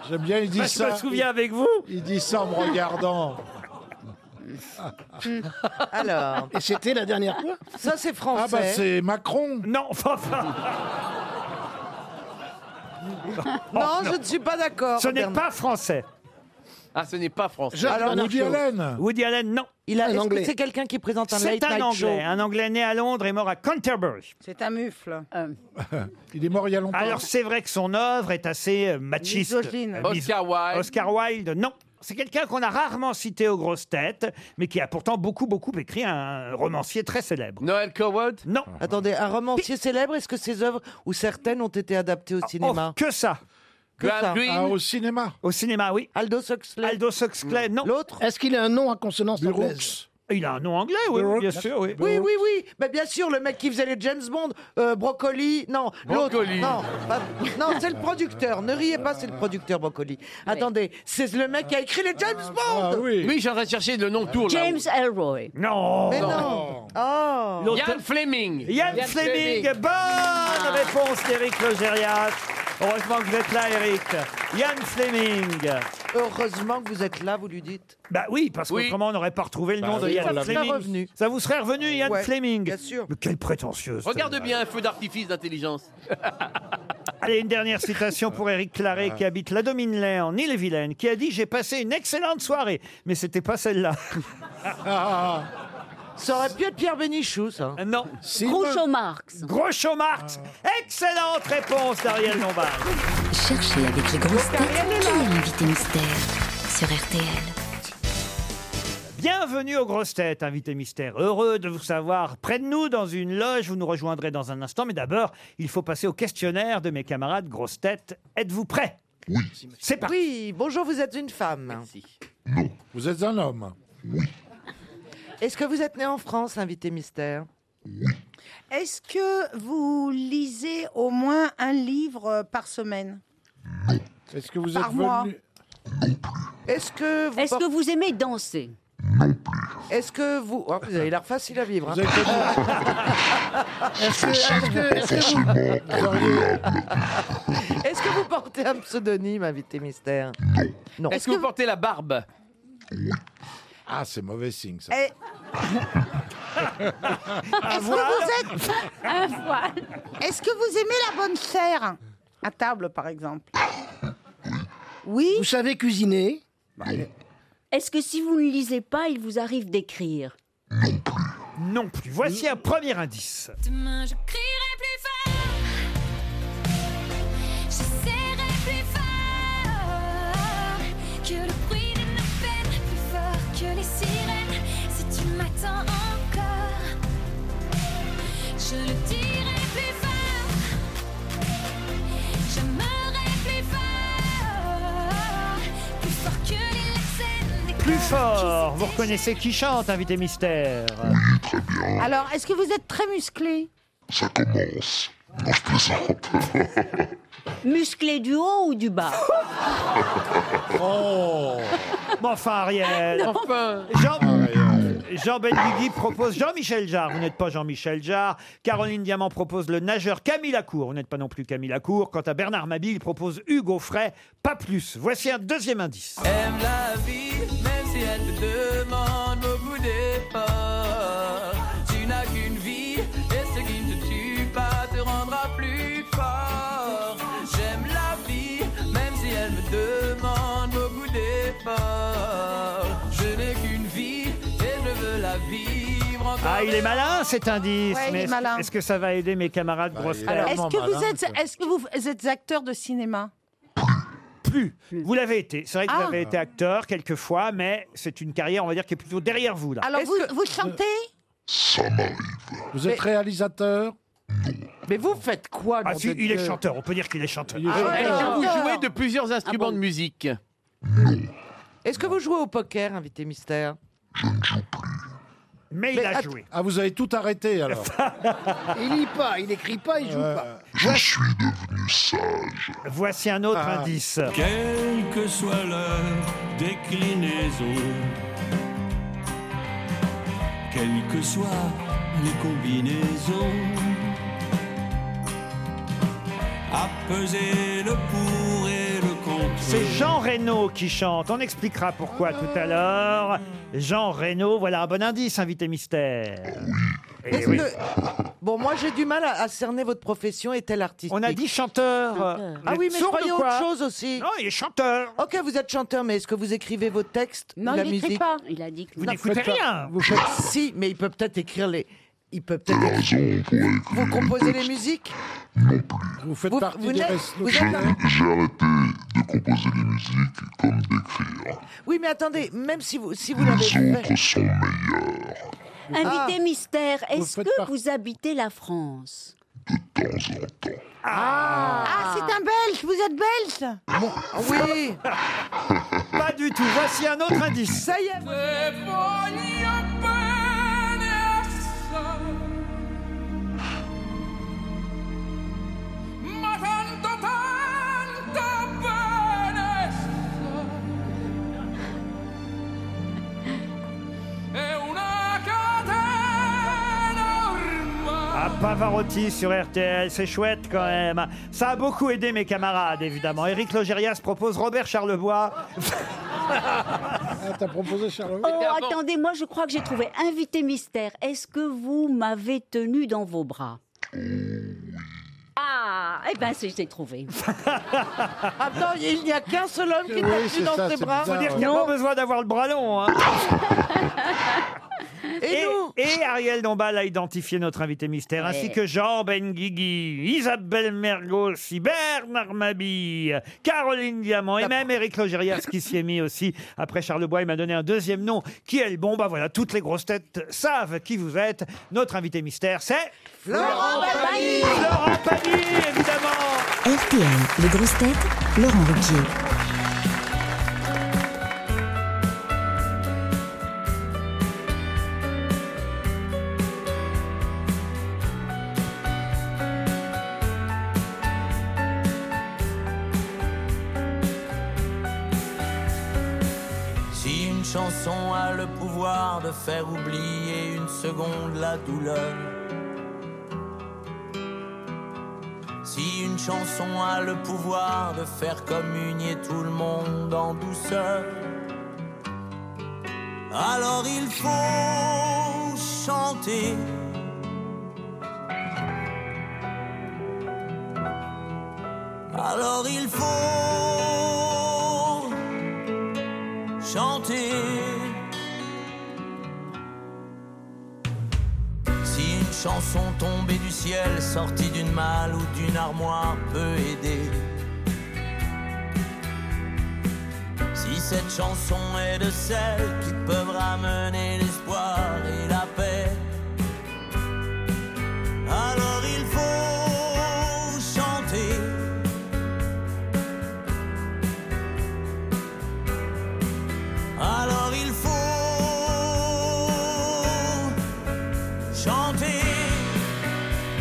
Speaker 13: J'aime bien, il dit
Speaker 2: Bah, je
Speaker 13: ça.
Speaker 2: me souviens
Speaker 13: il-
Speaker 2: avec vous.
Speaker 13: Il dit ça en me regardant.
Speaker 7: Ah.
Speaker 6: Alors.
Speaker 10: Et c'était la dernière fois
Speaker 6: Ça, c'est français.
Speaker 13: Ah, bah, c'est Macron.
Speaker 2: Non, enfin.
Speaker 6: Non,
Speaker 7: non.
Speaker 6: je ne suis pas d'accord.
Speaker 2: Oh, Ce n'est
Speaker 6: Bernard.
Speaker 2: pas français.
Speaker 7: Ah, ce n'est pas français.
Speaker 2: Woody Allen, non.
Speaker 6: Il a, est-ce que c'est quelqu'un qui présente un
Speaker 2: C'est
Speaker 6: late
Speaker 2: un
Speaker 6: night show
Speaker 2: anglais, un anglais né à Londres et mort à Canterbury.
Speaker 8: C'est un mufle.
Speaker 13: Il est mort il y a longtemps.
Speaker 2: Alors c'est vrai que son œuvre est assez euh, machiste.
Speaker 8: Misogyne.
Speaker 2: Euh, mis-
Speaker 7: Oscar Wilde.
Speaker 2: Oscar Wilde, non. C'est quelqu'un qu'on a rarement cité aux grosses têtes, mais qui a pourtant beaucoup, beaucoup écrit un romancier très célèbre.
Speaker 7: Noël Coward Ah.
Speaker 2: Non.
Speaker 6: Attendez, un romancier célèbre, est-ce que ses œuvres ou certaines ont été adaptées au cinéma
Speaker 2: Ah, oh, Que ça
Speaker 6: Que
Speaker 2: Graham
Speaker 6: ça
Speaker 2: Greene.
Speaker 13: Ah, au cinéma.
Speaker 2: Au cinéma, oui.
Speaker 6: Aldous Huxley
Speaker 2: Aldo Huxley, non.
Speaker 6: L'autre
Speaker 10: Est-ce qu'il a un nom à consonance anglaise
Speaker 2: Il Il a un nom anglais, oui, bien sûr, oui.
Speaker 6: Oui, oui, oui. Mais bien sûr, le mec qui faisait les James Bond, euh, Brocoli, non, l'autre,
Speaker 2: Brocoli.
Speaker 6: non, pas- non, c'est le producteur. Ne riez pas, c'est le producteur Brocoli. Attendez, c'est le mec qui a écrit les
Speaker 2: Ah,
Speaker 6: James Bond. Euh,
Speaker 7: oui. je suis en train de chercher le nom tour.
Speaker 9: James Elroy.
Speaker 2: Non.
Speaker 6: Mais non. Oh.
Speaker 7: Yann Fleming. Ah.
Speaker 2: Yann Fleming, bonne Ah, réponse d'Éric Logérias. Heureusement que vous êtes là, Eric. Yann Fleming.
Speaker 6: Heureusement que vous êtes là, vous lui dites.
Speaker 2: Bah oui, parce qu'autrement, on n'aurait pas retrouvé le
Speaker 6: Bah
Speaker 2: nom de
Speaker 6: oui,
Speaker 2: Yann
Speaker 6: ça serait
Speaker 2: Fleming.
Speaker 6: revenu.
Speaker 2: Ça vous serait revenu, Yann
Speaker 6: Ouais,
Speaker 2: Fleming
Speaker 6: bien sûr.
Speaker 2: Mais quelle prétentieuse.
Speaker 7: Regarde bien un feu d'artifice d'intelligence.
Speaker 2: Allez, une dernière citation pour Éric Claret qui habite la Dominelay en Ille-et-Vilaine, qui a dit J'ai passé une excellente soirée. Mais c'était pas celle-là.
Speaker 6: Ça aurait pu être Pierre Bénichou, ça.
Speaker 2: Euh, Non.
Speaker 9: Groucho Marx.
Speaker 2: Groucho Marx. Excellente réponse d'Ariel Lombard.
Speaker 16: Cherchez avec les grosses têtes qui est l'invité mystère sur RTL.
Speaker 2: Bienvenue aux grosses têtes, invité mystère. Heureux de vous savoir près de nous dans une loge. Vous nous rejoindrez dans un instant. Mais d'abord, il faut passer au questionnaire de mes camarades grosses têtes. Êtes-vous prêts Oui. C'est parti.
Speaker 6: Oui, bonjour, vous êtes une femme.
Speaker 10: Vous êtes un homme.
Speaker 6: Est-ce que vous êtes né en France, invité mystère
Speaker 8: Est-ce que vous lisez au moins un livre euh, par semaine
Speaker 10: Est-ce que vous êtes
Speaker 8: Par mois.
Speaker 10: venu
Speaker 6: Est-ce que vous,
Speaker 9: Est-ce que vous aimez danser
Speaker 6: Est-ce que vous. Oh, vous avez l'air facile à vivre. hein.
Speaker 10: Est-ce que, est-ce que- est-ce que vous-
Speaker 6: Est-ce que vous portez un pseudonyme, invité mystère Non.
Speaker 7: Est-ce que vous portez la barbe
Speaker 10: Ah, c'est mauvais signe, ça.
Speaker 8: Eh, Est-ce que vous êtes
Speaker 9: Un voile.
Speaker 8: Est-ce que vous aimez la bonne chair À table, par exemple. Oui.
Speaker 17: Vous savez cuisiner
Speaker 9: Est-ce que si vous ne lisez pas, il vous arrive d'écrire
Speaker 2: Non plus. Voici un premier indice.
Speaker 18: Demain je crierai plus fort, je serai plus fort que le bruit de nos peines, plus fort que les sirènes. Si tu m'attends encore, je le dirai plus fort, j'aimerai plus fort, plus fort que les larcènes des
Speaker 2: Plus fort. Vous reconnaissez qui chante, invité mystère
Speaker 8: Alors, est-ce que vous êtes très musclé
Speaker 19: Ça commence. Non, je plaisante.
Speaker 9: Musclé du haut ou du bas
Speaker 2: Oh Mais enfin, Ariel
Speaker 7: Enfin
Speaker 2: Jean, Jean Benguigui propose Jean-Michel Jarre. Vous n'êtes pas Jean-Michel Jarre. Caroline Diamant propose le nageur Camille Lacour. Vous n'êtes pas non plus Camille Lacour. Quant à Bernard Mabille, il propose Hugo Fray. Pas plus. Voici un deuxième indice.
Speaker 3: Aime la vie, même si elle te demande beaucoup d'efforts. Tu n'as qu'une vie, et ce qui ne te tue pas te rendra plus fort. J'aime la vie, même si elle me demande beaucoup d'efforts. Je n'ai qu'une vie, et je veux la vivre encore.
Speaker 2: Ah, il est malin cet indice.
Speaker 8: Ouais, il
Speaker 2: mais
Speaker 8: est
Speaker 2: est-ce-
Speaker 8: malin.
Speaker 2: Est-ce que ça va aider mes
Speaker 10: Bah,
Speaker 2: camarades grosses têtes
Speaker 8: Alors, est-ce que, vous êtes, est-ce que vous êtes acteur de cinéma
Speaker 2: plus Vous l'avez été. C'est vrai que vous
Speaker 8: Ah.
Speaker 2: avez été acteur quelques fois, mais c'est une carrière, on va dire, qui est plutôt derrière vous là.
Speaker 20: Ah.
Speaker 8: Alors, vous, vous chantez
Speaker 10: Ça m'arrive. Vous êtes réalisateur
Speaker 6: Mais vous faites quoi
Speaker 2: Ah
Speaker 10: nom
Speaker 2: si,
Speaker 10: de
Speaker 2: il est
Speaker 10: Dieu
Speaker 2: chanteur. On peut dire qu'il est chanteur.
Speaker 10: Il est Ah chanteur. ouais,
Speaker 7: Est-ce que vous
Speaker 6: chanteur.
Speaker 7: jouez de plusieurs instruments de musique
Speaker 6: Ah Est-ce que vous jouez au poker, invité mystère
Speaker 2: Mais
Speaker 10: il a joué. Ah, vous avez tout arrêté alors. Euh,
Speaker 17: Il lit pas, il écrit pas, il joue pas.
Speaker 19: Je suis devenu sage.
Speaker 2: Voici un autre
Speaker 10: Ah.
Speaker 2: indice.
Speaker 3: Quelle que soit leur déclinaison, quelles que soient les combinaisons, à peser le pour et le contre.
Speaker 2: C'est Jean Reno qui chante. On expliquera pourquoi tout à l'heure. Jean Reno, voilà un bon indice, invité mystère. Eh
Speaker 6: Est-ce
Speaker 2: oui.
Speaker 6: Ah que- Bon, moi j'ai du mal à, à cerner votre profession et tel artiste.
Speaker 2: On a dit chanteur.
Speaker 6: Ah
Speaker 2: Vous êtes
Speaker 6: oui, mais je
Speaker 2: sourd ou
Speaker 6: croyais
Speaker 2: quoi
Speaker 6: autre chose aussi.
Speaker 2: Non, il est chanteur.
Speaker 6: Ok, vous êtes chanteur, mais est-ce que vous écrivez vos textes
Speaker 9: Non,
Speaker 6: ou la
Speaker 9: il
Speaker 6: musique
Speaker 9: n'écrit pas. Il a dit que
Speaker 6: Non,
Speaker 9: non.
Speaker 6: faites pas. Vous faites... Si, mais il peut peut-être écrire les. Il peut peut-être. Vous composez les musiques
Speaker 10: Vous faites
Speaker 6: partie vous
Speaker 10: des
Speaker 6: n'êtes-
Speaker 10: restos.
Speaker 6: vous
Speaker 19: J'ai
Speaker 6: êtes un-
Speaker 19: j'ai arrêté de composer des musiques comme d'écrire.
Speaker 6: Oui, mais attendez, même si vous, si vous l'avez
Speaker 19: Les autres
Speaker 6: fait.
Speaker 19: sont meilleurs.
Speaker 9: Invité mystère,
Speaker 19: Ah. Vous
Speaker 9: est-ce
Speaker 19: faites
Speaker 9: que
Speaker 19: par-
Speaker 9: vous habitez la France
Speaker 8: ah. c'est un Belge, vous êtes Belge
Speaker 6: Ah Oui
Speaker 2: Pas du tout. Voici un autre indice.
Speaker 6: Ça y est
Speaker 3: Me voyant peu
Speaker 2: Ah, Pavarotti sur RTL, c'est chouette quand même. Ça a beaucoup aidé mes camarades, évidemment. Éric Logérias propose Robert Charlebois.
Speaker 10: ah,
Speaker 13: T'as proposé Charles
Speaker 9: Oh, attendez, moi je crois que j'ai trouvé invité mystère. Est-ce que vous m'avez tenu dans vos bras Ah, eh ben c'est- j'ai trouvé.
Speaker 6: Attends, il n'y a qu'un seul homme qui t'a tenu dans ses bras.
Speaker 2: Faut dire qu'il n'y a pas besoin d'avoir le bras long. hein. et, et Ariel Dombal a identifié notre invité mystère,
Speaker 3: Ouais.
Speaker 2: ainsi que Jean Benguigui, Isabelle Mergos, Bernard Mabille, Caroline Diamant et même Eric Logérias qui s'y est mis aussi. Après Charlebois, il m'a donné un deuxième nom. Qui est le bon Bah voilà, toutes les grosses têtes savent qui vous êtes. Notre invité mystère, c'est...
Speaker 21: Laurent Pagny
Speaker 2: Laurent Pagny, évidemment
Speaker 11: RTL, les grosses têtes, Laurent Ruquier.
Speaker 3: Si une chanson a le pouvoir de faire oublier une seconde la douleur. Si une chanson a le pouvoir de faire communier tout le monde en douceur. Alors il faut chanter. Alors il faut chanter. Si une chanson tombée du ciel, sortie d'une malle ou d'une armoire peut aider. Si cette chanson est de celles qui peuvent ramener l'espoir et la paix, alors il faut chanter. Alors il faut chanter,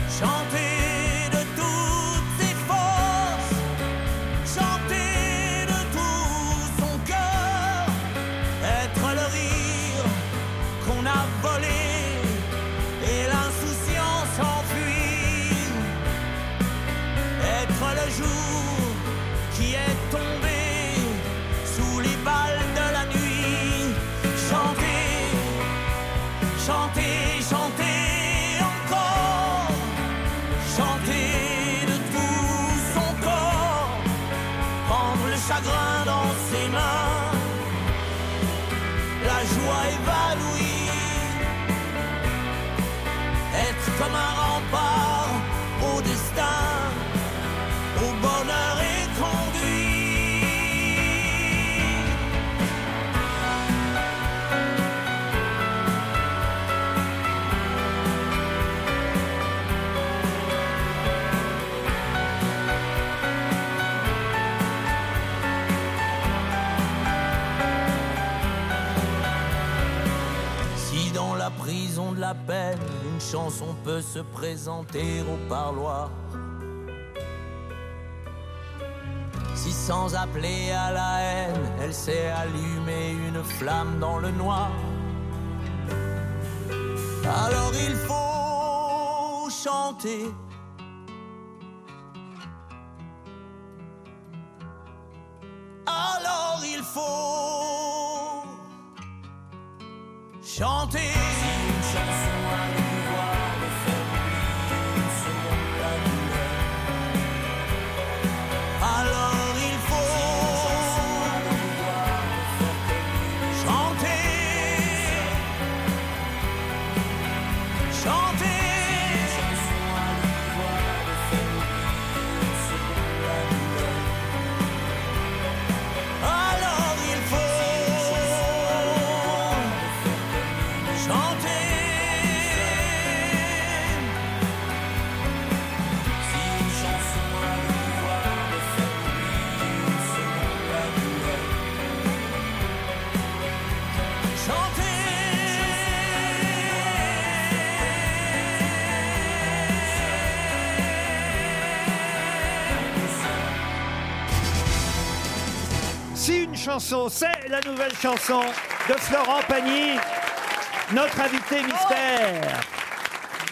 Speaker 3: chanter de toutes ses forces, chanter de tout son cœur, être le rire qu'on a volé et l'insouciance enfuie, être le jour qui est tombé sous les balles de la nuit. Chanter, chanter, chanter encore, chanter de tout son corps, prendre le chagrin dans ses mains, la joie évanouie, être comme un rempart au destin, au bonheur et conduit. Si dans la prison de la peine, une chanson peut se présenter au parloir. Si sans appeler à la haine, elle sait allumer une flamme dans le noir. Alors il faut chanter. Alors il faut chanter. Si une chanson a le pouvoir de faire oublier une seconde la douleur, alors il faut chanter. Chanter. Alors il faut chanter. Si une chanson a le pouvoir de faire oublier une seconde la douleur. Chanter.
Speaker 2: Si une chanson, c'est la nouvelle chanson de Florent Pagny, notre invité mystère.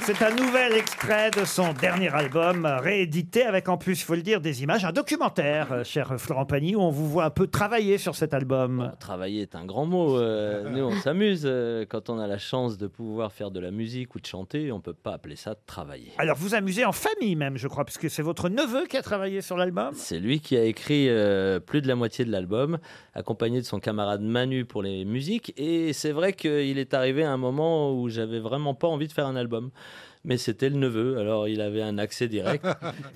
Speaker 2: C'est un nouvel extrait de son dernier album, euh, réédité avec en plus, il faut le dire, des images, un documentaire, euh, cher Florent Pagny, où on vous voit un peu travailler sur cet album.
Speaker 20: Travailler est un grand mot. euh, nous, on s'amuse. euh, quand on a la chance de pouvoir faire de la musique ou de chanter, on ne peut pas appeler ça travailler.
Speaker 2: Alors vous amusez en famille même, je crois, puisque c'est votre neveu qui a travaillé sur l'album.
Speaker 20: C'est lui qui a écrit euh, plus de la moitié de l'album, accompagné de son camarade Manu pour les musiques. Et c'est vrai qu'il est arrivé à un moment où j'avais vraiment pas envie de faire un album. Mais c'était le neveu, alors il avait un accès direct.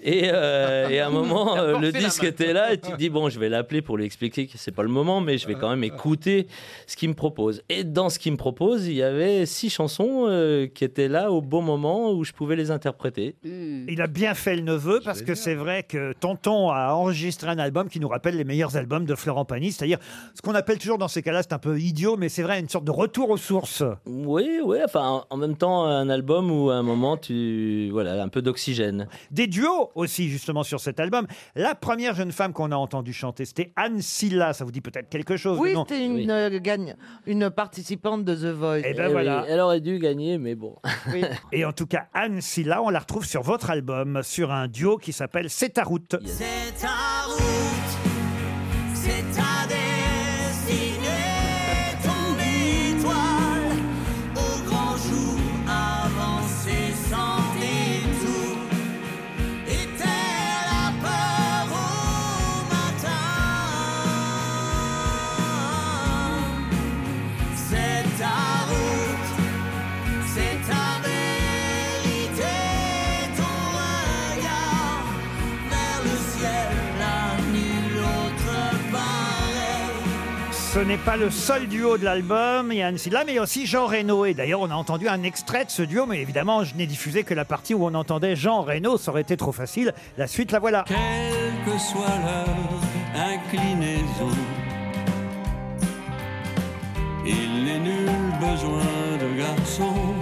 Speaker 20: Et, euh, et à un moment,
Speaker 7: Il a
Speaker 20: euh,
Speaker 7: forcé
Speaker 20: le
Speaker 7: la
Speaker 20: disque
Speaker 7: main.
Speaker 20: était là et tu te dis, bon, je vais l'appeler pour lui expliquer que c'est pas le moment, mais je vais quand même écouter ce qu'il me propose. Et dans ce qu'il me propose, il y avait six chansons euh, qui étaient là au bon moment où je pouvais les interpréter.
Speaker 6: Hmm.
Speaker 2: Il a bien fait le neveu parce que c'est vrai que Tonton a enregistré un album qui nous rappelle les meilleurs albums de Florent Pagny, c'est-à-dire ce qu'on appelle toujours dans ces cas-là, c'est un peu idiot, mais c'est vrai, une sorte de retour aux sources.
Speaker 20: Oui, oui, enfin, en en même temps, un album où à un moment, tu. Voilà, un peu d'oxygène.
Speaker 2: Des duos aussi, justement, sur cet album. La première jeune femme qu'on a entendue chanter, c'était Anne Silla. Ça vous dit peut-être quelque chose
Speaker 6: Oui,
Speaker 2: non
Speaker 6: c'était une, euh, gagne, une participante de The Voice.
Speaker 2: Eh ben voilà.
Speaker 20: Elle aurait dû gagner, mais bon.
Speaker 2: Et en tout cas, Anne Silla, on la retrouve sur votre album, sur un duo qui s'appelle C'est ta route.
Speaker 21: C'est ta route, c'est ta destinée, ton étoile. Au grand jour, avancer sans détour. Était la peur au matin. C'est ta route, c'est ta vérité, ton regard. Vers le ciel, là, nul autre pareil.
Speaker 2: Ce n'est pas le seul duo de l'album, il y a Anne Silla, mais il y a aussi Jean Reno. Et d'ailleurs, on a entendu un extrait de ce duo, mais évidemment, je n'ai diffusé que la partie où on entendait Jean Reno, ça aurait été trop facile. La suite, la voilà.
Speaker 21: Quelle que soit leur inclinaison, il n'est nul besoin de garçons.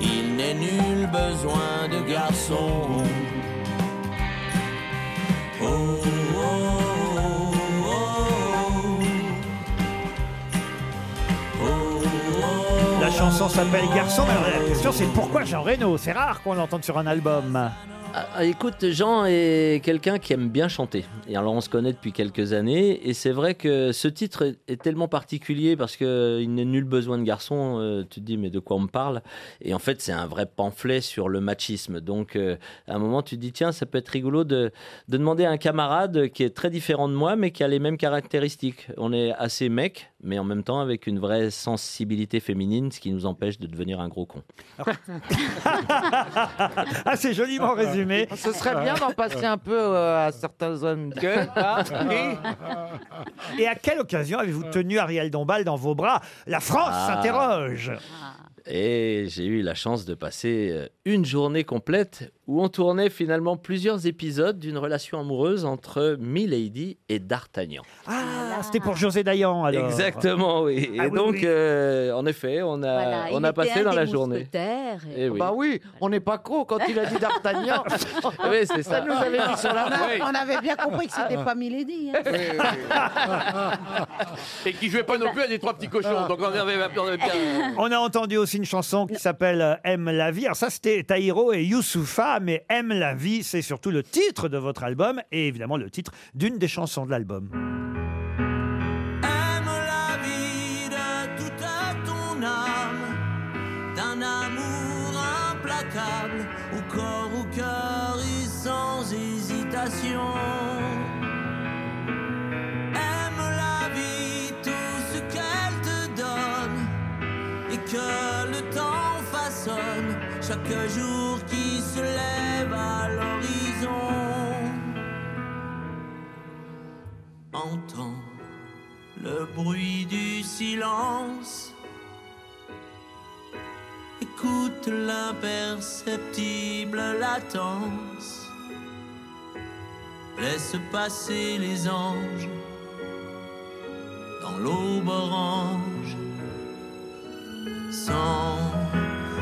Speaker 3: Il n'est nul besoin de garçon. Oh, oh, oh, oh,
Speaker 2: La chanson s'appelle Garçon, mais alors la question c'est pourquoi Jean Reno C'est rare qu'on l'entende sur un album.
Speaker 20: Ah, ah, écoute, Jean est quelqu'un qui aime bien chanter. Et alors, on se connaît depuis quelques années. Et c'est vrai que ce titre est- est tellement particulier parce qu'il n'est nul besoin de garçon. euh, tu te dis, mais de quoi on me parle Et en fait, c'est un vrai pamphlet sur le machisme. Donc, euh, à un moment, tu te dis, tiens, ça peut être rigolo de, de demander à un camarade qui est très différent de moi, mais qui a les mêmes caractéristiques. On est assez mec, mais en même temps avec une vraie sensibilité féminine, ce qui nous empêche de devenir un gros con.
Speaker 2: Ah, c'est joliment résumé.
Speaker 6: Ce serait bien d'en passer un peu euh, à certains hommes.
Speaker 2: Que- ah, Et à quelle occasion avez-vous tenu Ariel Dombal dans vos bras La France
Speaker 20: Ah.
Speaker 2: s'interroge.
Speaker 20: Et j'ai eu la chance de passer euh, une journée complète où on tournait finalement plusieurs épisodes d'une relation amoureuse entre Milady et D'Artagnan.
Speaker 2: Ah, c'était pour José Dayan alors.
Speaker 20: Exactement, oui. Et
Speaker 2: Ah oui,
Speaker 20: donc,
Speaker 2: oui.
Speaker 20: euh, en effet, on a,
Speaker 9: Voilà,
Speaker 20: Euh, on
Speaker 9: il
Speaker 20: a
Speaker 9: était
Speaker 20: passé
Speaker 9: un
Speaker 20: dans
Speaker 9: des
Speaker 20: la journée.
Speaker 9: mousquetaires.
Speaker 20: Eh oui.
Speaker 6: Bah oui, on n'est pas con quand il a dit D'Artagnan.
Speaker 20: Ah Oui, c'est ça.
Speaker 6: nous avait mis sur la main.
Speaker 14: On avait bien compris que c'était
Speaker 6: Ah.
Speaker 14: pas Milady. hein.
Speaker 7: Et qui jouait
Speaker 6: Eh ben.
Speaker 7: pas non plus à des trois petits cochons. Donc on avait, on avait bien.
Speaker 2: On a entendu aussi une chanson qui s'appelle euh, Aime la vie. Alors ça, c'était Taïro et Youssoufa, mais Aime la vie, c'est surtout le titre de votre album et évidemment le titre d'une des chansons de l'album.
Speaker 21: Aime la vie de toute ton âme, d'un amour implacable, au corps, au cœur et sans hésitation. Aime la vie, tout ce qu'elle te donne, et que le temps façonne chaque jour qui se lève à l'horizon. Entends le bruit du silence. Écoute l'imperceptible latence. Laisse passer les anges dans l'aube orange. Sans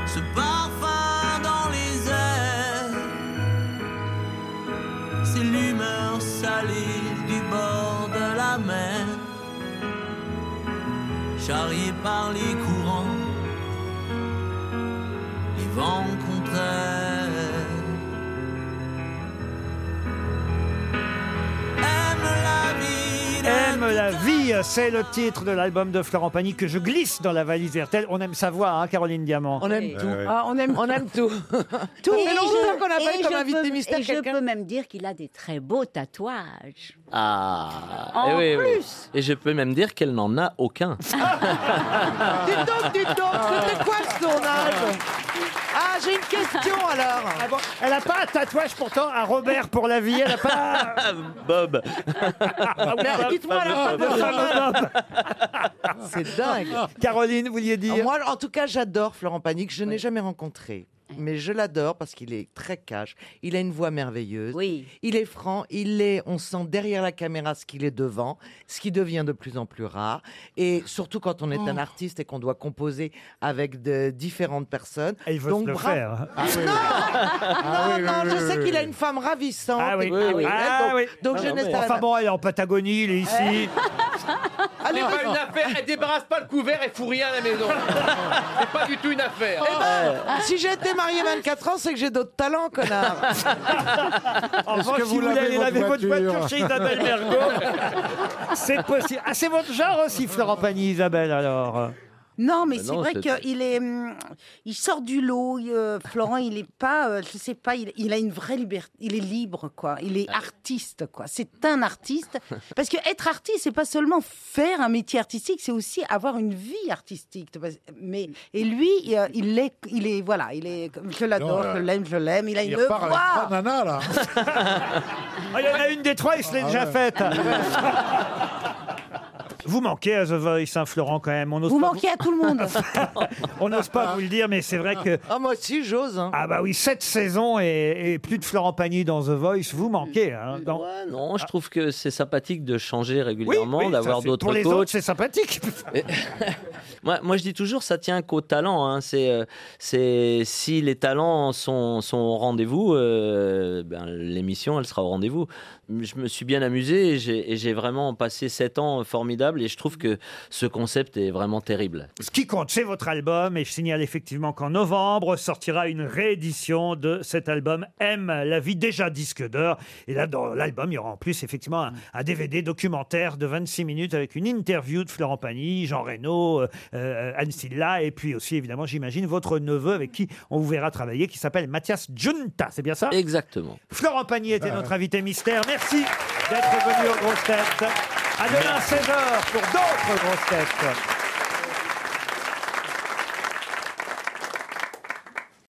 Speaker 21: ce parfum dans les airs, c'est l'humeur salée du bord de la mer charrié par les courants
Speaker 2: vie, c'est le titre de l'album de Florent Pagny que je glisse dans la valise RTL. On aime sa voix, hein, Caroline Diamant.
Speaker 6: On aime
Speaker 2: tout.
Speaker 6: Ah, on aime, on aime tout. tout.
Speaker 9: Et
Speaker 6: Mais longtemps qu'on n'a pas
Speaker 9: et
Speaker 6: eu comme
Speaker 9: je
Speaker 6: invité
Speaker 9: peux-
Speaker 6: mystère
Speaker 9: Et je
Speaker 6: quelqu'un.
Speaker 9: peux même dire qu'il a des très beaux tatouages.
Speaker 20: Ah
Speaker 9: En
Speaker 20: eh oui, oui.
Speaker 9: plus. Ah.
Speaker 20: Et je peux même dire qu'elle n'en a aucun.
Speaker 6: Dites donc, dites donc, c'était quoi ce tournage Ah, j'ai une question alors.
Speaker 2: Elle n'a pas un tatouage pourtant à Robert pour la vie. Elle n'a pas.
Speaker 20: Bob.
Speaker 2: Bob,
Speaker 6: Dites-moi à la fin
Speaker 2: Bob,
Speaker 6: de
Speaker 2: Bob,
Speaker 6: votre-
Speaker 2: Bob.
Speaker 6: C'est dingue.
Speaker 2: Caroline, vous vouliez dire
Speaker 6: Moi, en tout cas, j'adore Florent Pagny, que je n'ai jamais rencontré. Mais je l'adore parce qu'il est très cash. Il a une voix merveilleuse. Il est franc. Il est. On sent derrière la caméra ce qu'il est devant, ce qui devient de plus en plus rare. Et surtout quand on est un
Speaker 2: Oh.
Speaker 6: artiste et qu'on doit composer avec de différentes personnes.
Speaker 2: Et Ah, il veut
Speaker 6: Donc,
Speaker 2: se le
Speaker 6: bravo.
Speaker 2: faire. hein.
Speaker 6: Ah, non,
Speaker 2: Ah oui,
Speaker 6: non,
Speaker 2: oui,
Speaker 6: non,
Speaker 2: oui,
Speaker 6: je sais
Speaker 2: oui,
Speaker 6: qu'il a
Speaker 2: oui.
Speaker 6: une femme ravissante.
Speaker 2: Ah oui,
Speaker 6: et- et- et-
Speaker 2: Ah
Speaker 6: donc-
Speaker 2: oui.
Speaker 6: Donc, je ne
Speaker 2: Enfin bon, elle est en Patagonie, il est ici.
Speaker 7: Elle n'est
Speaker 6: Ah
Speaker 7: pas une affaire, elle débarrasse pas le couvert et fout rien à la maison. C'est pas du tout une affaire.
Speaker 6: Eh ben, si j'ai été mariée 24 ans, c'est que j'ai d'autres talents, connard.
Speaker 2: En
Speaker 6: Est-ce
Speaker 2: revanche,
Speaker 6: que
Speaker 2: si
Speaker 6: vous
Speaker 2: vous voulez
Speaker 6: lavez
Speaker 2: aller
Speaker 6: votre
Speaker 2: laver votre
Speaker 6: voiture
Speaker 2: voiture chez Isabelle Mergo, c'est possible. Ah, c'est votre genre aussi, Florent Pagny, Isabelle, alors.
Speaker 14: Non, mais
Speaker 2: Bah
Speaker 14: c'est
Speaker 2: non,
Speaker 14: vrai
Speaker 2: c'est-
Speaker 14: qu'il est, hum, il sort du lot. il, euh, Florent, il est pas, euh, je sais pas, il, il a une vraie liberté. Il est libre, quoi. Il
Speaker 2: Ah.
Speaker 14: est artiste, quoi. C'est un artiste. Parce que être artiste, c'est pas seulement faire un métier artistique, c'est aussi avoir une vie artistique. Mais et lui, il, euh, il est, il est, voilà, il est. Je l'adore,
Speaker 2: Non, euh,
Speaker 14: je l'aime, je l'aime. Il a
Speaker 2: il
Speaker 14: une
Speaker 2: repart avec
Speaker 14: voix.
Speaker 2: trois Ah, Il y en a une des trois, il se l'est
Speaker 6: Ah
Speaker 2: déjà faite. Vous manquez à The Voice, Saint-Florent, quand même. On n'ose
Speaker 14: Vous
Speaker 2: pas
Speaker 14: manquez à tout le monde.
Speaker 2: On n'ose pas vous le dire, mais c'est vrai que.
Speaker 6: Ah, moi aussi, j'ose. hein.
Speaker 2: Ah bah oui, cette saison et, et plus de Florent Pagny dans The Voice, vous manquez. hein, dans-
Speaker 20: Ah Non, je trouve que c'est sympathique de changer régulièrement,
Speaker 2: Oui, ça,
Speaker 20: d'avoir
Speaker 2: c'est- Pour
Speaker 20: d'autres
Speaker 2: les
Speaker 20: coachs.
Speaker 2: autres, c'est sympathique.
Speaker 20: Moi, moi, je dis toujours, ça tient qu'au talent. hein. C'est, euh, c'est si les talents sont, sont au rendez-vous, euh, ben, l'émission, elle sera au rendez-vous. Je me suis bien amusé et j'ai, et j'ai vraiment passé sept ans formidables. Et je trouve que ce concept est vraiment terrible.
Speaker 2: Ce qui compte, c'est votre album. Et je signale effectivement qu'en novembre sortira une réédition de cet album M, la vie déjà disque d'or. Et là, dans l'album, il y aura en plus effectivement un, un DVD documentaire de 26 minutes avec une interview de Florent Pagny, Jean Reno, euh, euh, Anne Silla. Et puis aussi, évidemment, j'imagine votre neveu avec qui on vous verra travailler, qui s'appelle Mathias Junta. C'est bien ça
Speaker 20: Exactement.
Speaker 2: Florent Pagny était notre invité mystère. Merci d'être venu aux grosses têtes. À demain 16h pour d'autres grosses têtes.